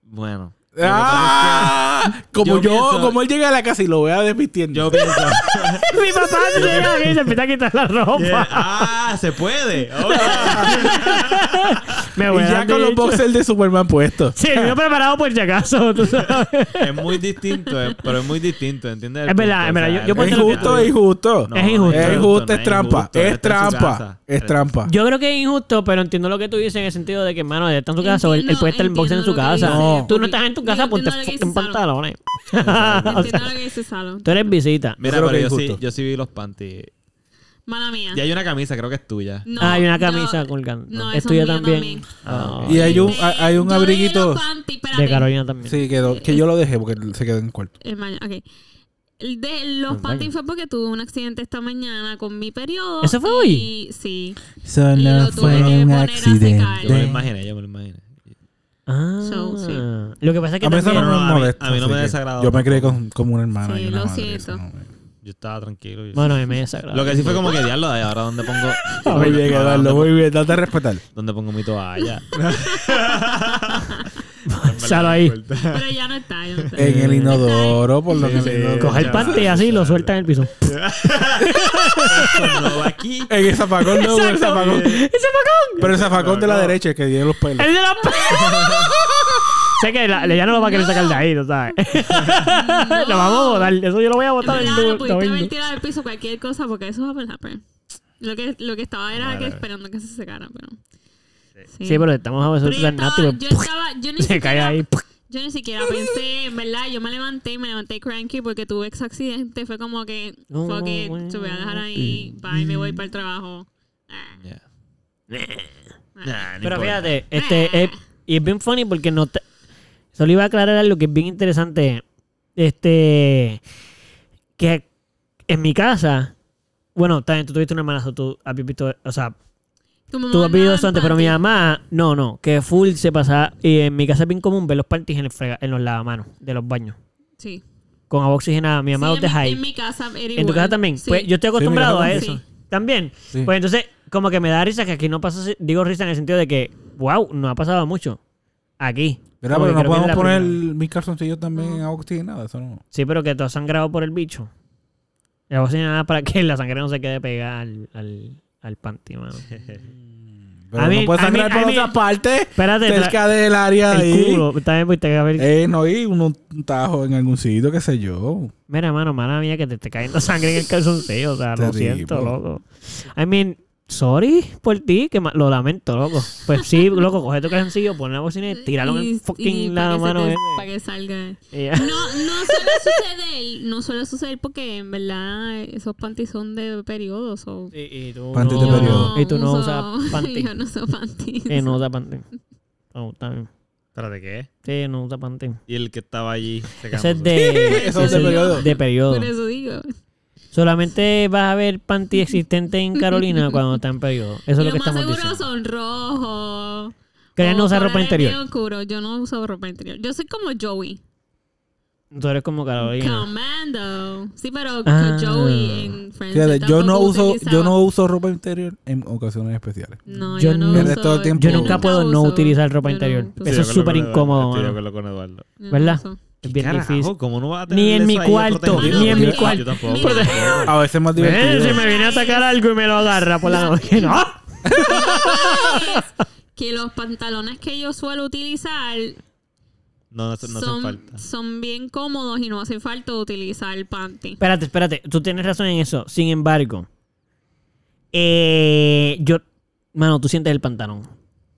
Speaker 5: Bueno. lo que pasa
Speaker 2: ¡Ah! Como yo,
Speaker 5: yo pienso-
Speaker 2: como él llega a la casa y lo vea
Speaker 5: es que
Speaker 2: desvistiendo. [laughs]
Speaker 5: Yo pienso.
Speaker 1: Mi
Speaker 5: [laughs]
Speaker 1: papá llega y se empieza a quitar la [laughs] ropa.
Speaker 5: que- ¡Ah! ¡Se puede! Ok.
Speaker 1: Me voy
Speaker 2: y
Speaker 1: a
Speaker 2: ya
Speaker 1: dar
Speaker 2: con los
Speaker 1: bicho.
Speaker 2: boxers de Superman puestos.
Speaker 1: Sí, me he preparado por si acaso, tú sabes.
Speaker 5: Es muy distinto, eh, pero es muy distinto, ¿entiendes?
Speaker 1: Es verdad, pues, es verdad, yo- yo puedo
Speaker 2: Es
Speaker 1: Ponte lo que
Speaker 5: e
Speaker 2: justo,
Speaker 1: tú-
Speaker 2: es justo.
Speaker 1: Es injusto.
Speaker 2: Es
Speaker 5: justo,
Speaker 2: justo, es trampa. Es trampa. Es trampa.
Speaker 1: Yo creo que es injusto, pero entiendo lo que tú dices en el sentido de que, hermano, él está en su casa, o él, él
Speaker 4: Entiendo,
Speaker 1: puede estar en boxer en su
Speaker 4: entiendo lo que
Speaker 1: casa.
Speaker 2: dice, No.
Speaker 1: Tú no estás en tu casa,
Speaker 4: Yo
Speaker 1: ponte
Speaker 4: entiendo lo que
Speaker 1: fucking
Speaker 4: dice Salo.
Speaker 1: pantalones. [laughs]
Speaker 4: Entiendo lo que dice Salo.
Speaker 1: Tú eres visita.
Speaker 5: Mira,
Speaker 2: Yo creo
Speaker 5: pero
Speaker 2: que
Speaker 5: yo
Speaker 2: es
Speaker 5: sí,
Speaker 2: justo.
Speaker 5: yo sí vi los panties.
Speaker 4: Mala mía.
Speaker 5: Y hay una camisa, creo que es tuya.
Speaker 4: No,
Speaker 1: ah, hay una
Speaker 4: yo-
Speaker 1: camisa colgando.
Speaker 4: No,
Speaker 1: es
Speaker 4: esa
Speaker 1: tuya
Speaker 4: mía
Speaker 1: también. Ah,
Speaker 2: Y hay un,
Speaker 4: Este,
Speaker 2: hay- hay un
Speaker 4: yo dejé
Speaker 2: abriguito.
Speaker 4: los panties, espérate.
Speaker 1: de Carolina también.
Speaker 2: Sí, quedó, que yo lo dejé porque se quedó en el cuarto.
Speaker 4: El maña- ok. El De los
Speaker 2: Pues
Speaker 4: panties fue porque tuve un accidente esta mañana con mi periodo.
Speaker 1: ¿Eso fue
Speaker 4: y-
Speaker 1: hoy?
Speaker 4: Sí. Y lo tuve que poner a secar.
Speaker 5: Yo me lo imaginé, yo me lo imaginé.
Speaker 1: Ah,
Speaker 4: So, sí.
Speaker 1: Lo que pasa es que
Speaker 2: A mí eso no
Speaker 1: también-
Speaker 5: no, a
Speaker 2: me
Speaker 5: mí-
Speaker 2: molesta.
Speaker 5: a mí no
Speaker 2: así
Speaker 5: me
Speaker 2: que
Speaker 5: desagradó.
Speaker 2: Yo me creé con, como una hermana.
Speaker 4: Sí,
Speaker 2: y una
Speaker 4: lo
Speaker 2: madre, eso
Speaker 4: siento.
Speaker 2: no me-
Speaker 5: Yo estaba tranquilo. yo-
Speaker 1: Bueno, a mí me desagrada.
Speaker 5: Lo que sí fue como que diablo, ay, ahora dónde pongo.
Speaker 2: Muy bien,
Speaker 5: ¿dónde-
Speaker 2: Eduardo, muy bien. Date a respetar.
Speaker 5: ¿Dónde pongo mi toalla?
Speaker 1: Salo
Speaker 5: [laughs]
Speaker 1: ahí.
Speaker 4: Pero ya no está. Ya no está.
Speaker 2: En el inodoro, por lo que
Speaker 5: sí.
Speaker 2: el
Speaker 1: [laughs]
Speaker 2: inodoro.
Speaker 1: Coge el panty y así y lo suelta en el piso.
Speaker 5: Pues no va aquí.
Speaker 2: En el zapacón no, el zapacón.
Speaker 1: ¡Ese facón!
Speaker 2: Pero el zapacón de la derecha, el que tiene los pelos.
Speaker 1: ¡El de la Sé que la, ya no lo va a querer sacar de ahí, ¿tú
Speaker 4: [laughs]
Speaker 1: sabes? lo vamos a botar. Eso yo lo voy a botar
Speaker 4: Ya
Speaker 1: en
Speaker 4: no
Speaker 1: tu
Speaker 4: pudiste haber
Speaker 1: domingo.
Speaker 4: tirado al piso cualquier cosa porque eso va a happen. Lo que, lo que estaba era que esperando que se secara, pero.
Speaker 1: Sí, pero estamos a veces
Speaker 4: Pero yo
Speaker 1: tan
Speaker 4: estaba,
Speaker 1: nasty.
Speaker 4: yo
Speaker 1: pues,
Speaker 4: estaba,
Speaker 1: [laughs]
Speaker 4: yo ni
Speaker 1: Se cae
Speaker 4: siquiera-
Speaker 1: ahí. pues.
Speaker 4: Yo ni siquiera pensé, en verdad, yo me levanté y me levanté cranky porque tuve ese accidente. Fue como que,
Speaker 1: No,
Speaker 4: fue que te voy a dejar ahí, bye, me voy para el trabajo. Ah,
Speaker 5: Ya.
Speaker 4: ah.
Speaker 5: Nah, no
Speaker 1: Pero
Speaker 5: importa.
Speaker 1: fíjate, este, es- y es bien funny porque no te- Solo iba a aclarar algo que es bien interesante. Este. Que en mi casa. Bueno, también tú tuviste un hermanazo, tú habías visto. O sea,
Speaker 4: Tu mamá
Speaker 1: Tú has vivido
Speaker 4: andaba
Speaker 1: eso
Speaker 4: en
Speaker 1: antes, pero
Speaker 4: panty.
Speaker 1: mi mamá, no, no, que full se pasaba. Y en mi casa es bien común ver los panties en, el frega- en los lavamanos de los baños.
Speaker 4: Sí.
Speaker 1: Con agua oxigenada. Mi mamá
Speaker 4: Sí,
Speaker 1: los deja
Speaker 4: en mi-
Speaker 1: ahí.
Speaker 4: En mi casa era
Speaker 1: ¿En tu
Speaker 4: igual.
Speaker 1: casa también?
Speaker 4: Sí.
Speaker 1: Pues yo estoy acostumbrado
Speaker 2: Sí,
Speaker 1: a
Speaker 2: mi
Speaker 1: eso.
Speaker 4: casa
Speaker 1: ¿También?
Speaker 2: Sí.
Speaker 1: Pues entonces, como que me da risa que aquí no pasa, así- digo risa en el sentido de que, wow, no ha pasado mucho. Aquí.
Speaker 2: Mira,
Speaker 1: Como
Speaker 2: pero
Speaker 1: que
Speaker 2: no
Speaker 1: creo que es
Speaker 2: podemos
Speaker 1: la
Speaker 2: poner
Speaker 1: primera vez.
Speaker 2: mis calzoncillos también en agua oxigenada. Eso no.
Speaker 1: Sí, pero que todos sangrado por el bicho. La agua oxigenada para que la sangre no se quede pegada al, al, al panty, mano.
Speaker 2: Pero
Speaker 1: A mí-
Speaker 2: no puedes
Speaker 1: a mí-
Speaker 2: sangrar
Speaker 1: a
Speaker 2: por
Speaker 1: mí-
Speaker 2: otra parte.
Speaker 1: Espérate, tra-
Speaker 2: Cerca del área
Speaker 1: el
Speaker 2: ahí.
Speaker 1: culo. También pues, pudiste haber
Speaker 2: Eh, no, y un, un tajo en algún sitio, qué sé yo.
Speaker 1: Mira, mano, mala mía que te esté cayendo sangre en el calzoncillo. O sea, lo
Speaker 2: Terrible.
Speaker 1: siento, loco. I mean, sorry por ti, que ma- lo lamento, loco. Pues
Speaker 4: [laughs]
Speaker 1: sí, loco, coge tu calzoncillo, pon la bocina y tíralo en
Speaker 4: Y-
Speaker 1: el
Speaker 4: y
Speaker 1: fucking
Speaker 4: para
Speaker 1: la
Speaker 4: que se
Speaker 1: mano. eh.
Speaker 4: te-
Speaker 1: ese.
Speaker 4: Para que salga.
Speaker 1: Y ya.
Speaker 4: No, no suele suceder. No suele suceder porque en verdad esos panties son de periodos. o
Speaker 1: Y, y tú
Speaker 2: Panty
Speaker 1: no,
Speaker 2: de este periodo.
Speaker 1: Y tú no
Speaker 4: uso- [laughs]
Speaker 1: usas panty.
Speaker 4: Yo no uso panties.
Speaker 1: Eh, no usa panty. No, está bien.
Speaker 5: Espérate, ¿qué?
Speaker 1: Sí, no usa panty.
Speaker 5: Y el que estaba allí secándose.
Speaker 1: Ese es de,
Speaker 2: [laughs] Eso es
Speaker 1: ese
Speaker 2: de
Speaker 1: es
Speaker 2: periodo.
Speaker 1: de periodo.
Speaker 4: Por eso digo.
Speaker 1: Solamente vas a ver panty existente en Carolina cuando está en periodo. Eso es lo
Speaker 4: Y
Speaker 1: que
Speaker 4: más
Speaker 1: estamos
Speaker 4: seguro
Speaker 1: diciendo.
Speaker 4: son rojos.
Speaker 1: Que ella no
Speaker 4: o
Speaker 1: usa ropa
Speaker 4: colores
Speaker 1: interior.
Speaker 4: bien oscuros. Yo no uso ropa interior. Yo soy como Joey.
Speaker 1: Tú eres como Carolina.
Speaker 4: Commando. Sí, pero
Speaker 1: Ah.
Speaker 4: con Joey en Friends.
Speaker 2: Fíjate,
Speaker 4: él
Speaker 2: yo no
Speaker 4: tampoco
Speaker 2: uso,
Speaker 4: utilizaba-
Speaker 2: yo no uso ropa interior en ocasiones especiales.
Speaker 4: No,
Speaker 1: Yo
Speaker 4: yo, no
Speaker 1: no-
Speaker 2: El resto del
Speaker 4: uso-
Speaker 2: tiempo-
Speaker 1: Yo nunca puedo no
Speaker 4: uso.
Speaker 1: utilizar ropa
Speaker 4: Yo no
Speaker 1: interior. Eso
Speaker 4: uso.
Speaker 1: es
Speaker 5: Estoy de
Speaker 1: súper
Speaker 5: acuerdo con Eduardo,
Speaker 1: incómodo,
Speaker 5: Estoy de
Speaker 1: mano.
Speaker 5: acuerdo con Eduardo.
Speaker 4: Yo no
Speaker 1: ¿Verdad?
Speaker 4: uso.
Speaker 1: Es bien
Speaker 5: Carajo,
Speaker 1: difícil.
Speaker 5: ¿Cómo no va a tener
Speaker 1: Ni en
Speaker 5: eso
Speaker 1: mi
Speaker 5: ahí
Speaker 1: cuarto,
Speaker 5: protegido?
Speaker 1: ni en mi
Speaker 5: Yo
Speaker 1: cuarto.
Speaker 5: tampoco.
Speaker 4: Mira.
Speaker 2: A veces es más
Speaker 1: Eh,
Speaker 2: divertido.
Speaker 1: si me viene a atacar algo y me lo agarra por la noche. [laughs] ¡No!
Speaker 4: que los pantalones que yo suelo utilizar
Speaker 3: No, no, hace- no hacen
Speaker 4: son,
Speaker 3: falta.
Speaker 4: son bien cómodos y no hace falta utilizar el panty.
Speaker 1: Espérate, espérate. Tú tienes razón en eso. Sin embargo, eh, yo. Mano, tú sientes el pantalón.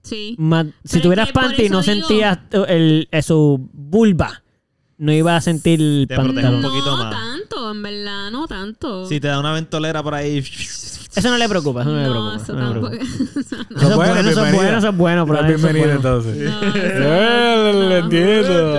Speaker 4: Sí.
Speaker 1: Ma- si
Speaker 4: es
Speaker 1: tuvieras
Speaker 4: que por
Speaker 1: panty,
Speaker 4: eso
Speaker 1: no
Speaker 4: digo-
Speaker 1: sentías tu- el, eh, su vulva. No ibas a sentir el
Speaker 3: Te protege
Speaker 1: pantalón.
Speaker 3: un poquito
Speaker 4: no
Speaker 3: más.
Speaker 4: tanto, en verdad, no tanto.
Speaker 3: Si te da una ventolera por ahí.
Speaker 1: Eso no le preocupa, eso no, le preocupa.
Speaker 4: eso
Speaker 1: eso no le
Speaker 4: tampoco.
Speaker 1: preocupa.
Speaker 2: Son
Speaker 1: Eso es bueno,
Speaker 2: buenas,
Speaker 1: eso es bueno,
Speaker 2: bienvenidas.
Speaker 1: eso es bueno, pero
Speaker 2: Las
Speaker 1: eso es
Speaker 2: bienvenidas,
Speaker 1: bueno.
Speaker 2: entonces.
Speaker 4: No, eso-
Speaker 2: Eh, lo entiendo.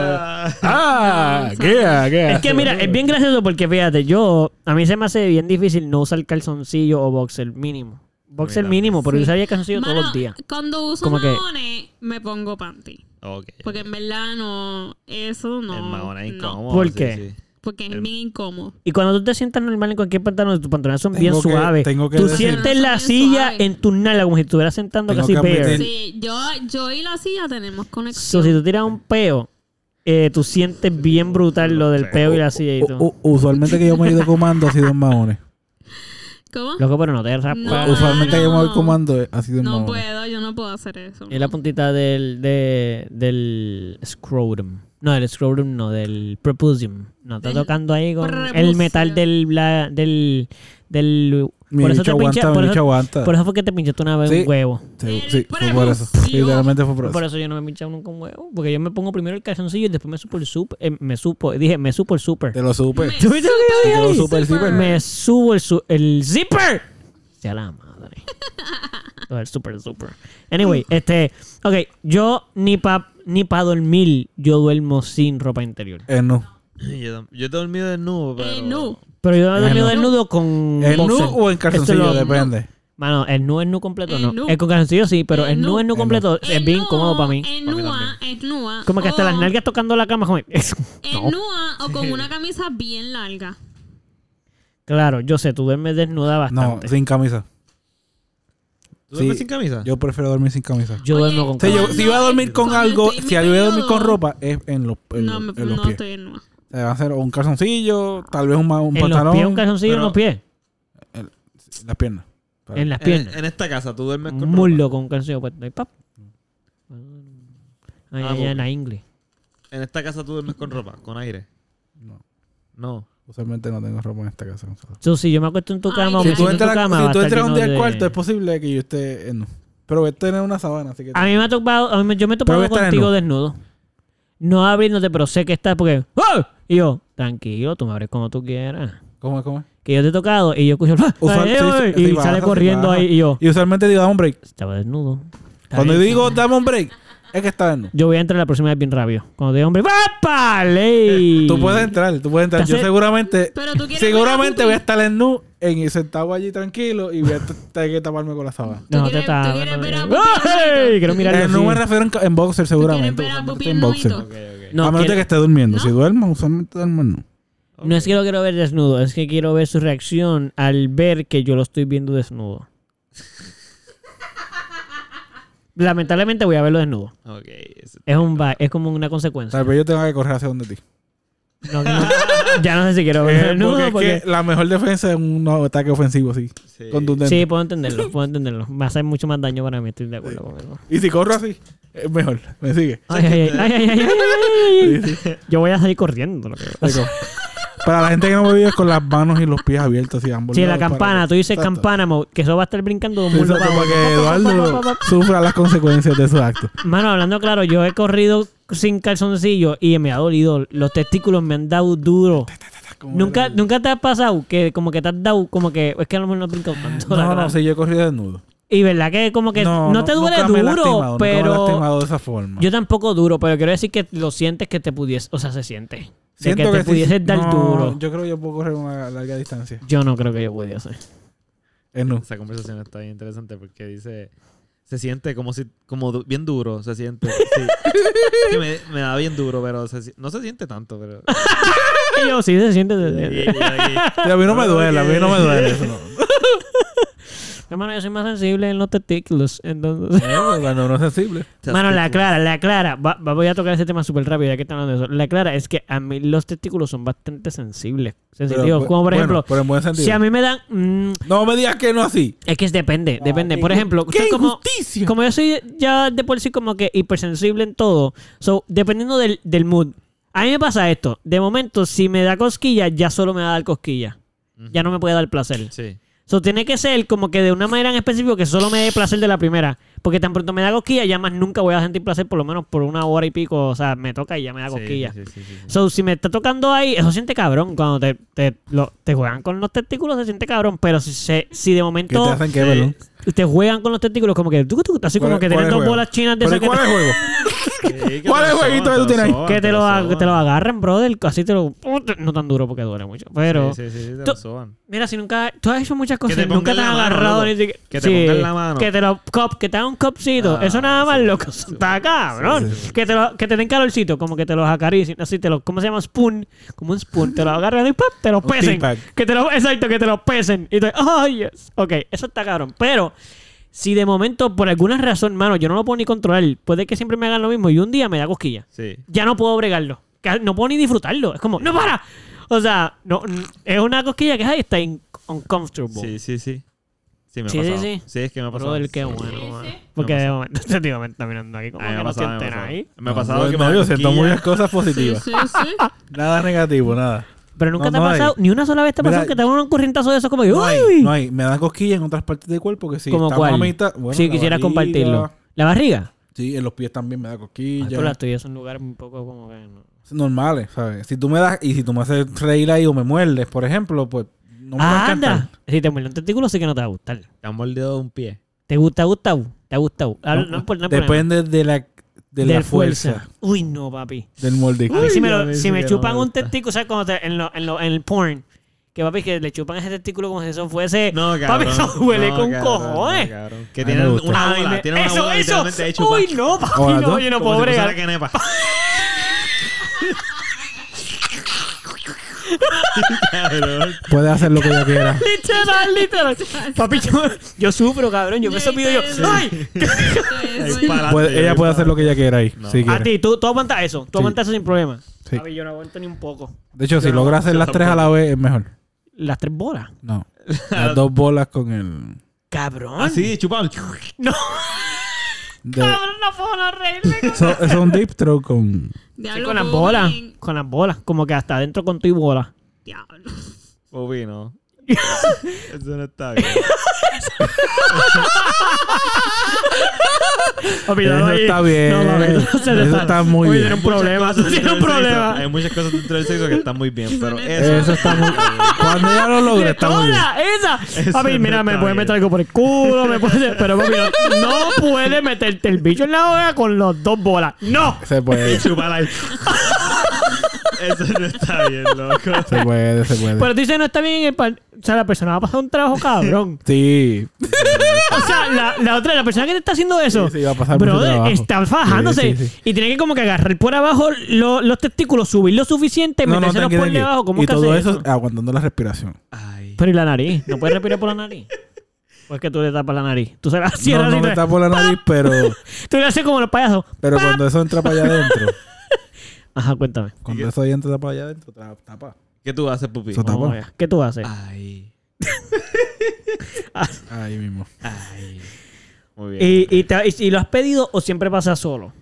Speaker 2: Ah,
Speaker 4: No,
Speaker 2: ¿qué? ¿Qué?
Speaker 1: Es que mira, es bien gracioso porque fíjate, yo a mí se me hace bien difícil no usar calzoncillo o boxer mínimo. Boxer mínimo, pero yo sabía calzoncillo
Speaker 4: Mano,
Speaker 1: todos los días.
Speaker 4: Cuando uso
Speaker 1: Como que-
Speaker 4: maones, me pongo panty.
Speaker 3: [laughs] Ok.
Speaker 4: Porque en verdad no, eso no.
Speaker 3: el mahón es
Speaker 4: no,
Speaker 3: incómodo.
Speaker 1: ¿Por
Speaker 3: sí,
Speaker 1: qué?
Speaker 3: sí.
Speaker 4: porque es
Speaker 3: El-
Speaker 4: bien incómodo.
Speaker 1: Y cuando tú te sientas normal en cualquier pantalón, tus pantalones son
Speaker 2: Tengo
Speaker 1: bien
Speaker 2: que-
Speaker 1: suaves.
Speaker 2: tengo que
Speaker 1: tú
Speaker 2: decir-
Speaker 1: sientes
Speaker 4: Son
Speaker 1: la
Speaker 4: bien
Speaker 1: silla
Speaker 4: suaves.
Speaker 1: en tu nalga como si estuvieras sentando
Speaker 2: Tengo
Speaker 1: casi
Speaker 2: que
Speaker 1: bear.
Speaker 2: admitir-
Speaker 4: Sí, yo, yo y la silla tenemos
Speaker 1: So,
Speaker 4: conexión.
Speaker 1: si tú tiras un peo, eh, tú sientes bien brutal lo del peo y la silla y
Speaker 2: U-
Speaker 1: todo.
Speaker 2: u- usualmente que yo me he ido comando ha sido en maones.
Speaker 4: ¿Cómo?
Speaker 1: Loco, pero no te raspas.
Speaker 4: No.
Speaker 2: Usualmente que yo me voy comando eh, ha sido en
Speaker 4: No
Speaker 2: maones.
Speaker 4: puedo, yo no puedo hacer eso.
Speaker 1: Es la puntita del, de- del scrotum. No, del scrotum no, del prepucium. No, está
Speaker 4: Del
Speaker 1: tocando ahí con el
Speaker 4: prepucio.
Speaker 1: metal del... la- del, del
Speaker 2: Mi
Speaker 1: por, eso
Speaker 2: bicho
Speaker 1: te
Speaker 2: aguanta,
Speaker 1: pincha-
Speaker 2: mi
Speaker 1: por,
Speaker 2: bicho
Speaker 1: eso,
Speaker 2: aguanta.
Speaker 1: por eso fue que te pinchaste una vez
Speaker 2: Sí.
Speaker 1: un huevo.
Speaker 2: Sí,
Speaker 4: El
Speaker 2: sí, fue por eso.
Speaker 4: prepucio.
Speaker 2: Literalmente fue por eso.
Speaker 1: Por eso yo no me he pinchado nunca un huevo. Porque yo me pongo primero el calzoncillo y después me supo el super... eh, me supo... Dije, me supo el super.
Speaker 2: Te lo supe.
Speaker 4: Me
Speaker 1: ¿Tú viste lo que [laughs] yo
Speaker 2: Te lo
Speaker 1: dije ahí?
Speaker 2: supe el zipper.
Speaker 1: Me subo el, su- el zipper. Sea la madre. Todo el super, super. Anyway, este. Ok, yo ni pa, ni pa dormir, yo duermo sin ropa interior.
Speaker 2: Eh, no.
Speaker 3: Yo, tam- yo he dormido desnudo, pero.
Speaker 4: Eh, no.
Speaker 1: Pero yo he dormido
Speaker 2: no.
Speaker 1: desnudo con.
Speaker 2: ¿En nu
Speaker 1: boxer.
Speaker 2: o en
Speaker 1: Esto
Speaker 2: calzoncillo?
Speaker 1: es lo-
Speaker 2: Depende.
Speaker 1: Mano, el nu es nu completo,
Speaker 4: El
Speaker 1: no.
Speaker 4: nu.
Speaker 1: El con calzoncillo sí, pero
Speaker 4: El
Speaker 1: el nu
Speaker 4: Eh, nu.
Speaker 1: es nu
Speaker 2: El
Speaker 1: completo es bien incómodo para mí.
Speaker 4: En
Speaker 3: Para mí
Speaker 4: nua, en nua.
Speaker 1: Como que hasta
Speaker 4: o
Speaker 1: las nalgas tocando la cama, como-
Speaker 4: En
Speaker 1: No.
Speaker 4: nua o con una camisa bien larga.
Speaker 1: [laughs] Claro, yo sé, tú duermes desnuda
Speaker 2: No,
Speaker 1: bastante.
Speaker 2: sin camisa.
Speaker 3: ¿Tú duermes
Speaker 2: Sí.
Speaker 3: sin camisa?
Speaker 2: Yo prefiero dormir sin camisa.
Speaker 1: Yo
Speaker 4: Oye,
Speaker 1: duermo con
Speaker 2: O sea, yo- si voy a dormir con
Speaker 4: Cuando
Speaker 2: algo,
Speaker 4: estoy en
Speaker 2: si yo
Speaker 4: mi
Speaker 2: voy a dormir con
Speaker 4: periodo.
Speaker 2: ropa, es en los, en
Speaker 4: No,
Speaker 2: los-
Speaker 4: me-
Speaker 2: en los
Speaker 4: no
Speaker 2: pies.
Speaker 4: estoy en nua.
Speaker 2: O sea, va a ser un calzoncillo, tal vez un, ma- un
Speaker 1: En los
Speaker 2: pantalón.
Speaker 1: pies, un calzoncillo en
Speaker 3: pero-
Speaker 1: los pies.
Speaker 2: Las piernas. Claro.
Speaker 1: En las
Speaker 3: en,
Speaker 1: piernas.
Speaker 3: en esta casa, tú duermes
Speaker 1: un
Speaker 3: con.
Speaker 1: muslo con un calcetín puesto. Ahí, pap.
Speaker 2: Ah,
Speaker 1: Ahí,
Speaker 3: Ah,
Speaker 1: allá
Speaker 3: bueno.
Speaker 1: en la ingle.
Speaker 3: ropa. En esta casa, tú duermes con ropa, con aire.
Speaker 2: No.
Speaker 3: No.
Speaker 2: Usualmente no tengo ropa en esta casa. Gonzalo.
Speaker 1: So, si yo me acuesto en tu
Speaker 4: Ay,
Speaker 1: cama, o
Speaker 4: Si
Speaker 1: me
Speaker 2: Si tú
Speaker 1: siento en tu
Speaker 2: entras,
Speaker 1: cama, va
Speaker 2: si
Speaker 1: a
Speaker 2: tú
Speaker 1: estar
Speaker 2: entras un día
Speaker 1: lleno
Speaker 2: al
Speaker 1: de-
Speaker 2: cuarto, es posible que yo esté en nu. Pero voy a tener una sabana, así que.
Speaker 1: A mí me ha topado, a mí, yo me he
Speaker 2: Pero voy
Speaker 1: topado
Speaker 2: a estar
Speaker 1: contigo desnudo. No abriéndote, pero sé que estás porque. ¡Ah! Y yo, tranquilo, tú me abres cuando tú quieras.
Speaker 2: ¿Cómo es? ¿Cómo es?
Speaker 1: Que yo te he tocado y yo
Speaker 2: [laughs]
Speaker 1: escucho. ¡Ah!
Speaker 2: Usual-
Speaker 1: ¡Ay,
Speaker 2: sí,
Speaker 1: ay!
Speaker 2: sí,
Speaker 1: y
Speaker 2: sí,
Speaker 1: sale
Speaker 2: baja, sí,
Speaker 1: corriendo
Speaker 2: baja.
Speaker 1: ahí y yo,
Speaker 2: Y usualmente digo, dame un break.
Speaker 1: estaba desnudo. Está
Speaker 2: Cuando
Speaker 1: bien.
Speaker 2: digo, dame un break, es que está en nu.
Speaker 1: Yo voy a entrar la próxima vez bien rabio. Cuando diga, hombre, ¡vápale!
Speaker 2: Tú puedes entrar, tú puedes entrar.
Speaker 1: Te
Speaker 2: Yo
Speaker 1: hace-
Speaker 2: seguramente.
Speaker 4: Pero tú quieres
Speaker 2: Seguramente
Speaker 4: ver
Speaker 2: voy a
Speaker 4: la pupi.
Speaker 2: estar en nu, en, sentado allí tranquilo y voy a t- tener que taparme con la sábana.
Speaker 1: No, te
Speaker 4: ¿Tú quieres-
Speaker 1: estaba.
Speaker 4: tú quieres ver a
Speaker 1: hablando de-
Speaker 4: Pupi
Speaker 1: ¡Ay! Quiero
Speaker 4: desnudo?
Speaker 1: mirarlo
Speaker 2: Eh, no
Speaker 1: así.
Speaker 2: me refiero en, ca- en boxer, seguramente.
Speaker 4: ver a
Speaker 2: usualmente
Speaker 4: pupi
Speaker 2: estoy en
Speaker 4: nudito?
Speaker 2: boxer.
Speaker 4: Ok,
Speaker 1: No,
Speaker 2: a menos
Speaker 1: quiero-
Speaker 2: de que esté durmiendo.
Speaker 4: ¿No?
Speaker 2: Si duermo, usualmente duermo en nu.
Speaker 1: No es que lo quiero ver desnudo, es que quiero ver su reacción al ver que yo lo estoy viendo
Speaker 2: [laughs]
Speaker 1: desnudo. Lamentablemente voy a verlo desnudo.
Speaker 3: Ok. eso-
Speaker 1: Es un va- es como una consecuencia.
Speaker 2: Tal vez yo tenga que correr hacia donde ti.
Speaker 1: No, no, ya no sé si
Speaker 2: [laughs]
Speaker 1: quiero
Speaker 2: Eh,
Speaker 1: verlo desnudo [laughs]
Speaker 2: porque,
Speaker 1: porque,
Speaker 2: es que la mejor defensa es un ataque ofensivo así.
Speaker 3: sí.
Speaker 2: Contundente.
Speaker 1: Sí, puedo entenderlo, puedo entenderlo. Va a hacer mucho más daño para mí, estoy de acuerdo con eso.
Speaker 2: Y si corro así, es mejor. Me sigue.
Speaker 1: Ay, ay, ay, ay, ay, ay, ay, ay, ay. Yo voy a salir corriendo. Lo que
Speaker 2: Te cojo. Para la gente que no me vive es con las manos y los pies abiertos así ambos.
Speaker 1: Sí, la
Speaker 2: lados para
Speaker 1: campana,
Speaker 2: que-
Speaker 1: tú dices
Speaker 2: Exacto.
Speaker 1: campana, mo- que eso va a estar brincando de un
Speaker 2: Sí,
Speaker 1: muslo
Speaker 2: Exacto,
Speaker 1: para
Speaker 2: para
Speaker 1: otro.
Speaker 2: que Eduardo sufra las consecuencias de su acto.
Speaker 1: Mano, hablando claro, yo he corrido sin calzoncillo y me ha dolido. Los testículos me han dado duro. Nunca, nunca te ha pasado que como que te has dado, como que es que a lo mejor no he brincado tanto. la
Speaker 2: No, no,
Speaker 1: verdad.
Speaker 2: sí, yo he corrido desnudo.
Speaker 1: Y verdad que como que no, te duele
Speaker 2: nunca me he lastimado,
Speaker 1: duro,
Speaker 2: nunca me he
Speaker 1: pero
Speaker 2: lastimado de esa forma.
Speaker 1: yo tampoco duro, pero quiero decir que lo sientes que te pudiese, o sea, se siente. De que te
Speaker 2: sí,
Speaker 1: pudieses dar
Speaker 2: no,
Speaker 1: duro. Yo...
Speaker 2: Yo creo que yo puedo correr una larga distancia.
Speaker 1: no creo que yo pudiese. [laughs]
Speaker 2: Es no.
Speaker 3: Esa conversación está bien interesante porque dice. Se siente como si. Como du- bien duro, se siente.
Speaker 2: [laughs]
Speaker 3: Sí. Que me, me da bien duro, pero se si- no se siente
Speaker 2: [laughs]
Speaker 3: tanto, pero.
Speaker 1: Y yo sí se siente. se
Speaker 3: Y-
Speaker 1: siente.
Speaker 3: y aquí-
Speaker 1: [laughs] Eh,
Speaker 2: Sí, a mí no me duele, a mí no me duele eso. no.
Speaker 1: Hermano, yo soy más sensible en los testículos. Entonces.
Speaker 2: No, cuando uno es sensible.
Speaker 1: Mano, la clara, la clara. Va- va- voy a tocar ese tema súper rápido, ya que estamos hablando de eso. La clara es que a mí los testículos son bastante sensibles. Sensitivos.
Speaker 2: Pero,
Speaker 1: como por
Speaker 2: bueno,
Speaker 1: ejemplo,
Speaker 2: pero en buen sentido.
Speaker 1: si a mí me dan. mm,
Speaker 2: No me digas que no así.
Speaker 1: es que es depende, depende. Por ejemplo,
Speaker 2: Ah, ¡Qué
Speaker 1: soy como,
Speaker 2: injusticia!
Speaker 1: como yo soy ya de por sí como que hipersensible en todo, so, dependiendo del, del mood. A mí me pasa esto. De momento, si me da cosquilla, ya solo me va a dar cosquilla. Ya no me puede dar placer.
Speaker 3: Sí.
Speaker 1: So, tiene que ser como que de una manera en específico que solo me dé placer de la primera. Porque tan pronto me da cosquilla, ya más nunca voy a sentir placer por lo menos por una hora y pico. O sea, me toca y ya me da cosquilla.
Speaker 3: Sí, sí, sí, sí.
Speaker 1: So, si me está tocando ahí, eso siente cabrón. Cuando te, te, lo- te juegan con los testículos, se siente cabrón. Pero si, se, si de
Speaker 2: ¿Qué te
Speaker 1: momento
Speaker 2: hacen que perdón?
Speaker 1: te juegan con los testículos, como que tuc, tuc, así
Speaker 2: ¿Cuál
Speaker 1: como
Speaker 2: es-
Speaker 1: que tienen
Speaker 2: cuál es
Speaker 1: dos
Speaker 2: juego?
Speaker 1: bolas chinas de
Speaker 2: ¿Pero
Speaker 1: esas que,
Speaker 2: cuál es
Speaker 1: te-
Speaker 2: el juego?
Speaker 3: Sí, que
Speaker 2: ¿Cuál
Speaker 3: te
Speaker 2: es el
Speaker 3: lo
Speaker 2: jueguito
Speaker 3: soban,
Speaker 2: que tú tienes ahí?
Speaker 3: soban,
Speaker 1: que te lo, ag-
Speaker 3: soban.
Speaker 1: te lo agarran, brother. Así te lo. uh, No tan duro porque duele mucho. Pero.
Speaker 3: Sí, sí, sí, sí, te
Speaker 1: Tú-
Speaker 3: lo soban.
Speaker 1: Mira, si nunca. Tú has hecho muchas cosas.
Speaker 3: te
Speaker 1: y nunca
Speaker 3: pongan
Speaker 1: te has
Speaker 3: la mano,
Speaker 1: agarrado
Speaker 3: loco.
Speaker 1: ni siquiera.
Speaker 3: Que te pongan la mano.
Speaker 1: Que te lo cop, que te hagan un copcito.
Speaker 3: Ah,
Speaker 1: Eso nada más,
Speaker 3: sí,
Speaker 1: loco. eso está cabrón.
Speaker 2: sí, sí.
Speaker 1: Que te lo, que te den calorcito, como que te los acaricien. Así te lo, ¿cómo se llama? Spoon. Como un spoon. Te lo agarran y ¡pap! te los
Speaker 2: Un
Speaker 1: pesen.
Speaker 2: tea bag.
Speaker 1: Que te lo, exacto, que te los pesen. Y tú, oh yes. Ok, eso está cabrón. Pero. Si de momento, por alguna razón, mano, yo no lo puedo ni controlar, puede que siempre me hagan lo mismo y un día me da cosquilla
Speaker 3: Sí.
Speaker 1: ya no puedo bregarlo. Ca- No puedo ni disfrutarlo. Es como, ¡no para! O sea, no, n- es una cosquilla que ay, está in- uncomfortable.
Speaker 3: Sí, sí, sí. Sí, me ha
Speaker 1: Sí, sí,
Speaker 3: pasado.
Speaker 1: sí.
Speaker 3: es que me ha pasado.
Speaker 1: Brother, qué bueno,
Speaker 4: Sí,
Speaker 1: mano.
Speaker 4: sí.
Speaker 1: Porque
Speaker 3: Me ha
Speaker 1: de momento [laughs] se te iba caminando aquí como
Speaker 3: A mí
Speaker 1: que
Speaker 3: me ha
Speaker 1: no
Speaker 3: pasado, me ha
Speaker 1: sienten
Speaker 3: pasado.
Speaker 1: ahí.
Speaker 3: Me ha pasado
Speaker 2: No,
Speaker 3: que
Speaker 2: no,
Speaker 3: me
Speaker 2: yo
Speaker 3: dan
Speaker 2: siento
Speaker 3: cosquillas.
Speaker 2: muchas cosas
Speaker 1: [laughs]
Speaker 4: Sí,
Speaker 2: positivas.
Speaker 4: sí, sí.
Speaker 2: Nada negativo, nada.
Speaker 1: Pero nunca
Speaker 2: No,
Speaker 1: te ha
Speaker 2: no
Speaker 1: pasado,
Speaker 2: hay.
Speaker 1: ni una sola vez te ha pasado
Speaker 2: Mira,
Speaker 1: que te hagan un corrientazo de esos como que,
Speaker 2: No hay,
Speaker 1: ¡uy!
Speaker 2: no hay. Me dan cosquillas en otras partes del cuerpo que sí.
Speaker 1: ¿Como
Speaker 2: estamos
Speaker 1: cuál?
Speaker 2: a mitad, bueno,
Speaker 1: si
Speaker 2: la
Speaker 1: quisieras
Speaker 2: barriga,
Speaker 1: compartirlo. ¿La barriga?
Speaker 2: Sí, en los pies también me da
Speaker 1: Ah, pero la
Speaker 2: cosquillas.
Speaker 1: tuya es un lugar un poco como que... no.
Speaker 2: Normales, eh, ¿sabes? Si tú me das y si tú me haces reír ahí o me muerdes, por ejemplo, pues no me va
Speaker 1: ¡Ah,
Speaker 2: a encantar.
Speaker 1: anda! Si te muerde un testículo sí que no te va a gustar.
Speaker 3: Te han mordido un pie.
Speaker 1: ¿Te gusta, gusta? ¿Te ha gustado? Ah, No,
Speaker 2: No,
Speaker 1: no, por- no, por-
Speaker 2: Depende de la, de la
Speaker 1: Del
Speaker 2: fuerza,
Speaker 1: Uy, no, papi.
Speaker 2: del
Speaker 1: [laughs]
Speaker 2: molde.
Speaker 1: A mí si me, lo-
Speaker 3: a mí
Speaker 1: si
Speaker 3: sí
Speaker 1: me
Speaker 3: que no
Speaker 1: chupan
Speaker 3: me
Speaker 1: un
Speaker 3: gusta.
Speaker 1: testículo, ¿sabes? Cuando te- en, lo- en, lo- en el porn. Que papi, que le chupan ese testículo como si eso fuese...
Speaker 3: No, cabrón.
Speaker 1: papi, eso [laughs] huele
Speaker 3: No,
Speaker 1: con
Speaker 3: cabrón,
Speaker 1: cojones.
Speaker 3: no, cabrón. que
Speaker 2: A mí me
Speaker 3: tienen
Speaker 2: gusta.
Speaker 3: una
Speaker 1: Ay, me-
Speaker 3: bola. Tienen una
Speaker 1: eso,
Speaker 3: bola
Speaker 1: eso.
Speaker 3: literalmente de chupa.
Speaker 1: Uy, no, papi.
Speaker 2: Ahora
Speaker 1: No,
Speaker 2: tú,
Speaker 1: yo no
Speaker 3: Como
Speaker 1: puedo
Speaker 3: si fuese
Speaker 1: bregar.
Speaker 3: la
Speaker 1: [laughs]
Speaker 3: canepa. Cabrón.
Speaker 2: Puede hacer lo que
Speaker 1: [laughs]
Speaker 2: yo quiera.
Speaker 1: Literal,
Speaker 4: [laughs]
Speaker 1: literal. Papi, yo, yo sufro, cabrón. Yo me
Speaker 4: Literal.
Speaker 1: pido yo. ¡Ay!
Speaker 4: Eso es.
Speaker 3: Ahí para
Speaker 2: Puede-
Speaker 3: adelante,
Speaker 2: ella puede
Speaker 3: ahí para
Speaker 2: hacer lo que ella quiera ahí. si
Speaker 1: A
Speaker 2: quiere.
Speaker 1: ti, tú, tú aguantas eso. Tú aguantas eso sin problema.
Speaker 2: Sí.
Speaker 1: Papi, yo no aguanto ni un poco.
Speaker 2: De hecho, si logra hacer las tres a la vez, es mejor.
Speaker 1: Las tres bolas.
Speaker 2: No. Las dos bolas con el.
Speaker 1: Cabrón.
Speaker 3: Así, chupado.
Speaker 1: No, [laughs]
Speaker 2: de-
Speaker 1: cabrón, no puedo no [laughs] reírme.
Speaker 2: so- es un deep throat con.
Speaker 1: Sí,
Speaker 4: Diablo,
Speaker 1: con las
Speaker 4: Bobby.
Speaker 1: bolas. Con las bolas. Como que hasta adentro con tu y bola.
Speaker 4: Diablo.
Speaker 1: [laughs]
Speaker 3: Uy, no. Eso no está bien.
Speaker 1: Papi,
Speaker 2: Eso
Speaker 1: dale ahí.
Speaker 2: está bien.
Speaker 1: No, papi, no se le
Speaker 2: Eso está muy
Speaker 1: Oye,
Speaker 2: bien.
Speaker 1: tiene un problema.
Speaker 3: Muchas cosas
Speaker 1: Tiene un
Speaker 3: dentro del
Speaker 1: problema.
Speaker 3: sexo. Hay muchas cosas dentro del sexo que están muy bien, pero eso.
Speaker 2: Eso está muy. Cuando ella lo logre, está muy bien.
Speaker 1: ¡Hola!
Speaker 2: [laughs]
Speaker 1: ¡Esa!
Speaker 3: Eso
Speaker 1: papi,
Speaker 3: no
Speaker 1: mira, me
Speaker 3: está
Speaker 1: puede
Speaker 3: bien.
Speaker 1: meter algo por el culo, me puede... Pero papi, no, no puede meterte el bicho en la boca con los dos bolas. ¡No!
Speaker 2: Se puede, se
Speaker 1: [laughs]
Speaker 3: Chupala ahí. Eso no está bien, loco.
Speaker 2: puede, se puede.
Speaker 1: Pero tú dices, no está bien en el pan... O sea, la persona va a pasar un trabajo cabrón.
Speaker 2: Sí.
Speaker 1: O sea, la, la otra, la persona que te está haciendo eso...
Speaker 2: Sí, sí, va a pasar mucho
Speaker 1: brother,
Speaker 2: trabajo.
Speaker 1: está fajándose.
Speaker 2: Sí, sí, sí.
Speaker 1: Y tiene que como que agarrar por abajo lo- los testículos, subir lo suficiente,
Speaker 2: No, no,
Speaker 1: metérselos
Speaker 2: tranqui,
Speaker 1: por
Speaker 2: tranqui.
Speaker 1: debajo. ¿Cómo
Speaker 2: Y
Speaker 1: que
Speaker 2: todo
Speaker 1: hace
Speaker 2: eso aguantando la respiración.
Speaker 3: Ay.
Speaker 1: Pero y la nariz, no puedes respirar por la nariz. [laughs] Pues que tú le tapas la nariz. Tú se la cierras
Speaker 2: no, no
Speaker 1: y
Speaker 2: me
Speaker 1: te-
Speaker 2: tapo la nariz, pero,
Speaker 1: tú le haces como los payasos.
Speaker 2: pero cuando eso entra para allá [laughs] adentro,
Speaker 1: Ajá, cuéntame.
Speaker 2: cuando eso entra para allá adentro, tra- tapa.
Speaker 3: ¿Qué tú haces, pupi?
Speaker 2: Eso tapa.
Speaker 1: Vamos allá. ¿Qué tú haces?
Speaker 3: Ah, Ay.
Speaker 2: Ahí mismo.
Speaker 3: Ay. Muy bien.
Speaker 1: ¿Y, y, te- y- y lo has pedido o siempre pasa solo?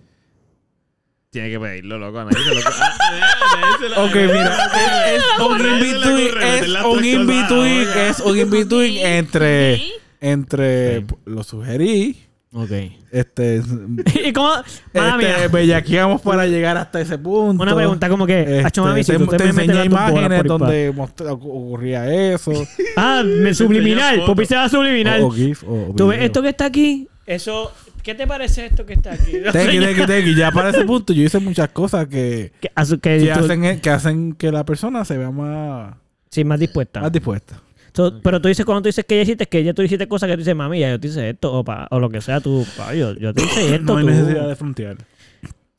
Speaker 3: Tiene que Ah, pedirlo, loco. A nadie se lo a nadie se [laughs] lo-
Speaker 2: Ok, mira. Es un
Speaker 3: Nadie se le
Speaker 2: in-between.
Speaker 3: ocurre meter
Speaker 2: Es
Speaker 3: las
Speaker 2: un
Speaker 3: tres cosas
Speaker 2: in-between.
Speaker 3: ahora.
Speaker 2: Es un in-between entre. Entre. Lo sugerí.
Speaker 1: Ok.
Speaker 2: Este.
Speaker 1: [laughs] ¿Y cómo? Mala
Speaker 2: Este,
Speaker 1: mía.
Speaker 2: bellaqueamos para llegar hasta ese punto.
Speaker 1: Una pregunta como que,
Speaker 2: Este,
Speaker 1: "Acho, mami, si
Speaker 2: te
Speaker 1: tú te
Speaker 2: te
Speaker 1: me metes
Speaker 2: enseñé
Speaker 1: las dos bolas
Speaker 2: imágenes
Speaker 1: por ahí
Speaker 2: donde mostra- ocurría eso.
Speaker 1: Ah,
Speaker 2: [laughs]
Speaker 1: me subliminal.
Speaker 3: foto.
Speaker 1: Popi se va a subliminal.
Speaker 2: o, o GIF. O, o
Speaker 1: ¿Tú ves
Speaker 2: video.
Speaker 1: esto que está aquí? Eso. ¿Qué te parece esto que está [laughs] aquí? No sé,
Speaker 2: Tequi, tequi, tequi. Ya para ese punto yo hice muchas cosas que,
Speaker 1: que- a su- que
Speaker 2: que,
Speaker 1: tú-
Speaker 2: hacen, e, que hacen que la persona se vea más,
Speaker 1: sí, más dispuesta.
Speaker 2: más dispuesta.
Speaker 1: So, Pero tú dices, cuando tú dices que ya hiciste, que ya tú hiciste cosas que tú dices, mami, ya yo te hice esto, o, pa- o lo que sea, tú, pa, yo, yo te hice esto.
Speaker 2: [laughs] No hay
Speaker 1: tú.
Speaker 2: necesidad de frontear.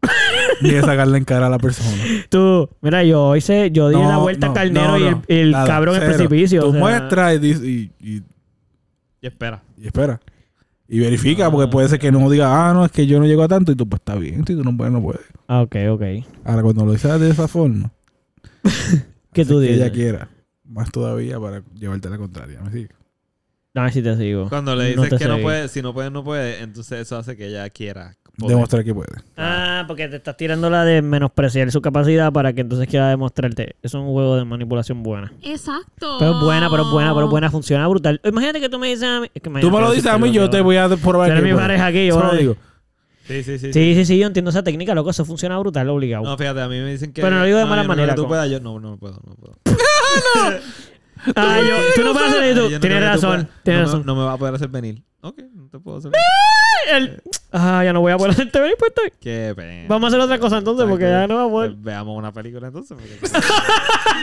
Speaker 2: [laughs] Ni de sacarle en cara a la persona.
Speaker 1: Tú, mira, yo hice, yo di
Speaker 2: No,
Speaker 1: la vuelta
Speaker 2: no,
Speaker 1: al carnero
Speaker 2: no,
Speaker 1: y el,
Speaker 2: no.
Speaker 1: el
Speaker 2: Nada,
Speaker 1: cabrón en
Speaker 2: cero.
Speaker 1: precipicio.
Speaker 2: Tú
Speaker 1: o sea,
Speaker 2: muestras y, dices- y, y
Speaker 3: Y espera.
Speaker 2: Y espera. Y verifica, porque puede ser que no diga, ah, no, es que yo no llego a tanto. Y tú, pues está bien, si tú no puedes, no puedes.
Speaker 1: Ah, ok, ok.
Speaker 2: Ahora, cuando lo dices de esa forma,
Speaker 1: ¿Qué tú
Speaker 2: que ella
Speaker 1: dices?
Speaker 2: quiera. Más todavía para llevarte la contraria. ¿me sigues?
Speaker 1: Dame si te sigo.
Speaker 3: Cuando le
Speaker 1: No
Speaker 3: dices
Speaker 1: te
Speaker 3: que no
Speaker 1: seguí.
Speaker 3: puede, si no puede, no puede, entonces eso hace que ella quiera. poder.
Speaker 2: Demostrar que puede.
Speaker 1: Ah, porque te estás tirando la de menospreciar su capacidad para que entonces quiera demostrarte. Eso es un juego de manipulación buena.
Speaker 4: Exacto.
Speaker 1: Pero es buena, pero es buena, pero es buena. Funciona brutal. Imagínate que tú me dices a mí... es que
Speaker 2: Tú me lo
Speaker 1: imagínate,
Speaker 2: dices a mí, yo te voy a probar.
Speaker 1: Tú eres
Speaker 2: que
Speaker 1: mi
Speaker 2: puedes.
Speaker 1: pareja aquí, yo
Speaker 2: Eso
Speaker 1: ahora
Speaker 2: lo
Speaker 1: digo.
Speaker 2: digo.
Speaker 3: Sí, sí, sí.
Speaker 1: Sí, sí, sí, yo entiendo esa técnica, loco. Eso funciona brutal, obligado. Ah,
Speaker 3: No, fíjate, a mí me dicen que.
Speaker 1: Pero no lo digo de
Speaker 3: yo
Speaker 1: mala
Speaker 3: creo que
Speaker 1: manera,
Speaker 3: Tú
Speaker 1: con-
Speaker 3: puedas, yo no, no puedo,
Speaker 1: [laughs]
Speaker 3: no puedo.
Speaker 1: Ah, yo, tú no puedes hacer
Speaker 3: Yo
Speaker 1: eso.
Speaker 3: no
Speaker 1: tienes
Speaker 3: creo que tú
Speaker 1: razón,
Speaker 3: puedas-
Speaker 1: tienes
Speaker 3: no me-
Speaker 1: razón.
Speaker 3: No me va a poder hacer venir. Ok, no te puedo hacer
Speaker 1: El- Ah, ya no voy a
Speaker 2: [laughs]
Speaker 1: poder hacerte venir, pues estoy.
Speaker 3: Qué pena.
Speaker 1: Vamos a hacer otra cosa entonces, porque ya no va a poder.
Speaker 3: Pues Veamos una película entonces. porque-
Speaker 1: [laughs]
Speaker 3: [laughs]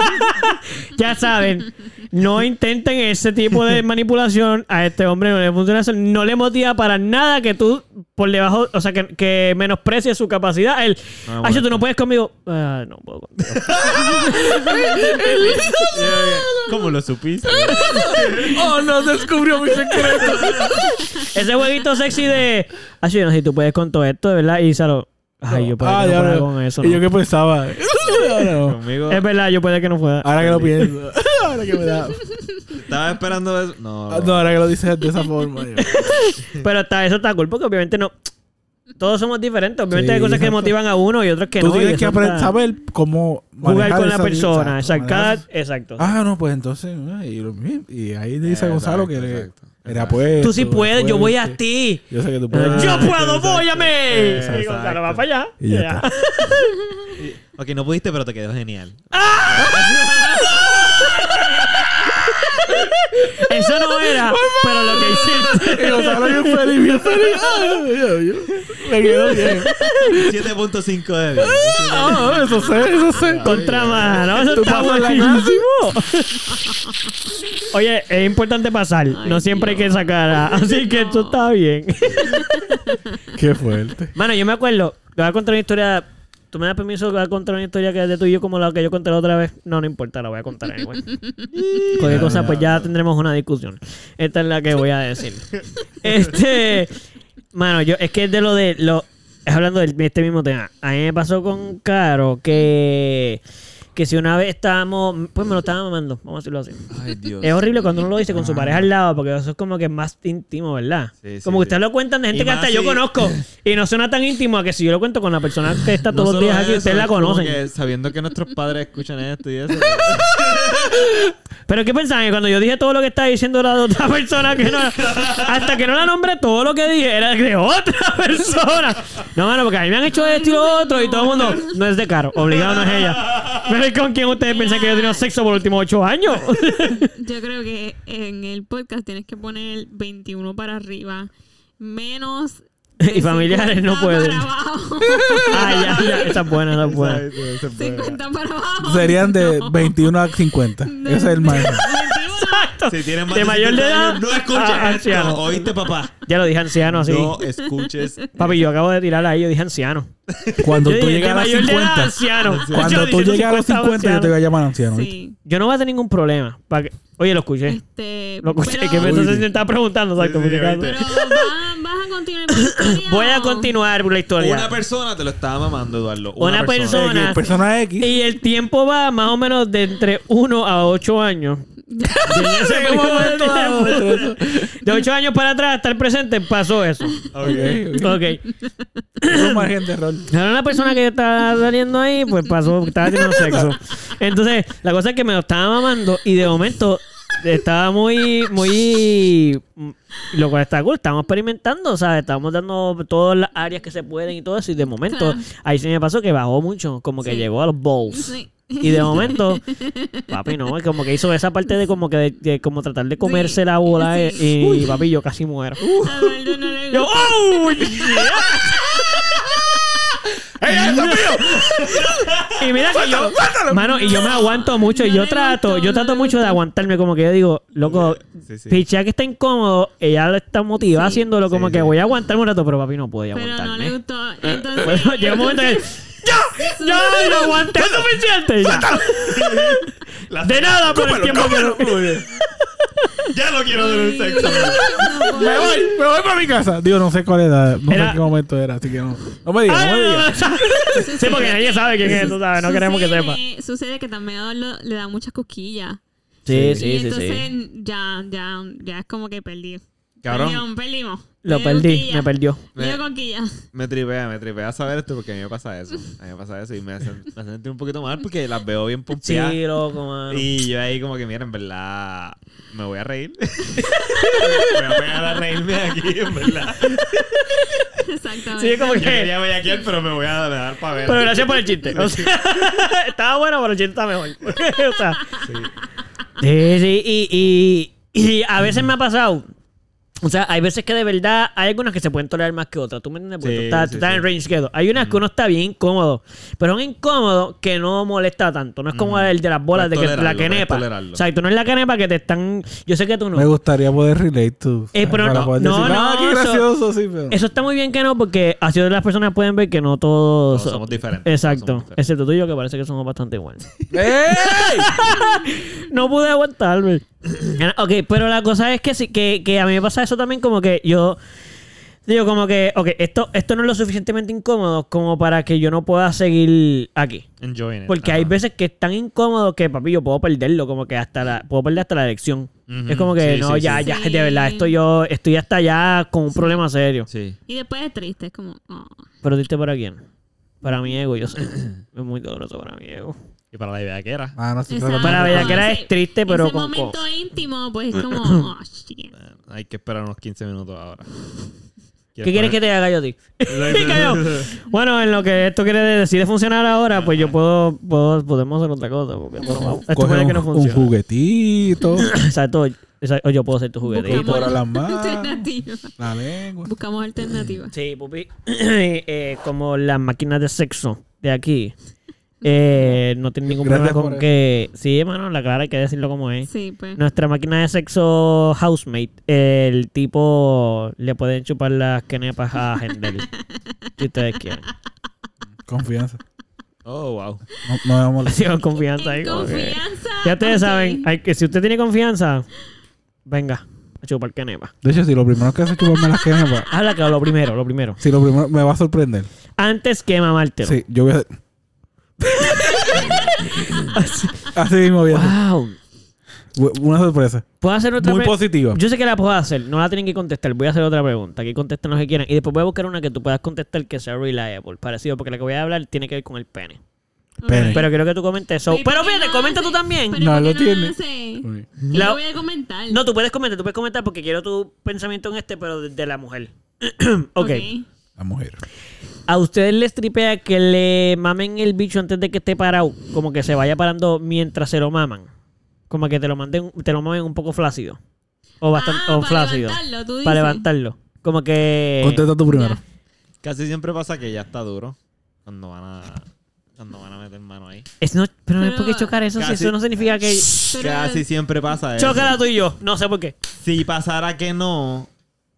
Speaker 1: Ya saben, no intenten ese tipo
Speaker 2: [laughs]
Speaker 1: de manipulación. A este hombre no le funciona eso. No le motiva para nada que tú por debajo, o sea, que, que menosprecies su capacidad. Él,
Speaker 2: Ah,
Speaker 3: No me
Speaker 1: "Ay,
Speaker 3: molesta.
Speaker 1: tú no puedes conmigo. Ah, no puedo contigo.
Speaker 3: ¿Cómo
Speaker 1: [laughs]
Speaker 3: lo supiste?
Speaker 2: Oh, no, descubrió mi secreto.
Speaker 1: Ese jueguito sexy de. Ay, yo no sé si tú puedes con todo esto, de verdad. Y Salo, ay, yo puedo
Speaker 2: Ah,
Speaker 1: que no
Speaker 2: ya
Speaker 1: pueda
Speaker 2: veo.
Speaker 1: con eso.
Speaker 2: Y
Speaker 1: ¿no".
Speaker 2: yo qué pensaba. [laughs] Ahora no.
Speaker 3: Conmigo.
Speaker 1: Es verdad, yo puede que no pueda.
Speaker 2: Ahora que
Speaker 1: [laughs]
Speaker 2: lo pienso. [laughs] Ahora que me da.
Speaker 3: Estaba esperando eso. No.
Speaker 1: Oh.
Speaker 2: Ah, No, ahora que lo dices de esa forma. yo.
Speaker 1: Pero está, eso está cool porque obviamente no. Todos somos diferentes. Obviamente
Speaker 2: Sí,
Speaker 1: hay cosas que
Speaker 2: exacto.
Speaker 1: motivan a uno y otras [laughs] que
Speaker 2: Tú
Speaker 1: no. y
Speaker 2: tienes que
Speaker 1: eso está-
Speaker 2: aprender, saber cómo
Speaker 1: Jugar
Speaker 2: manejar
Speaker 1: con la
Speaker 2: esa-
Speaker 1: persona. Exacto.
Speaker 2: manejar
Speaker 1: Cada- exacto.
Speaker 2: Ah, no, pues entonces. ah, Y, lo mismo. y ahí le dice a Gonzalo que le-
Speaker 3: exacto,
Speaker 2: era pues.
Speaker 1: Tú sí puedes, yo voy a Ah. ti.
Speaker 2: Yo sé que tú puedes.
Speaker 1: yo puedo,
Speaker 3: exacto,
Speaker 1: voyame.
Speaker 3: exacto.
Speaker 1: Y Gonzalo va para allá.
Speaker 2: Y ya
Speaker 1: Ya.
Speaker 2: está.
Speaker 3: Ok, no pudiste, pero te quedó genial. ¡Ah!
Speaker 1: [laughs] Eso no
Speaker 2: [laughs]
Speaker 1: era, pero lo que hiciste.
Speaker 2: Y Gonzalo bien feliz, bien feliz.
Speaker 1: [laughs]
Speaker 2: Ah, yo- yo- Me quedó bien.
Speaker 3: 7.5 de vida.
Speaker 2: Ah, eso sé, eso sé.
Speaker 1: Contramano, eso está
Speaker 2: pasas la
Speaker 1: buenísimo. [laughs] Oye, es importante pasar. no siempre hay que sacar. a- [laughs] Así que esto está bien.
Speaker 2: Qué fuerte.
Speaker 1: Mano, yo me acuerdo. Te voy a contar una historia. ¿Tú me das permiso que voy a contar una historia que es de tú y yo como la que yo conté la otra vez? No, no importa, la voy a contar anyway. Cualquier cosa, pues ya tendremos una discusión. Esta es la que voy a decir. Este. Mano, yo, es que es de lo de. Lo, es hablando del- de este mismo tema. A mí me pasó con Caro que. Que si una vez estábamos. Pues me lo estaba mamando, vamos a decirlo así.
Speaker 3: Ay, Dios.
Speaker 1: Es horrible cuando uno lo dice con su pareja al lado, porque eso es como que más íntimo, ¿verdad?
Speaker 3: Sí, sí,
Speaker 1: como que
Speaker 3: sí.
Speaker 1: ustedes lo cuentan de gente
Speaker 3: Y
Speaker 1: que
Speaker 3: más
Speaker 1: hasta yo
Speaker 3: si-
Speaker 1: conozco. Y no suena tan íntimo a que si yo lo cuento con la persona que está
Speaker 3: No
Speaker 1: todos los
Speaker 3: solo
Speaker 1: días aquí,
Speaker 3: eso,
Speaker 1: ustedes la
Speaker 3: es como
Speaker 1: conocen.
Speaker 3: que sabiendo que nuestros padres escuchan esto
Speaker 1: [laughs]
Speaker 3: y eso.
Speaker 1: Pero ¿qué pensaban? Que Cuando yo dije todo lo que estaba diciendo la
Speaker 3: [laughs]
Speaker 1: otra persona, que no, hasta que no la nombré, todo lo que dije era de otra [laughs] persona. No, mano, porque a mí me han hecho esto y lo otro y todo el mundo, no es de caro, obligado no es ella. Pero ¿y con quién ustedes piensan que yo he tenido sexo por los últimos ocho años? [laughs]
Speaker 4: Yo creo que en el podcast tienes que poner 21 para arriba. Menos. de
Speaker 1: [laughs] Y familiares no
Speaker 4: 50
Speaker 1: pueden. [laughs]
Speaker 4: Para abajo. [laughs]
Speaker 1: Ay, ya, ya, esa es buena, esa es buena.
Speaker 4: 50 para
Speaker 2: [laughs]
Speaker 4: abajo.
Speaker 2: Serían de
Speaker 4: No.
Speaker 2: 21 a 50. Ese es el máximo.
Speaker 4: 21.
Speaker 1: Exacto.
Speaker 3: Si tienen más
Speaker 1: de mayor de
Speaker 3: 50
Speaker 1: edad, ah,
Speaker 3: años, no
Speaker 1: a-
Speaker 3: escuches
Speaker 1: anciano.
Speaker 3: esto. ¿Oíste, papá?
Speaker 1: Ya lo dije anciano así.
Speaker 3: No
Speaker 1: [laughs]
Speaker 3: escuches.
Speaker 1: Papi, yo acabo de tirar ahí, yo dije anciano.
Speaker 2: Cuando
Speaker 1: Yo
Speaker 2: tú
Speaker 1: dije,
Speaker 2: llegas
Speaker 1: de
Speaker 2: a los
Speaker 1: mayor de edad,
Speaker 2: 50.
Speaker 1: anciano. [laughs]
Speaker 2: Cuando
Speaker 1: Yo
Speaker 2: tú
Speaker 1: diciendo
Speaker 2: llegas a los 50, yo te voy a llamar anciano. ¿viste?
Speaker 4: Sí.
Speaker 1: Yo no voy a tener ningún problema. para que- Oye, lo escuché.
Speaker 4: Este.
Speaker 1: Lo escuché.
Speaker 4: pero-
Speaker 1: pues, que me, entonces
Speaker 2: Uy.
Speaker 1: me estaba preguntando, exacto.
Speaker 3: Sí, sí,
Speaker 1: porque-
Speaker 3: viste.
Speaker 4: Pero vas, vas a continuar con la historia,
Speaker 1: [laughs] Voy a
Speaker 4: ¿o?
Speaker 1: continuar la historia.
Speaker 3: Una persona te lo estaba mamando, Eduardo.
Speaker 1: Una persona.
Speaker 2: Eh, que Persona X.
Speaker 1: Y el tiempo va más o menos de entre 1 a 8
Speaker 2: [laughs]
Speaker 1: años. Y en ese
Speaker 2: Llega
Speaker 1: periodo
Speaker 2: un
Speaker 1: de,
Speaker 2: momento
Speaker 1: [laughs]
Speaker 2: dado,
Speaker 1: tiempo, de 8 años para atrás hasta el presente pasó eso.
Speaker 2: Ok, ok.
Speaker 1: Ok.
Speaker 2: Un margen
Speaker 1: [laughs]
Speaker 2: de error.
Speaker 1: Era una persona que estaba saliendo ahí, pues pasó, estaba teniendo sexo. Entonces, la cosa es que me lo estaba mamando y de momento estaba muy, muy. Lo cual está cool, estábamos experimentando, ¿sabes? Estábamos dando todas las áreas que se pueden y todo eso. Y de momento, ahí sí me pasó que bajó mucho, como que
Speaker 4: Sí.
Speaker 1: llegó a los bowls.
Speaker 4: Sí.
Speaker 1: Y de momento, papi, no, es como que hizo esa parte de como que de, de como tratar de comerse la bola eh, y, papi, yo casi muero.
Speaker 4: A Eduardo no le
Speaker 1: [laughs] Yo,
Speaker 4: gusta.
Speaker 1: ¡oh! yeah! Y mira que yo,
Speaker 4: [laughs]
Speaker 1: mano, y yo me aguanto mucho y
Speaker 4: No
Speaker 1: yo
Speaker 4: le
Speaker 1: trato,
Speaker 4: gustó,
Speaker 1: yo
Speaker 4: no
Speaker 1: trato
Speaker 4: le
Speaker 1: mucho de
Speaker 4: gustó.
Speaker 1: aguantarme como que yo digo, loco,
Speaker 3: Sí, sí.
Speaker 1: pichea que está incómodo, ella lo está motivada haciéndolo como
Speaker 3: sí,
Speaker 1: que
Speaker 3: sí.
Speaker 1: voy a aguantarme un rato, pero papi no podía
Speaker 4: Pero no
Speaker 1: aguantarme.
Speaker 4: le
Speaker 1: [laughs]
Speaker 4: gustó. Entonces. [laughs]
Speaker 1: Bueno, llega un momento que yo no aguanté [laughs]
Speaker 3: [laughs]
Speaker 1: suficiente. y ya. De nada por el tiempo que no-
Speaker 3: Ya no quiero tener sexo.
Speaker 4: No,
Speaker 2: Me voy,
Speaker 1: pues,
Speaker 2: me voy para mi casa. Digo, no sé cuál era, no sé
Speaker 1: Era- Ah,
Speaker 2: en qué momento era, así que no. No me digas, no me digas.
Speaker 1: [laughs] sí, porque nadie sabe quién es, tú sabes, no queremos que sepa.
Speaker 4: Sucede- Sucede que también a Dolo le da muchas cosquillas.
Speaker 1: Sí,
Speaker 4: y
Speaker 1: sí, sí,
Speaker 4: entonces
Speaker 1: sí.
Speaker 4: ya, ya, ya es como que perdí.
Speaker 3: Cabrón.
Speaker 4: Perdimos, perdimos.
Speaker 1: Lo
Speaker 4: Le dio
Speaker 1: perdí,
Speaker 4: cosquillas.
Speaker 1: me perdió.
Speaker 4: Le dio cosquillas.
Speaker 3: Me tripea, me tripea saber esto porque a mí me pasa eso. A mí me pasa eso y me hace, me hace sentir un poquito mal porque las veo bien pompeadas.
Speaker 1: Sí, loco, mano.
Speaker 3: Y yo ahí como que, mira, en verdad, me voy
Speaker 1: [laughs]
Speaker 3: a reír. [laughs] me voy a pegar a reírme aquí, en verdad.
Speaker 4: [laughs] Exactamente.
Speaker 1: Sí, es como
Speaker 3: Yo
Speaker 1: que.
Speaker 3: quería bellaquear, pero me voy a dar para ver.
Speaker 1: Pero gracias por el chiste.
Speaker 3: [laughs]
Speaker 1: O sea, [laughs] estaba bueno, pero el chiste está mejor. [laughs] o sea, sí, sí. Y, y, y a veces me ha pasado. O sea, hay veces que de verdad hay algunas que se pueden tolerar más que otras. ¿Tú me entiendes? Porque
Speaker 3: Sí,
Speaker 1: tú estás, tú
Speaker 3: sí,
Speaker 1: estás
Speaker 3: sí.
Speaker 1: en range que Hay unas que uno está bien incómodo. Pero es un incómodo que no molesta tanto. No es como el de las bolas,
Speaker 3: Puedes
Speaker 1: de que la
Speaker 3: tolerarlo, puedes
Speaker 1: quenepa.
Speaker 3: tolerarlo.
Speaker 1: O sea, tú no es la quenepa que te están. Yo sé que tú no.
Speaker 2: Me gustaría poder relate tú.
Speaker 1: Eh, pero
Speaker 2: Para
Speaker 1: no,
Speaker 2: poder
Speaker 1: no,
Speaker 2: decir, ah,
Speaker 1: no,
Speaker 2: qué
Speaker 1: eso-
Speaker 2: gracioso, sí, pero.
Speaker 1: Eso está muy bien que no, porque así las personas pueden ver que no todos.
Speaker 3: Todos somos diferentes,
Speaker 1: Exacto.
Speaker 3: todos somos diferentes.
Speaker 1: Excepto tú y yo, que parece que somos bastante iguales.
Speaker 2: [laughs] ¡Ey!
Speaker 1: [laughs] no pude
Speaker 3: [clears throat]
Speaker 1: aguantarme. ok, pero la cosa es que, sí, que, que a mí me pasa eso también, como que yo. Digo, como que, ok, esto, esto no es lo suficientemente incómodo como para que yo no pueda seguir aquí.
Speaker 3: Enjoying it.
Speaker 1: Porque hay
Speaker 3: Ajá.
Speaker 1: veces que es tan incómodo que, papi, yo puedo perderlo, como que hasta la, puedo perder hasta la elección.
Speaker 3: Ujú,
Speaker 1: Es como que,
Speaker 3: sí,
Speaker 1: no,
Speaker 3: sí,
Speaker 1: ya,
Speaker 3: sí,
Speaker 1: ya,
Speaker 4: sí.
Speaker 1: de verdad, estoy yo, estoy hasta allá con un problema serio.
Speaker 3: Sí.
Speaker 4: Y después es triste, es como. oh.
Speaker 1: ¿Pero diste para quién? Para mi ego, yo sé. [clears throat] Es muy doloroso para mi ego.
Speaker 3: Y para la idea que era.
Speaker 2: Ah, no sé.
Speaker 4: Exacto.
Speaker 1: Para bellaquera
Speaker 4: Como
Speaker 1: es
Speaker 4: ese-
Speaker 1: triste, pero
Speaker 4: ese
Speaker 1: con-
Speaker 4: momento íntimo, pues es como. Oh, shit.
Speaker 3: Hay que esperar unos 15 minutos ahora.
Speaker 1: Ah. ¿Qué quieres que te haga yo a ti? [laughs] Cayó. bueno, en lo que esto quiere decir de funcionar ahora, pues yo puedo, puedo podemos hacer otra cosa. Porque esto no va- esto
Speaker 2: Coge
Speaker 1: puede
Speaker 2: un,
Speaker 1: que no
Speaker 2: un
Speaker 1: funcione. [laughs]
Speaker 2: juguetito,
Speaker 1: [coughs] Exacto. exacto, O yo puedo ser tu juguete.
Speaker 4: Buscamos
Speaker 2: por las manos.
Speaker 4: alternativas.
Speaker 2: la lengua.
Speaker 4: Buscamos alternativas.
Speaker 1: Sí, pupi. [coughs] Eh, como las máquinas de sexo de aquí. Eh, no tiene ningún
Speaker 2: Gracias
Speaker 1: problema
Speaker 2: por
Speaker 1: con que... Sí, hermano, la clara hay que decirlo como es.
Speaker 4: Sí, pues.
Speaker 1: Nuestra máquina de sexo housemate, el tipo le pueden chupar las quenepas a Hendel. si ustedes quieren. [laughs]
Speaker 2: Confianza.
Speaker 3: Oh, wow.
Speaker 2: No, no me molesta.
Speaker 1: Así con confianza ahí.
Speaker 4: En
Speaker 1: como que-
Speaker 4: confianza.
Speaker 1: Ya ustedes
Speaker 4: ok.
Speaker 1: saben, hay que, si usted tiene confianza, venga a chupar quenepa.
Speaker 2: De hecho, si lo primero que hace es chuparme las pues, quenepas,
Speaker 1: Habla claro, lo primero, lo primero.
Speaker 2: si lo primero me va a sorprender.
Speaker 1: Antes que mamártelo.
Speaker 2: Sí, yo voy a hacer. Así mismo voy a hacer.
Speaker 1: Wow.
Speaker 2: Una sorpresa.
Speaker 1: Puedo hacer otra
Speaker 2: Muy
Speaker 1: pre-
Speaker 2: positiva.
Speaker 1: Yo sé que la puedo hacer, no la tienen que contestar. Voy a hacer otra pregunta, que contesten los que quieran. Y después voy a buscar una que tú puedas contestar que sea reliable, parecido, porque la que voy a hablar tiene que ver con el pene.
Speaker 2: Pene.
Speaker 1: Pero quiero que tú comentes eso.
Speaker 4: ¿Y por
Speaker 1: Pero
Speaker 4: qué
Speaker 1: fíjate,
Speaker 4: no
Speaker 1: comenta
Speaker 4: hace?
Speaker 1: tú también.
Speaker 4: ¿Pero
Speaker 2: No
Speaker 4: por qué
Speaker 2: lo tiene.
Speaker 4: hace?
Speaker 2: Sí.
Speaker 4: Yo
Speaker 1: La-
Speaker 4: voy a comentar.
Speaker 1: No, tú puedes comentar, tú puedes comentar porque quiero tu pensamiento en este, pero desde la mujer. [clears throat] ok.
Speaker 4: Ok.
Speaker 2: La mujer.
Speaker 1: ¿A ustedes les tripea que le mamen el bicho antes de que esté parado? Como que se vaya parando mientras se lo maman. Como que te lo manden, te lo mamen un poco flácido. O bastante,
Speaker 4: Ah,
Speaker 1: o
Speaker 4: para
Speaker 1: flácido.
Speaker 4: levantarlo, tú
Speaker 1: para
Speaker 4: dices.
Speaker 1: levantarlo. Como que.
Speaker 2: Contesta tú primero.
Speaker 3: Casi siempre pasa que ya está duro cuando van a, cuando van a meter mano ahí.
Speaker 1: Es no, pero no es
Speaker 4: Pero-
Speaker 1: porque chocar eso, si
Speaker 3: Casi-
Speaker 1: eso no significa que.
Speaker 4: Pero-
Speaker 3: Casi siempre pasa eso.
Speaker 1: Chócala tú y yo. No sé por qué.
Speaker 3: Si pasara que no.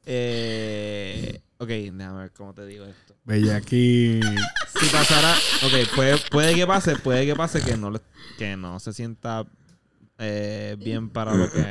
Speaker 3: Eh, ok, déjame ver cómo te digo esto.
Speaker 2: Bella aquí.
Speaker 3: Si pasara. Ok, puede, puede que pase, puede que pase que no, le- que no se sienta eh, bien para lo que.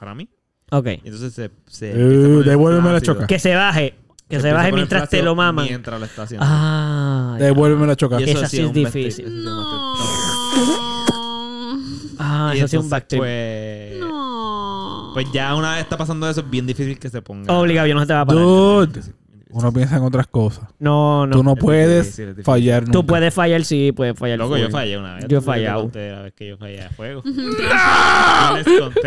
Speaker 3: Para mí.
Speaker 1: Ok.
Speaker 3: Y Entonces se. se
Speaker 2: Eh,
Speaker 3: empieza a poner
Speaker 2: devuélveme la
Speaker 3: flácido.
Speaker 2: choca.
Speaker 1: Que se baje. Que se,
Speaker 3: empieza a
Speaker 1: baje
Speaker 3: poner
Speaker 1: mientras te
Speaker 3: flácido
Speaker 1: lo maman.
Speaker 3: Mientras lo está haciendo.
Speaker 1: Ah. ya.
Speaker 2: Devuélveme la choca.
Speaker 3: Y
Speaker 1: esa sí es
Speaker 3: un bastid-
Speaker 1: difícil.
Speaker 3: eso sí es un bastid-
Speaker 4: No.
Speaker 1: Ah,
Speaker 3: Y
Speaker 1: eso sí es
Speaker 3: entonces,
Speaker 1: un backtrip.
Speaker 3: Pues,
Speaker 4: No.
Speaker 3: pues ya una vez está pasando eso, es bien difícil que se ponga.
Speaker 1: Obligado, yo no se te va a parar.
Speaker 2: Dude.
Speaker 3: Sí, bien difícil.
Speaker 2: Uno piensa en otras cosas.
Speaker 1: No, no.
Speaker 2: Tú no
Speaker 3: Es
Speaker 2: puedes
Speaker 3: difícil, es difícil.
Speaker 2: fallar nunca.
Speaker 1: Tú puedes fallar, sí, puedes fallar.
Speaker 3: Loco, yo
Speaker 1: full.
Speaker 3: fallé una vez.
Speaker 1: Yo he
Speaker 3: Yo
Speaker 1: fallado.
Speaker 3: conté La vez que yo fallé a fuego. Yo les conté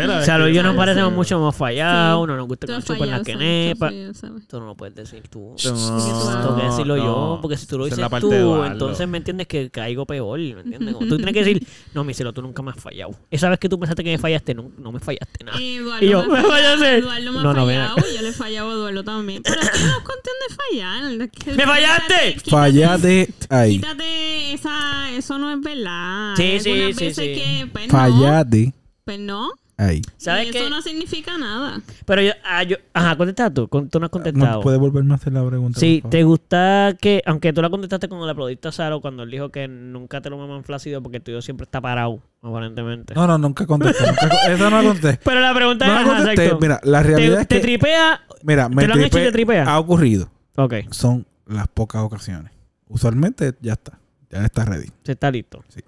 Speaker 3: la
Speaker 1: O
Speaker 3: vez
Speaker 1: sea,
Speaker 3: que
Speaker 1: los yo
Speaker 3: fallé
Speaker 1: nos
Speaker 3: a
Speaker 1: parecemos
Speaker 3: fuego.
Speaker 1: mucho más fallados,
Speaker 4: Sí.
Speaker 1: no nos gusta que
Speaker 4: Tú
Speaker 1: nos
Speaker 4: has
Speaker 1: chupen pues, la
Speaker 4: fallado, Sam, tú has
Speaker 1: quenepa.
Speaker 4: fallado, ¿sabes?
Speaker 1: Esto no lo puedes decir tú.
Speaker 3: No,
Speaker 1: Tengo que decirlo yo,
Speaker 3: no.
Speaker 1: porque si tú lo
Speaker 3: Esa es
Speaker 1: dices
Speaker 3: la parte de
Speaker 1: tú,
Speaker 3: Eduardo.
Speaker 1: entonces
Speaker 3: [laughs]
Speaker 1: me entiendes que caigo peor, ¿me entiendes? Como tú tienes que decir, no, mi cielo, tú nunca me has fallado. Esa vez que tú pensaste que me fallaste, no, no me fallaste nada.
Speaker 4: Eduardo
Speaker 1: Ah. [laughs] Y yo,
Speaker 4: me ha
Speaker 1: me voy a [laughs]
Speaker 4: fallado,
Speaker 1: hacer.
Speaker 4: Eduardo me ha
Speaker 1: No, no, ven
Speaker 4: fallado y yo le he fallado a Eduardo también. Pero es que no es cuestión de fallar. es que
Speaker 1: ¡Me fallaste!
Speaker 4: quítate- quítate-
Speaker 2: Fallate ahí.
Speaker 4: Quítate esa... Eso no es verdad.
Speaker 1: Sí,
Speaker 4: Hay
Speaker 1: sí,
Speaker 4: algunas
Speaker 1: sí,
Speaker 4: veces
Speaker 1: sí.
Speaker 4: que, pues, no,
Speaker 2: Fallate
Speaker 4: pues no.
Speaker 2: ahí.
Speaker 1: ¿Sabes
Speaker 4: Y
Speaker 1: qué?
Speaker 4: Eso no significa nada.
Speaker 1: Pero yo, ah, yo- Ajá, contesta tú. con- Tú no has contestado.
Speaker 2: ¿No puedes volverme a hacer la pregunta?
Speaker 1: Sí,
Speaker 2: por favor?
Speaker 1: ¿te gusta que, aunque tú la contestaste cuando le aplaudiste a Saro, cuando él dijo que nunca te lo maman flácido porque el tuyo siempre está parado, aparentemente?
Speaker 2: No, no, nunca contesté. nunca con- Eso no la
Speaker 1: [laughs]
Speaker 2: contesté.
Speaker 1: Pero la pregunta
Speaker 2: No la
Speaker 1: es... Pues, ajá,
Speaker 2: contesté.
Speaker 1: exacto.
Speaker 2: Mira, la realidad
Speaker 1: ¿Te,
Speaker 2: es
Speaker 1: te
Speaker 2: que...
Speaker 1: tripea?
Speaker 2: Mira, me
Speaker 1: te lo han hecho y
Speaker 2: tripe-
Speaker 1: te tripea?
Speaker 2: Ha ocurrido.
Speaker 1: Ok,
Speaker 2: Son las pocas ocasiones. Usualmente ya está. Ya está ready.
Speaker 1: se está listo.
Speaker 2: Sí.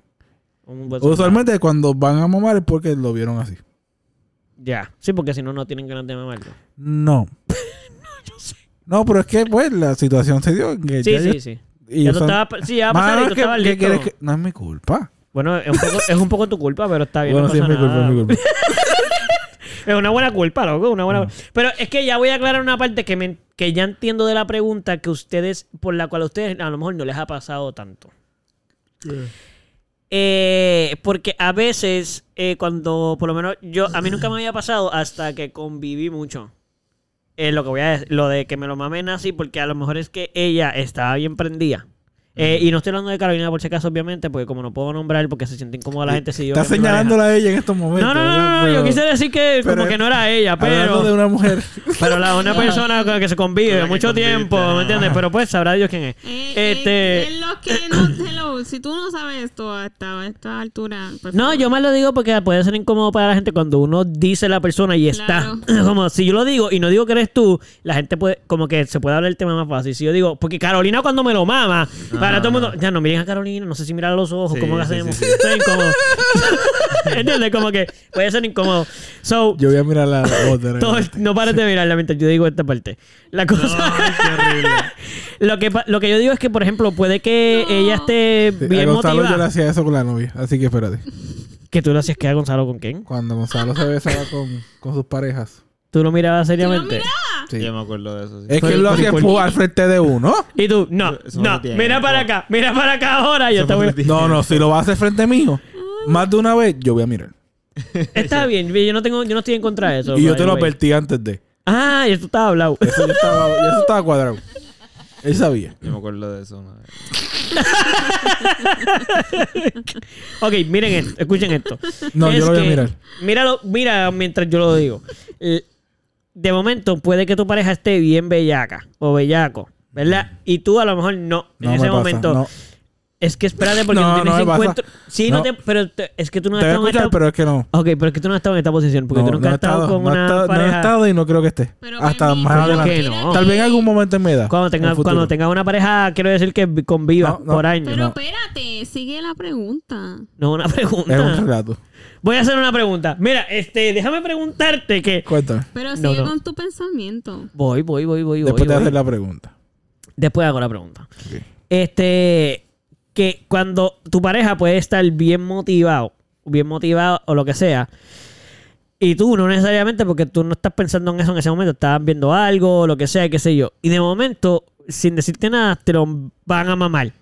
Speaker 1: Un buen
Speaker 2: Usualmente cuando van a mamar es porque lo vieron así.
Speaker 1: Ya. Sí, porque si no, no tienen ganas de mamarlo. [laughs]
Speaker 2: No. No, pero es que, pues, la situación se dio. Que
Speaker 1: Sí,
Speaker 2: ya
Speaker 1: sí,
Speaker 2: yo-
Speaker 1: sí.
Speaker 2: y
Speaker 1: Ya tú
Speaker 2: usan-
Speaker 1: estabas- sí, ya va a
Speaker 2: Mano,
Speaker 1: pasar y
Speaker 2: es
Speaker 1: tú
Speaker 2: que-
Speaker 1: estabas
Speaker 2: ¿qué
Speaker 1: listo.
Speaker 2: quieres que- No es mi culpa.
Speaker 1: Bueno, es un, poco, es un poco tu culpa, pero está bien.
Speaker 2: Bueno,
Speaker 1: no
Speaker 2: sí, es
Speaker 1: pasa
Speaker 2: mi culpa,
Speaker 1: nada.
Speaker 2: es mi culpa.
Speaker 1: Es una buena culpa, loco, una buena... Pero es que ya voy a aclarar una parte que, me- que ya entiendo de la pregunta que ustedes, por la cual a ustedes a lo mejor no les ha pasado tanto. Eh, porque a veces, eh, cuando, por lo menos yo, a mí nunca me había pasado hasta que conviví mucho. Eh, lo que voy a decir, lo de que me lo mamen así, porque a lo mejor es que ella estaba bien prendida. Eh, Y no estoy hablando de Carolina por si acaso, obviamente, porque como no puedo nombrar porque se siente incómoda la gente si yo...
Speaker 2: Está
Speaker 1: que mi pareja-
Speaker 2: señalándola a ella en estos momentos.
Speaker 1: no, no, no, no, no,
Speaker 2: pero-
Speaker 1: yo quise decir que como
Speaker 2: pero-
Speaker 1: que no era ella,
Speaker 2: Hablando de
Speaker 1: pero,
Speaker 2: una mujer. [laughs]
Speaker 1: pero la una persona con la que se
Speaker 6: Con la
Speaker 1: convive
Speaker 6: que
Speaker 1: mucho
Speaker 6: conviviste,
Speaker 1: tiempo,
Speaker 6: ajá.
Speaker 1: ¿me entiendes? Pero pues sabrá Dios quién es.
Speaker 4: Eh,
Speaker 1: Este-
Speaker 4: eh, en los
Speaker 1: [clears throat]
Speaker 4: que no, hello, si tú no sabes esto hasta a esta altura, pues, por
Speaker 1: No,
Speaker 4: favor.
Speaker 1: yo más lo digo porque puede ser incómodo para la gente cuando uno dice la persona y está. [clears throat] Como si yo lo digo y no digo que eres tú, la gente puede, como que se puede hablar el tema más fácil. Si yo digo, porque Carolina cuando me lo mama, para todo el mundo, ya no miren a Carolina, no sé si mirar a los ojos,
Speaker 3: Sí,
Speaker 1: cómo
Speaker 3: sí,
Speaker 1: hacemos. [laughs]
Speaker 3: sí, sí.
Speaker 1: Está incómodo. ¿Entiendes? Como que puede ser incómodo. So,
Speaker 2: Yo voy a mirar la la
Speaker 1: [laughs]
Speaker 2: otra.
Speaker 1: Todo- no pares de mirarla mientras yo digo esta parte. La cosa.
Speaker 6: Ay, qué horrible.
Speaker 1: [laughs] lo, que, pa- lo que yo digo es que, por ejemplo, puede que
Speaker 4: No.
Speaker 1: ella esté
Speaker 2: Sí,
Speaker 1: bien
Speaker 2: a Gonzalo yo le
Speaker 1: motivada.
Speaker 2: hacía eso con la novia. Así que espérate.
Speaker 1: Que tú lo hacías que a Gonzalo con quién?
Speaker 2: Cuando Gonzalo se besaba con, con sus parejas.
Speaker 1: Tú lo mirabas seriamente.
Speaker 2: Sí.
Speaker 3: Yo me acuerdo de eso. sí.
Speaker 2: Es que
Speaker 1: Pero-
Speaker 2: él lo
Speaker 1: pero
Speaker 2: hacía
Speaker 1: ¿por
Speaker 2: pu- al frente
Speaker 1: [laughs]
Speaker 2: de uno.
Speaker 1: Y tú, no,
Speaker 3: Eso
Speaker 1: no,
Speaker 3: no tiene
Speaker 1: mira para
Speaker 3: tiempo.
Speaker 1: acá, mira para acá ahora. Yo te voy a-
Speaker 2: No, no, si oh. lo va a hacer frente mío, más de una vez, yo voy a mirar.
Speaker 1: Está bien, yo no tengo, yo no estoy en contra de eso.
Speaker 2: Y yo
Speaker 1: by
Speaker 2: te
Speaker 1: the
Speaker 2: lo
Speaker 1: way.
Speaker 2: advertí antes de.
Speaker 1: Ah, y tú estabas hablado.
Speaker 2: Eso yo estaba, ya eso estaba cuadrado. Él sabía.
Speaker 3: Yo me acuerdo de eso. una vez.
Speaker 1: Ok, miren esto, escuchen esto.
Speaker 2: [laughs] No, yo lo voy a
Speaker 1: que-
Speaker 2: mirar.
Speaker 1: Míralo, mira mientras yo lo digo. L- De momento, puede que tu pareja esté bien bellaca o bellaco, ¿verdad? Y tú a lo mejor no, en
Speaker 2: Mm. No me
Speaker 1: ese
Speaker 2: pasa,
Speaker 1: momento.
Speaker 2: no.
Speaker 1: Es que espérate porque
Speaker 2: No,
Speaker 1: no, tienes
Speaker 2: no me pasa.
Speaker 1: encuentro. Sí, no,
Speaker 2: No.
Speaker 1: te, pero te- es que tú no has
Speaker 2: Te voy
Speaker 1: estado en
Speaker 2: a escuchar,
Speaker 1: esta...
Speaker 2: pero es que no.
Speaker 1: Ok, pero es que tú no has estado en esta posición porque
Speaker 2: no,
Speaker 1: tú nunca
Speaker 2: no he
Speaker 1: has estado, con
Speaker 2: no he
Speaker 1: una
Speaker 2: estado- no he
Speaker 1: pareja.
Speaker 2: estado y no creo que esté.
Speaker 4: Pero pues,
Speaker 2: Hasta
Speaker 4: permíteme,
Speaker 2: más adelante.
Speaker 1: que no.
Speaker 2: Tal vez en algún momento en mi edad.
Speaker 1: Cuando
Speaker 2: en
Speaker 1: tengas
Speaker 2: el futuro.
Speaker 1: cuando tengas una pareja, quiero decir que conviva
Speaker 2: No, no.
Speaker 1: por año.
Speaker 4: Pero
Speaker 2: No.
Speaker 4: espérate, sigue la pregunta.
Speaker 1: No, una [laughs] pregunta.
Speaker 2: Es un relato.
Speaker 1: Voy a hacer una pregunta. Mira, este, déjame preguntarte que.
Speaker 2: Cuéntame.
Speaker 4: Pero
Speaker 1: No,
Speaker 4: sigue
Speaker 1: no.
Speaker 4: con tu pensamiento.
Speaker 1: Voy, voy, voy, voy,
Speaker 2: Después
Speaker 1: voy.
Speaker 2: te
Speaker 1: voy.
Speaker 2: haces la pregunta.
Speaker 1: Después hago la pregunta.
Speaker 2: Ok.
Speaker 1: Este, que cuando tu pareja puede estar bien motivado, bien motivado o lo que sea, y tú no necesariamente porque tú no estás pensando en eso en ese momento, estás viendo algo, lo que sea, qué sé yo, y de momento, sin decirte nada, te lo van a mamar.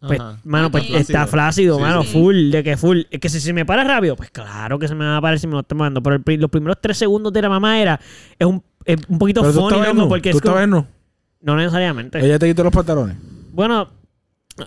Speaker 1: Pues,
Speaker 3: Ajá.
Speaker 1: mano, pues
Speaker 4: Está
Speaker 1: está flácido,
Speaker 3: Sí,
Speaker 1: mano,
Speaker 4: sí.
Speaker 1: full, de que full. Es que si se me para rápido, pues claro que se me va a parar si me lo está mamando. Pero el pri- los primeros tres segundos de la mamá era es un, es un poquito
Speaker 2: Pero tú
Speaker 1: funny,
Speaker 2: estabas en
Speaker 1: loco,
Speaker 2: nu,
Speaker 1: porque
Speaker 2: tú
Speaker 1: es como-
Speaker 2: estabas en nu.
Speaker 1: no necesariamente.
Speaker 2: Ella te quitó los pantalones.
Speaker 1: Bueno,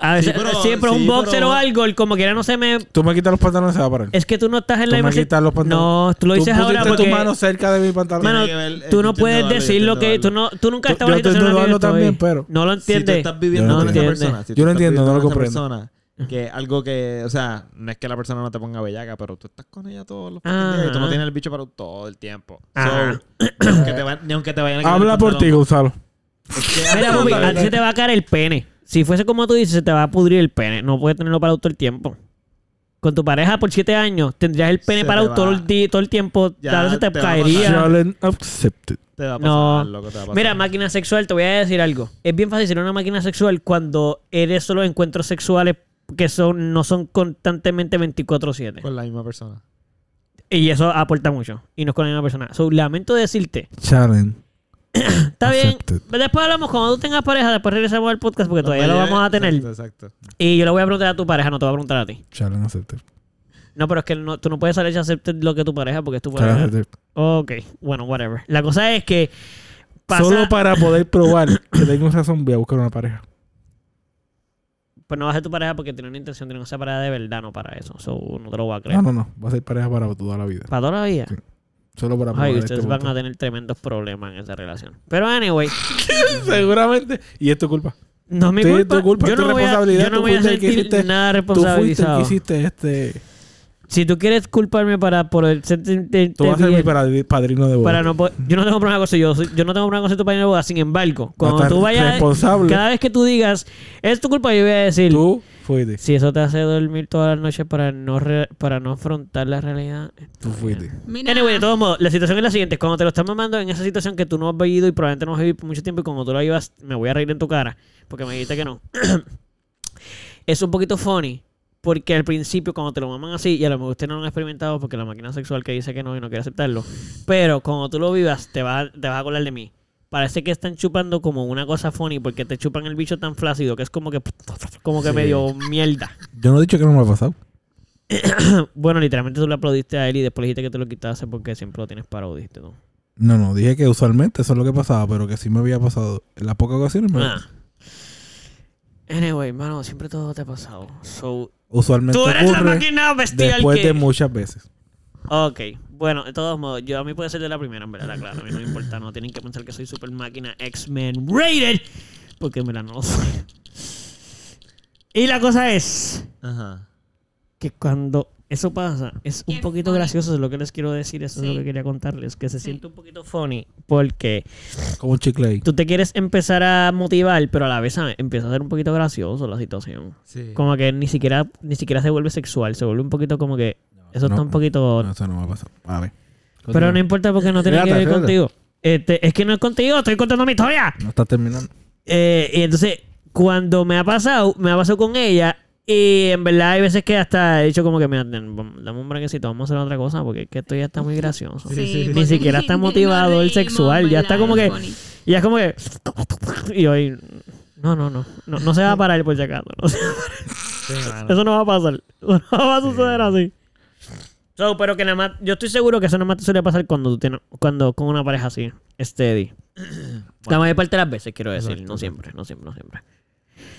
Speaker 1: a veces
Speaker 3: pero-
Speaker 1: siempre
Speaker 3: sí,
Speaker 1: un boxer
Speaker 3: pero-
Speaker 1: o algo, el como quiera no se me.
Speaker 2: Tú me quitas los pantalones, se va a parar.
Speaker 1: Es que tú no estás en
Speaker 2: Tú
Speaker 1: la
Speaker 2: me
Speaker 1: emoción-
Speaker 2: quitas los
Speaker 1: No,
Speaker 2: pantalones.
Speaker 1: tú Eh, lo dices ahora
Speaker 2: pusiste
Speaker 1: porque.
Speaker 2: tu mano cerca de mi pantalón.
Speaker 1: Mano,
Speaker 3: Tiene que ver-
Speaker 1: tú no
Speaker 3: entiendo
Speaker 1: puedes
Speaker 3: algo, yo
Speaker 1: decir lo que.
Speaker 3: entiendo
Speaker 1: Tú no, tú nunca has
Speaker 2: Tú-
Speaker 1: estado en la situación
Speaker 2: yo
Speaker 1: en la que
Speaker 2: estoy
Speaker 1: yo estoy.
Speaker 2: también, pero-
Speaker 1: No lo
Speaker 3: Si tú
Speaker 1: entiendes.
Speaker 3: estás
Speaker 2: Yo
Speaker 3: viviendo
Speaker 2: no
Speaker 3: con esa
Speaker 1: entiendo.
Speaker 3: persona, si tú
Speaker 2: Yo no
Speaker 3: estás
Speaker 2: entiendo, no
Speaker 3: viviendo
Speaker 2: lo
Speaker 3: con esa
Speaker 2: comprendo.
Speaker 3: persona, que algo que, o sea, no es que la persona no te ponga bellaca, pero tú estás con ella todos los fucking días y tú
Speaker 1: Ajá.
Speaker 3: no tienes el bicho para todo el tiempo.
Speaker 1: [coughs] Ajá.
Speaker 3: So, ni aunque te va- ni aunque te vayan a quitar el
Speaker 2: Habla por ti,
Speaker 3: pantalón,
Speaker 2: Gonzalo.
Speaker 3: es que-
Speaker 1: Mira, papi, a ti se te va a caer el pene. Si fuese como tú dices, se te va a pudrir el pene. No puedes tenerlo parado todo el tiempo. Con tu pareja por siete años, tendrías el pene
Speaker 3: Se te
Speaker 1: parado todo
Speaker 3: va.
Speaker 1: el, día, todo el tiempo.
Speaker 3: Ya
Speaker 1: Tal vez se te,
Speaker 3: te va a
Speaker 1: caería.
Speaker 3: pasar.
Speaker 2: Challenge accepted.
Speaker 3: te va a pasar,
Speaker 1: No.
Speaker 3: loco, te va a pasar.
Speaker 1: Mira, máquina sexual, te voy a decir algo. Es bien fácil ser una máquina sexual cuando eres solo encuentros sexuales que son no son constantemente 24-7.
Speaker 3: con la misma persona.
Speaker 1: Y eso aporta mucho. Y no es con la misma persona. So, lamento decirte.
Speaker 2: Challenge.
Speaker 1: Está bien.
Speaker 2: Acepted.
Speaker 1: Después hablamos. Cuando tú tengas pareja, después regresamos al podcast porque todavía lo vamos a tener.
Speaker 3: Exacto, exacto.
Speaker 1: Y yo le voy a preguntar a tu pareja, no te voy a preguntar a ti.
Speaker 2: Challenge accepted.
Speaker 1: No, pero es que no- tú no puedes salir a aceptar lo que tu pareja porque es tu
Speaker 2: Challenge
Speaker 1: pareja.
Speaker 2: accepted.
Speaker 1: Ok, bueno, whatever. La cosa es que pasa-
Speaker 2: Solo para poder probar que tengo razón, voy a buscar una pareja.
Speaker 1: Pues no va a ser tu pareja porque tiene una intención, tiene que ser pareja de verdad, no para eso. So, no te lo voy a creer.
Speaker 2: No, no, no. Va a ser pareja para toda la vida.
Speaker 1: Para toda la vida.
Speaker 2: Sí. Solo para
Speaker 1: Ay,
Speaker 2: probar
Speaker 1: ustedes
Speaker 2: este
Speaker 1: van
Speaker 2: punto.
Speaker 1: a tener tremendos problemas en esa relación. Pero anyway,
Speaker 2: [laughs] Seguramente. Y es tu culpa.
Speaker 1: no es mi
Speaker 2: Sí, es
Speaker 1: culpa.
Speaker 2: tu culpa,
Speaker 1: yo,
Speaker 2: es tu
Speaker 1: no voy a,
Speaker 2: responsabilidad,
Speaker 1: yo no
Speaker 2: tú
Speaker 1: voy a
Speaker 2: fuiste el que
Speaker 1: sentir
Speaker 2: hiciste-
Speaker 1: nada
Speaker 2: Tú fuiste el
Speaker 1: responsabilizado.
Speaker 2: que hiciste este.
Speaker 1: Si tú quieres culparme para por el sentirte
Speaker 2: Tú vas a ser mi
Speaker 1: bien,
Speaker 2: padri- padrino de boda.
Speaker 1: para no po- yo no tengo problema con eso, yo, soy- yo no tengo problema con ser tu padrino de boda. Sin embargo, cuando
Speaker 2: estás
Speaker 1: tú vayas
Speaker 2: responsable.
Speaker 1: cada vez que tú digas es tu culpa, yo voy a decir
Speaker 2: Tú fuiste.
Speaker 1: si eso te hace dormir todas las noches para no re- para no afrontar la realidad.
Speaker 2: Tú fuiste.
Speaker 4: Mira,
Speaker 1: Anyway, de todos modos, la situación es la siguiente. Cuando te lo están mamando en esa situación que tú no has vivido y probablemente no has vivido por mucho tiempo y cuando tú la vivas, me voy a reír en tu cara porque me dijiste que no. [clears throat] es un poquito funny porque al principio cuando te lo maman así, y a lo mejor ustedes no lo han experimentado porque la máquina sexual que dice que no y no quiere aceptarlo, pero cuando tú lo vivas te vas, a- te vas a acordar de mí. Parece que están chupando como una cosa funny porque te chupan el bicho tan flácido que es como que como que medio mierda. [laughs]
Speaker 2: Yo no he dicho que no me ha pasado.
Speaker 1: Bueno, literalmente tú le aplaudiste a él y después le dijiste que te lo quitaste porque siempre lo tienes parado, dijiste tú.
Speaker 2: No, no. Dije que usualmente eso es lo que pasaba, pero que sí me había pasado. En las pocas ocasiones me.
Speaker 1: Ah. Anyway, mano, siempre todo te ha pasado. So,
Speaker 2: Usualmente
Speaker 1: tú eres la
Speaker 2: ocurre
Speaker 1: máquina bestial
Speaker 2: después
Speaker 1: que...
Speaker 2: de muchas veces.
Speaker 1: Ok, bueno, de todos modos, yo a mí puede ser de la primera, en verdad, claro. A mí no me importa, no tienen que pensar que soy super máquina X-Men rated, porque en verdad no lo soy. Y la cosa es
Speaker 3: Ajá.
Speaker 1: que cuando eso pasa, es un
Speaker 4: Qué
Speaker 1: poquito
Speaker 4: funny.
Speaker 1: gracioso, es lo que les quiero decir, eso es
Speaker 4: Sí.
Speaker 1: lo que quería contarles, que se
Speaker 4: Sí.
Speaker 1: siente un poquito funny, porque...
Speaker 2: Como un chicle ahí.
Speaker 1: tú te quieres empezar a motivar, pero a la vez ¿sabes? empieza a ser un poquito gracioso la situación.
Speaker 3: Sí.
Speaker 1: Como que ni siquiera, ni siquiera se vuelve sexual, se vuelve un poquito como que eso
Speaker 2: no,
Speaker 1: está un poquito.
Speaker 2: No, eso no me ha pasado. A ver.
Speaker 1: pero no importa porque no tiene que
Speaker 2: Relata,
Speaker 1: ver
Speaker 2: relata.
Speaker 1: contigo. Este, es que no es contigo, estoy contando mi historia.
Speaker 2: No estás terminando.
Speaker 1: Eh, y entonces, cuando me ha pasado, me ha pasado con ella. Y en verdad hay veces que hasta he dicho como que, mira, ten, vam- dame un brequecito, vamos a hacer otra cosa, porque es que esto ya está muy gracioso.
Speaker 4: sí,
Speaker 1: Ni
Speaker 4: porque
Speaker 1: siquiera está motivado el
Speaker 4: nos reímos,
Speaker 1: sexual, ya está
Speaker 4: ¿verdad?
Speaker 1: como que...
Speaker 4: Funny.
Speaker 1: Y es como que. Y hoy. No, no, no. No, no se va a parar por si acaso. No se va a parar. Eso no va a pasar. Eso no va a suceder así. So, pero que nada más. Yo estoy seguro que eso nada más te suele pasar cuando tú tienes. Cuando con una pareja así. Steady. La mayor parte de las veces, quiero decir. no siempre, no siempre, no siempre.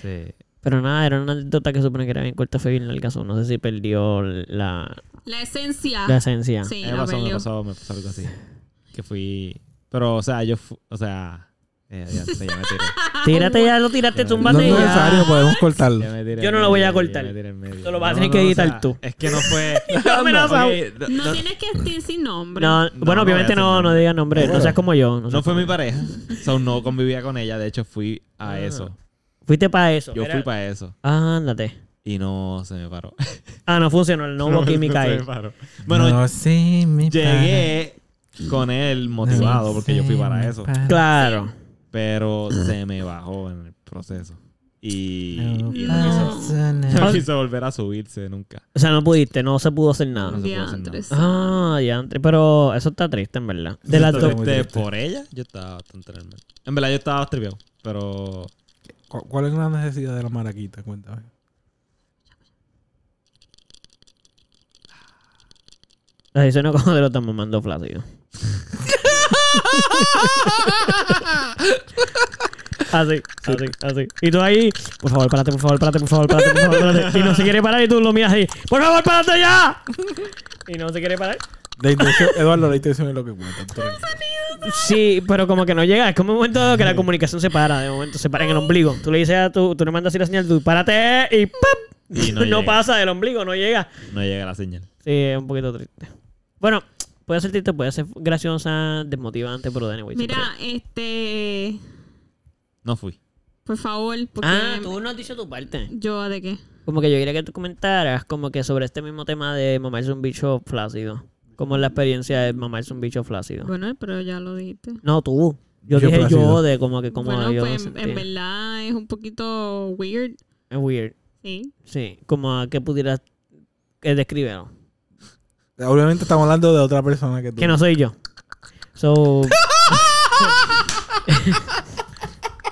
Speaker 3: Sí.
Speaker 1: Pero nada, era una anécdota que supone que era bien corta, fue bien el caso. No sé si perdió la,
Speaker 4: La esencia.
Speaker 1: la esencia.
Speaker 4: Ah, Sí,
Speaker 3: me
Speaker 4: la
Speaker 3: pasó, me
Speaker 4: perdió.
Speaker 3: pasó, me pasó algo así. Que fui. Pero, o sea, yo. fu- O sea. eh, ya, ya me tiré.
Speaker 1: Tírate ya, lo tiraste,
Speaker 2: No
Speaker 1: zumbate
Speaker 2: es
Speaker 1: ya.
Speaker 2: necesario, podemos
Speaker 3: Ya
Speaker 2: cortarlo.
Speaker 3: me tiré
Speaker 1: Yo
Speaker 3: en
Speaker 1: no lo voy a
Speaker 3: medio,
Speaker 1: cortar.
Speaker 3: ya me tiré en medio.
Speaker 1: Te lo vas a
Speaker 3: No,
Speaker 1: tener
Speaker 3: no,
Speaker 1: que
Speaker 3: o sea,
Speaker 1: editar tú.
Speaker 3: Es que
Speaker 1: [laughs]
Speaker 3: no fue. [laughs]
Speaker 1: amenazado.
Speaker 3: ok, no-
Speaker 4: No
Speaker 3: no-
Speaker 4: tienes que decir sin nombre.
Speaker 1: No,
Speaker 3: no voy
Speaker 1: bueno,
Speaker 3: a
Speaker 1: obviamente
Speaker 3: decir
Speaker 1: no, no
Speaker 3: nombre.
Speaker 1: digan nombre. No seas como yo. No, seas
Speaker 3: No fue
Speaker 1: como
Speaker 3: mi
Speaker 1: yo.
Speaker 3: pareja. [laughs] So, no convivía con ella. De hecho, fui a
Speaker 1: Ah.
Speaker 3: eso.
Speaker 1: Fuiste para eso.
Speaker 3: Yo
Speaker 1: Era-
Speaker 3: fui para eso.
Speaker 1: Ah, ándate.
Speaker 3: Y no se me paró.
Speaker 1: Ah, no funcionó. No
Speaker 3: [laughs]
Speaker 1: hubo química
Speaker 3: se
Speaker 1: ahí.
Speaker 3: me paró. Bueno,
Speaker 2: No sé, mi
Speaker 3: llegué con él motivado
Speaker 2: Sí,
Speaker 3: porque yo fui para eso.
Speaker 2: pana.
Speaker 1: Claro.
Speaker 3: Pero se me bajó en el proceso. Y
Speaker 2: No
Speaker 3: y no quiso-
Speaker 2: pasa nada.
Speaker 3: [laughs] no quiso volver a subirse nunca.
Speaker 1: O sea, no pudiste. No se pudo hacer nada.
Speaker 3: No se pudo hacer
Speaker 4: Diantres.
Speaker 1: Ah, ya. entre- Pero eso está triste, en verdad. De las dos.
Speaker 2: muy
Speaker 3: Este,
Speaker 2: triste.
Speaker 3: por ella, yo estaba bastante normal. En verdad, yo estaba trivial, pero
Speaker 2: ¿Cu- ¿Cuál es la necesidad de la maraquita? Cuéntame.
Speaker 1: Así suena como te lo están mamando flácido. Así, así, así. Y tú ahí, por favor, párate, por favor, párate, por favor, párate, por favor, párate. Y no se quiere parar y tú lo miras ahí, por favor, párate ya. Y no se quiere parar.
Speaker 2: La
Speaker 1: [laughs]
Speaker 2: intención, Eduardo, la intención es lo que cuenta. tú tranquilo.
Speaker 1: Sí, pero como que no llega. Es como un momento que la comunicación se para. De momento se para en el ombligo. Tú le dices a tu, tú le mandas así la señal, tú párate y ¡pap!
Speaker 3: Y
Speaker 1: [laughs]
Speaker 3: no
Speaker 1: no
Speaker 3: llega.
Speaker 1: pasa del ombligo, no llega.
Speaker 3: no llega la señal.
Speaker 1: Sí, es un poquito triste. Bueno, puede ser triste, puede ser graciosa, desmotivante, pero anyway. siempre-
Speaker 4: Mira, este.
Speaker 3: No fui.
Speaker 4: Por favor, porque.
Speaker 1: Ah, tú no has dicho tu parte.
Speaker 4: Yo, ¿de qué?
Speaker 1: Como que yo quería que tú comentaras como que sobre este mismo tema de mamarse un bicho flácido. Como es la experiencia de mamarse un bicho flácido.
Speaker 4: Bueno, pero ya lo dijiste.
Speaker 1: No, tú. Yo
Speaker 2: Bicho
Speaker 1: dije yo
Speaker 2: flácido.
Speaker 1: de como que como
Speaker 4: bueno,
Speaker 1: yo
Speaker 4: pues
Speaker 1: sentí.
Speaker 4: en verdad es un poquito weird.
Speaker 1: Es weird.
Speaker 4: Sí.
Speaker 1: Sí, como a que pudieras que descríbelo.
Speaker 2: Obviamente estamos hablando de otra persona que tú.
Speaker 1: Que no soy yo.
Speaker 4: [laughs]
Speaker 1: So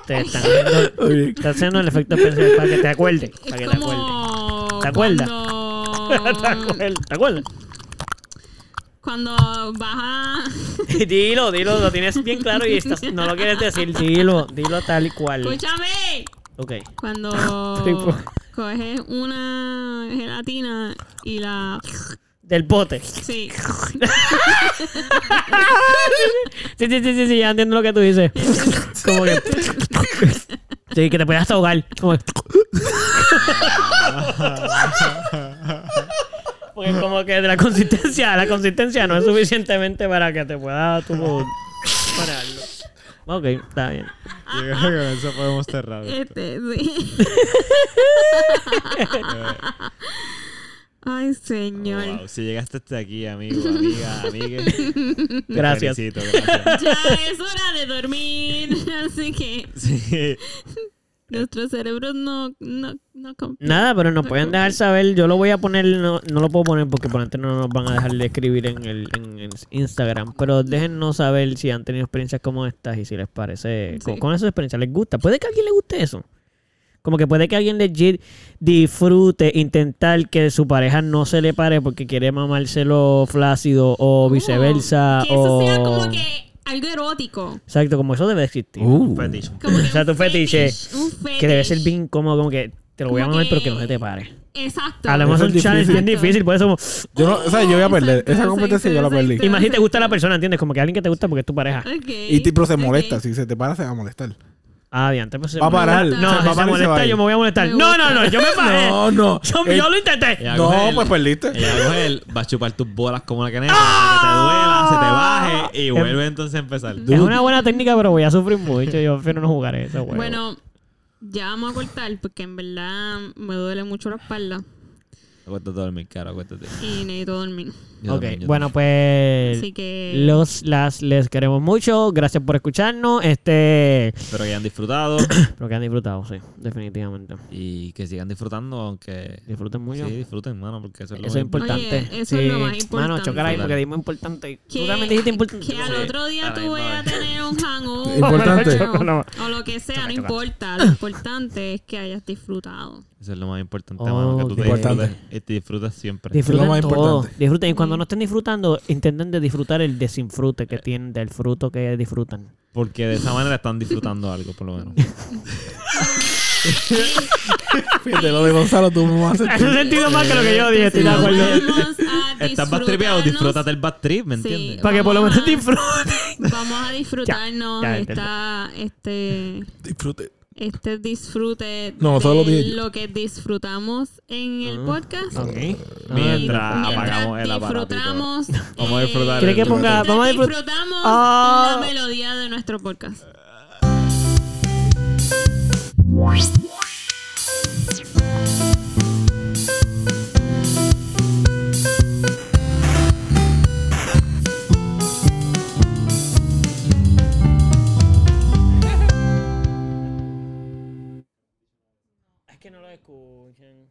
Speaker 1: te están haciendo,
Speaker 2: Muy bien.
Speaker 1: te haciendo el efecto especial para que te acuerdes.
Speaker 4: Es
Speaker 1: Para que te acuerdes.
Speaker 4: como.
Speaker 1: ¿Te acuerdas? [laughs] Te
Speaker 4: Cuando,
Speaker 1: acuerdas, ¿Te acuerdas?
Speaker 4: cuando vas a.
Speaker 1: Dilo, dilo, lo tienes bien claro y estás, no lo quieres decir. Dilo, dilo tal y cual.
Speaker 4: ¡Escúchame!
Speaker 1: [laughs] Ok.
Speaker 4: Cuando.
Speaker 1: Tipo.
Speaker 4: coges una gelatina y la.
Speaker 1: Del bote. Sí,
Speaker 4: Sí.
Speaker 1: sí, sí, sí, sí, ya entiendo lo que tú dices. Como que. Sí, que te puedes hasta ahogar. Como que- Porque como que de la consistencia, la consistencia no es suficientemente para que te pueda tú pararlo. Ok, está bien.
Speaker 3: [laughs] Yo creo que con eso podemos
Speaker 1: [laughs]
Speaker 3: cerrar. esto.
Speaker 4: Este, sí. Ay, señor.
Speaker 3: Wow, si llegaste hasta aquí, amigo, amiga,
Speaker 1: [laughs]
Speaker 3: amigue. te
Speaker 1: Gracias.
Speaker 3: felicito,
Speaker 1: [laughs]
Speaker 3: gracias.
Speaker 4: Ya es hora de dormir. [laughs] Así que
Speaker 3: Sí.
Speaker 4: nuestros cerebros no, no, no comp-
Speaker 1: Nada, pero nos pueden dejar saber. Yo lo voy a poner, no, no lo puedo poner porque por antes no nos van a dejar de escribir en el, en el Instagram. Pero déjennos saber si han tenido experiencias como estas y si les parece,
Speaker 4: Sí.
Speaker 1: con, con esas experiencias les gusta. Puede que a alguien le guste eso. Como que puede que alguien legit disfrute intentar que su pareja no se le pare porque quiere mamárselo flácido o viceversa.
Speaker 4: Oh, Que eso
Speaker 1: o...
Speaker 4: sea como que algo erótico.
Speaker 1: Exacto, como eso debe de existir.
Speaker 2: Uh,
Speaker 3: Fetish.
Speaker 4: Como que
Speaker 1: O sea,
Speaker 4: un
Speaker 1: tu fetiche,
Speaker 4: Un fetish.
Speaker 1: Que debe ser bien incómodo, como que te lo voy a
Speaker 4: Como
Speaker 1: mamar
Speaker 4: que-
Speaker 1: pero que no se te pare.
Speaker 4: Exacto.
Speaker 1: A lo mejor es
Speaker 2: Eso
Speaker 1: un
Speaker 2: es
Speaker 1: challenge bien
Speaker 4: difícil.
Speaker 1: difícil, por eso como...
Speaker 2: yo no, o sea, yo voy a perder.
Speaker 4: Exacto,
Speaker 2: Esa competencia yo la
Speaker 4: exacto,
Speaker 2: perdí.
Speaker 1: Y más si te gusta la persona, ¿entiendes? Como que alguien que te gusta porque es tu pareja.
Speaker 4: Ok,
Speaker 2: Y tipo se
Speaker 4: ok.
Speaker 2: molesta. Si se te para, se va a molestar.
Speaker 1: Ah, bien, antes pues, se
Speaker 2: Va a
Speaker 1: molesta.
Speaker 2: parar.
Speaker 1: No,
Speaker 2: O sea,
Speaker 1: si
Speaker 2: va a
Speaker 1: se
Speaker 2: parar y se va
Speaker 1: molesta,
Speaker 2: a ir.
Speaker 1: yo me voy a molestar.
Speaker 4: Me
Speaker 1: No, no,
Speaker 4: gusta.
Speaker 1: no, yo me paré.
Speaker 2: No, no.
Speaker 1: Yo,
Speaker 2: El-
Speaker 1: yo lo intenté.
Speaker 3: Ya,
Speaker 2: No,
Speaker 3: coge
Speaker 2: pues
Speaker 3: el-
Speaker 2: perdiste.
Speaker 3: Ella coge el- va a chupar tus bolas como la canela
Speaker 1: ¡Ah!
Speaker 3: para que te duela, se te
Speaker 1: Em-
Speaker 3: baje y vuelve entonces a empezar.
Speaker 1: Es una buena técnica, pero voy a sufrir mucho. Yo prefiero no jugar eso, güey.
Speaker 4: Bueno, ya vamos a cortar porque en verdad me duele mucho la espalda
Speaker 3: Acuéstate a dormir, cara, acuéstate.
Speaker 4: y necesito dormir.
Speaker 3: Yo
Speaker 1: Ok,
Speaker 3: también, yo
Speaker 1: bueno, pues...
Speaker 4: Así que.
Speaker 1: Los, las, les queremos mucho. Gracias por escucharnos. Este...
Speaker 3: también. Espero que hayan disfrutado
Speaker 1: Espero que han disfrutado, sí. Definitivamente.
Speaker 3: y que sigan disfrutando, aunque.
Speaker 1: Disfruten
Speaker 3: Sí,
Speaker 1: mucho.
Speaker 3: disfruten, mano, porque eso es lo
Speaker 1: Eso es
Speaker 3: importante.
Speaker 1: importante.
Speaker 4: Oye, eso es lo más importante.
Speaker 1: Mano, chocar ahí porque dimos importante.
Speaker 4: que,
Speaker 1: Tú también dijiste importante.
Speaker 4: que al otro día
Speaker 3: Dale,
Speaker 4: tú vayas a
Speaker 3: madre.
Speaker 4: tener un hangover.
Speaker 2: [laughs] Importante.
Speaker 4: o- O lo que sea, no importa. Lo importante es que hayas disfrutado.
Speaker 3: Eso es lo más importante,
Speaker 1: Oh,
Speaker 3: mano, que tú te
Speaker 2: Importante.
Speaker 3: disfrutes, y te disfrutas siempre.
Speaker 1: Disfruten
Speaker 2: Lo más
Speaker 1: todo.
Speaker 2: importante.
Speaker 1: Disfruten. Y cuando no estén disfrutando, intenten de disfrutar el desinfrute que tienen, del fruto que disfrutan.
Speaker 3: Porque de esa manera están disfrutando algo, por lo menos.
Speaker 2: Fíjate, lo [laughs] de Gonzalo tú me vas a hacer.
Speaker 1: [laughs] Hace sentido más que lo que yo dije, estoy de
Speaker 4: Entonces,
Speaker 1: acuerdo.
Speaker 4: vamos a
Speaker 3: [laughs] Estás bad tripeado,
Speaker 4: disfrutarnos.
Speaker 3: disfrútate el bad trip, ¿me
Speaker 4: Sí.
Speaker 3: entiendes?
Speaker 1: Para que por lo
Speaker 4: Vamos
Speaker 1: menos [laughs]
Speaker 4: a-
Speaker 1: disfruten.
Speaker 4: Vamos a disfrutarnos
Speaker 1: Ya, ya
Speaker 4: esta, este,
Speaker 2: Disfrute.
Speaker 4: este disfrute
Speaker 2: No,
Speaker 4: de
Speaker 2: solo dije yo.
Speaker 4: lo que disfrutamos en el podcast.
Speaker 3: Mientras
Speaker 4: Mientras
Speaker 3: apagamos el aparatito.
Speaker 4: disfrutamos.
Speaker 3: Vamos a disfrutar
Speaker 1: ¿Quiere que
Speaker 3: el-
Speaker 1: ponga?
Speaker 4: mientras
Speaker 1: Vamos a disfrutar.
Speaker 4: disfrutamos
Speaker 1: Ah.
Speaker 4: la melodía de nuestro podcast.
Speaker 1: Es que no lo escuchan.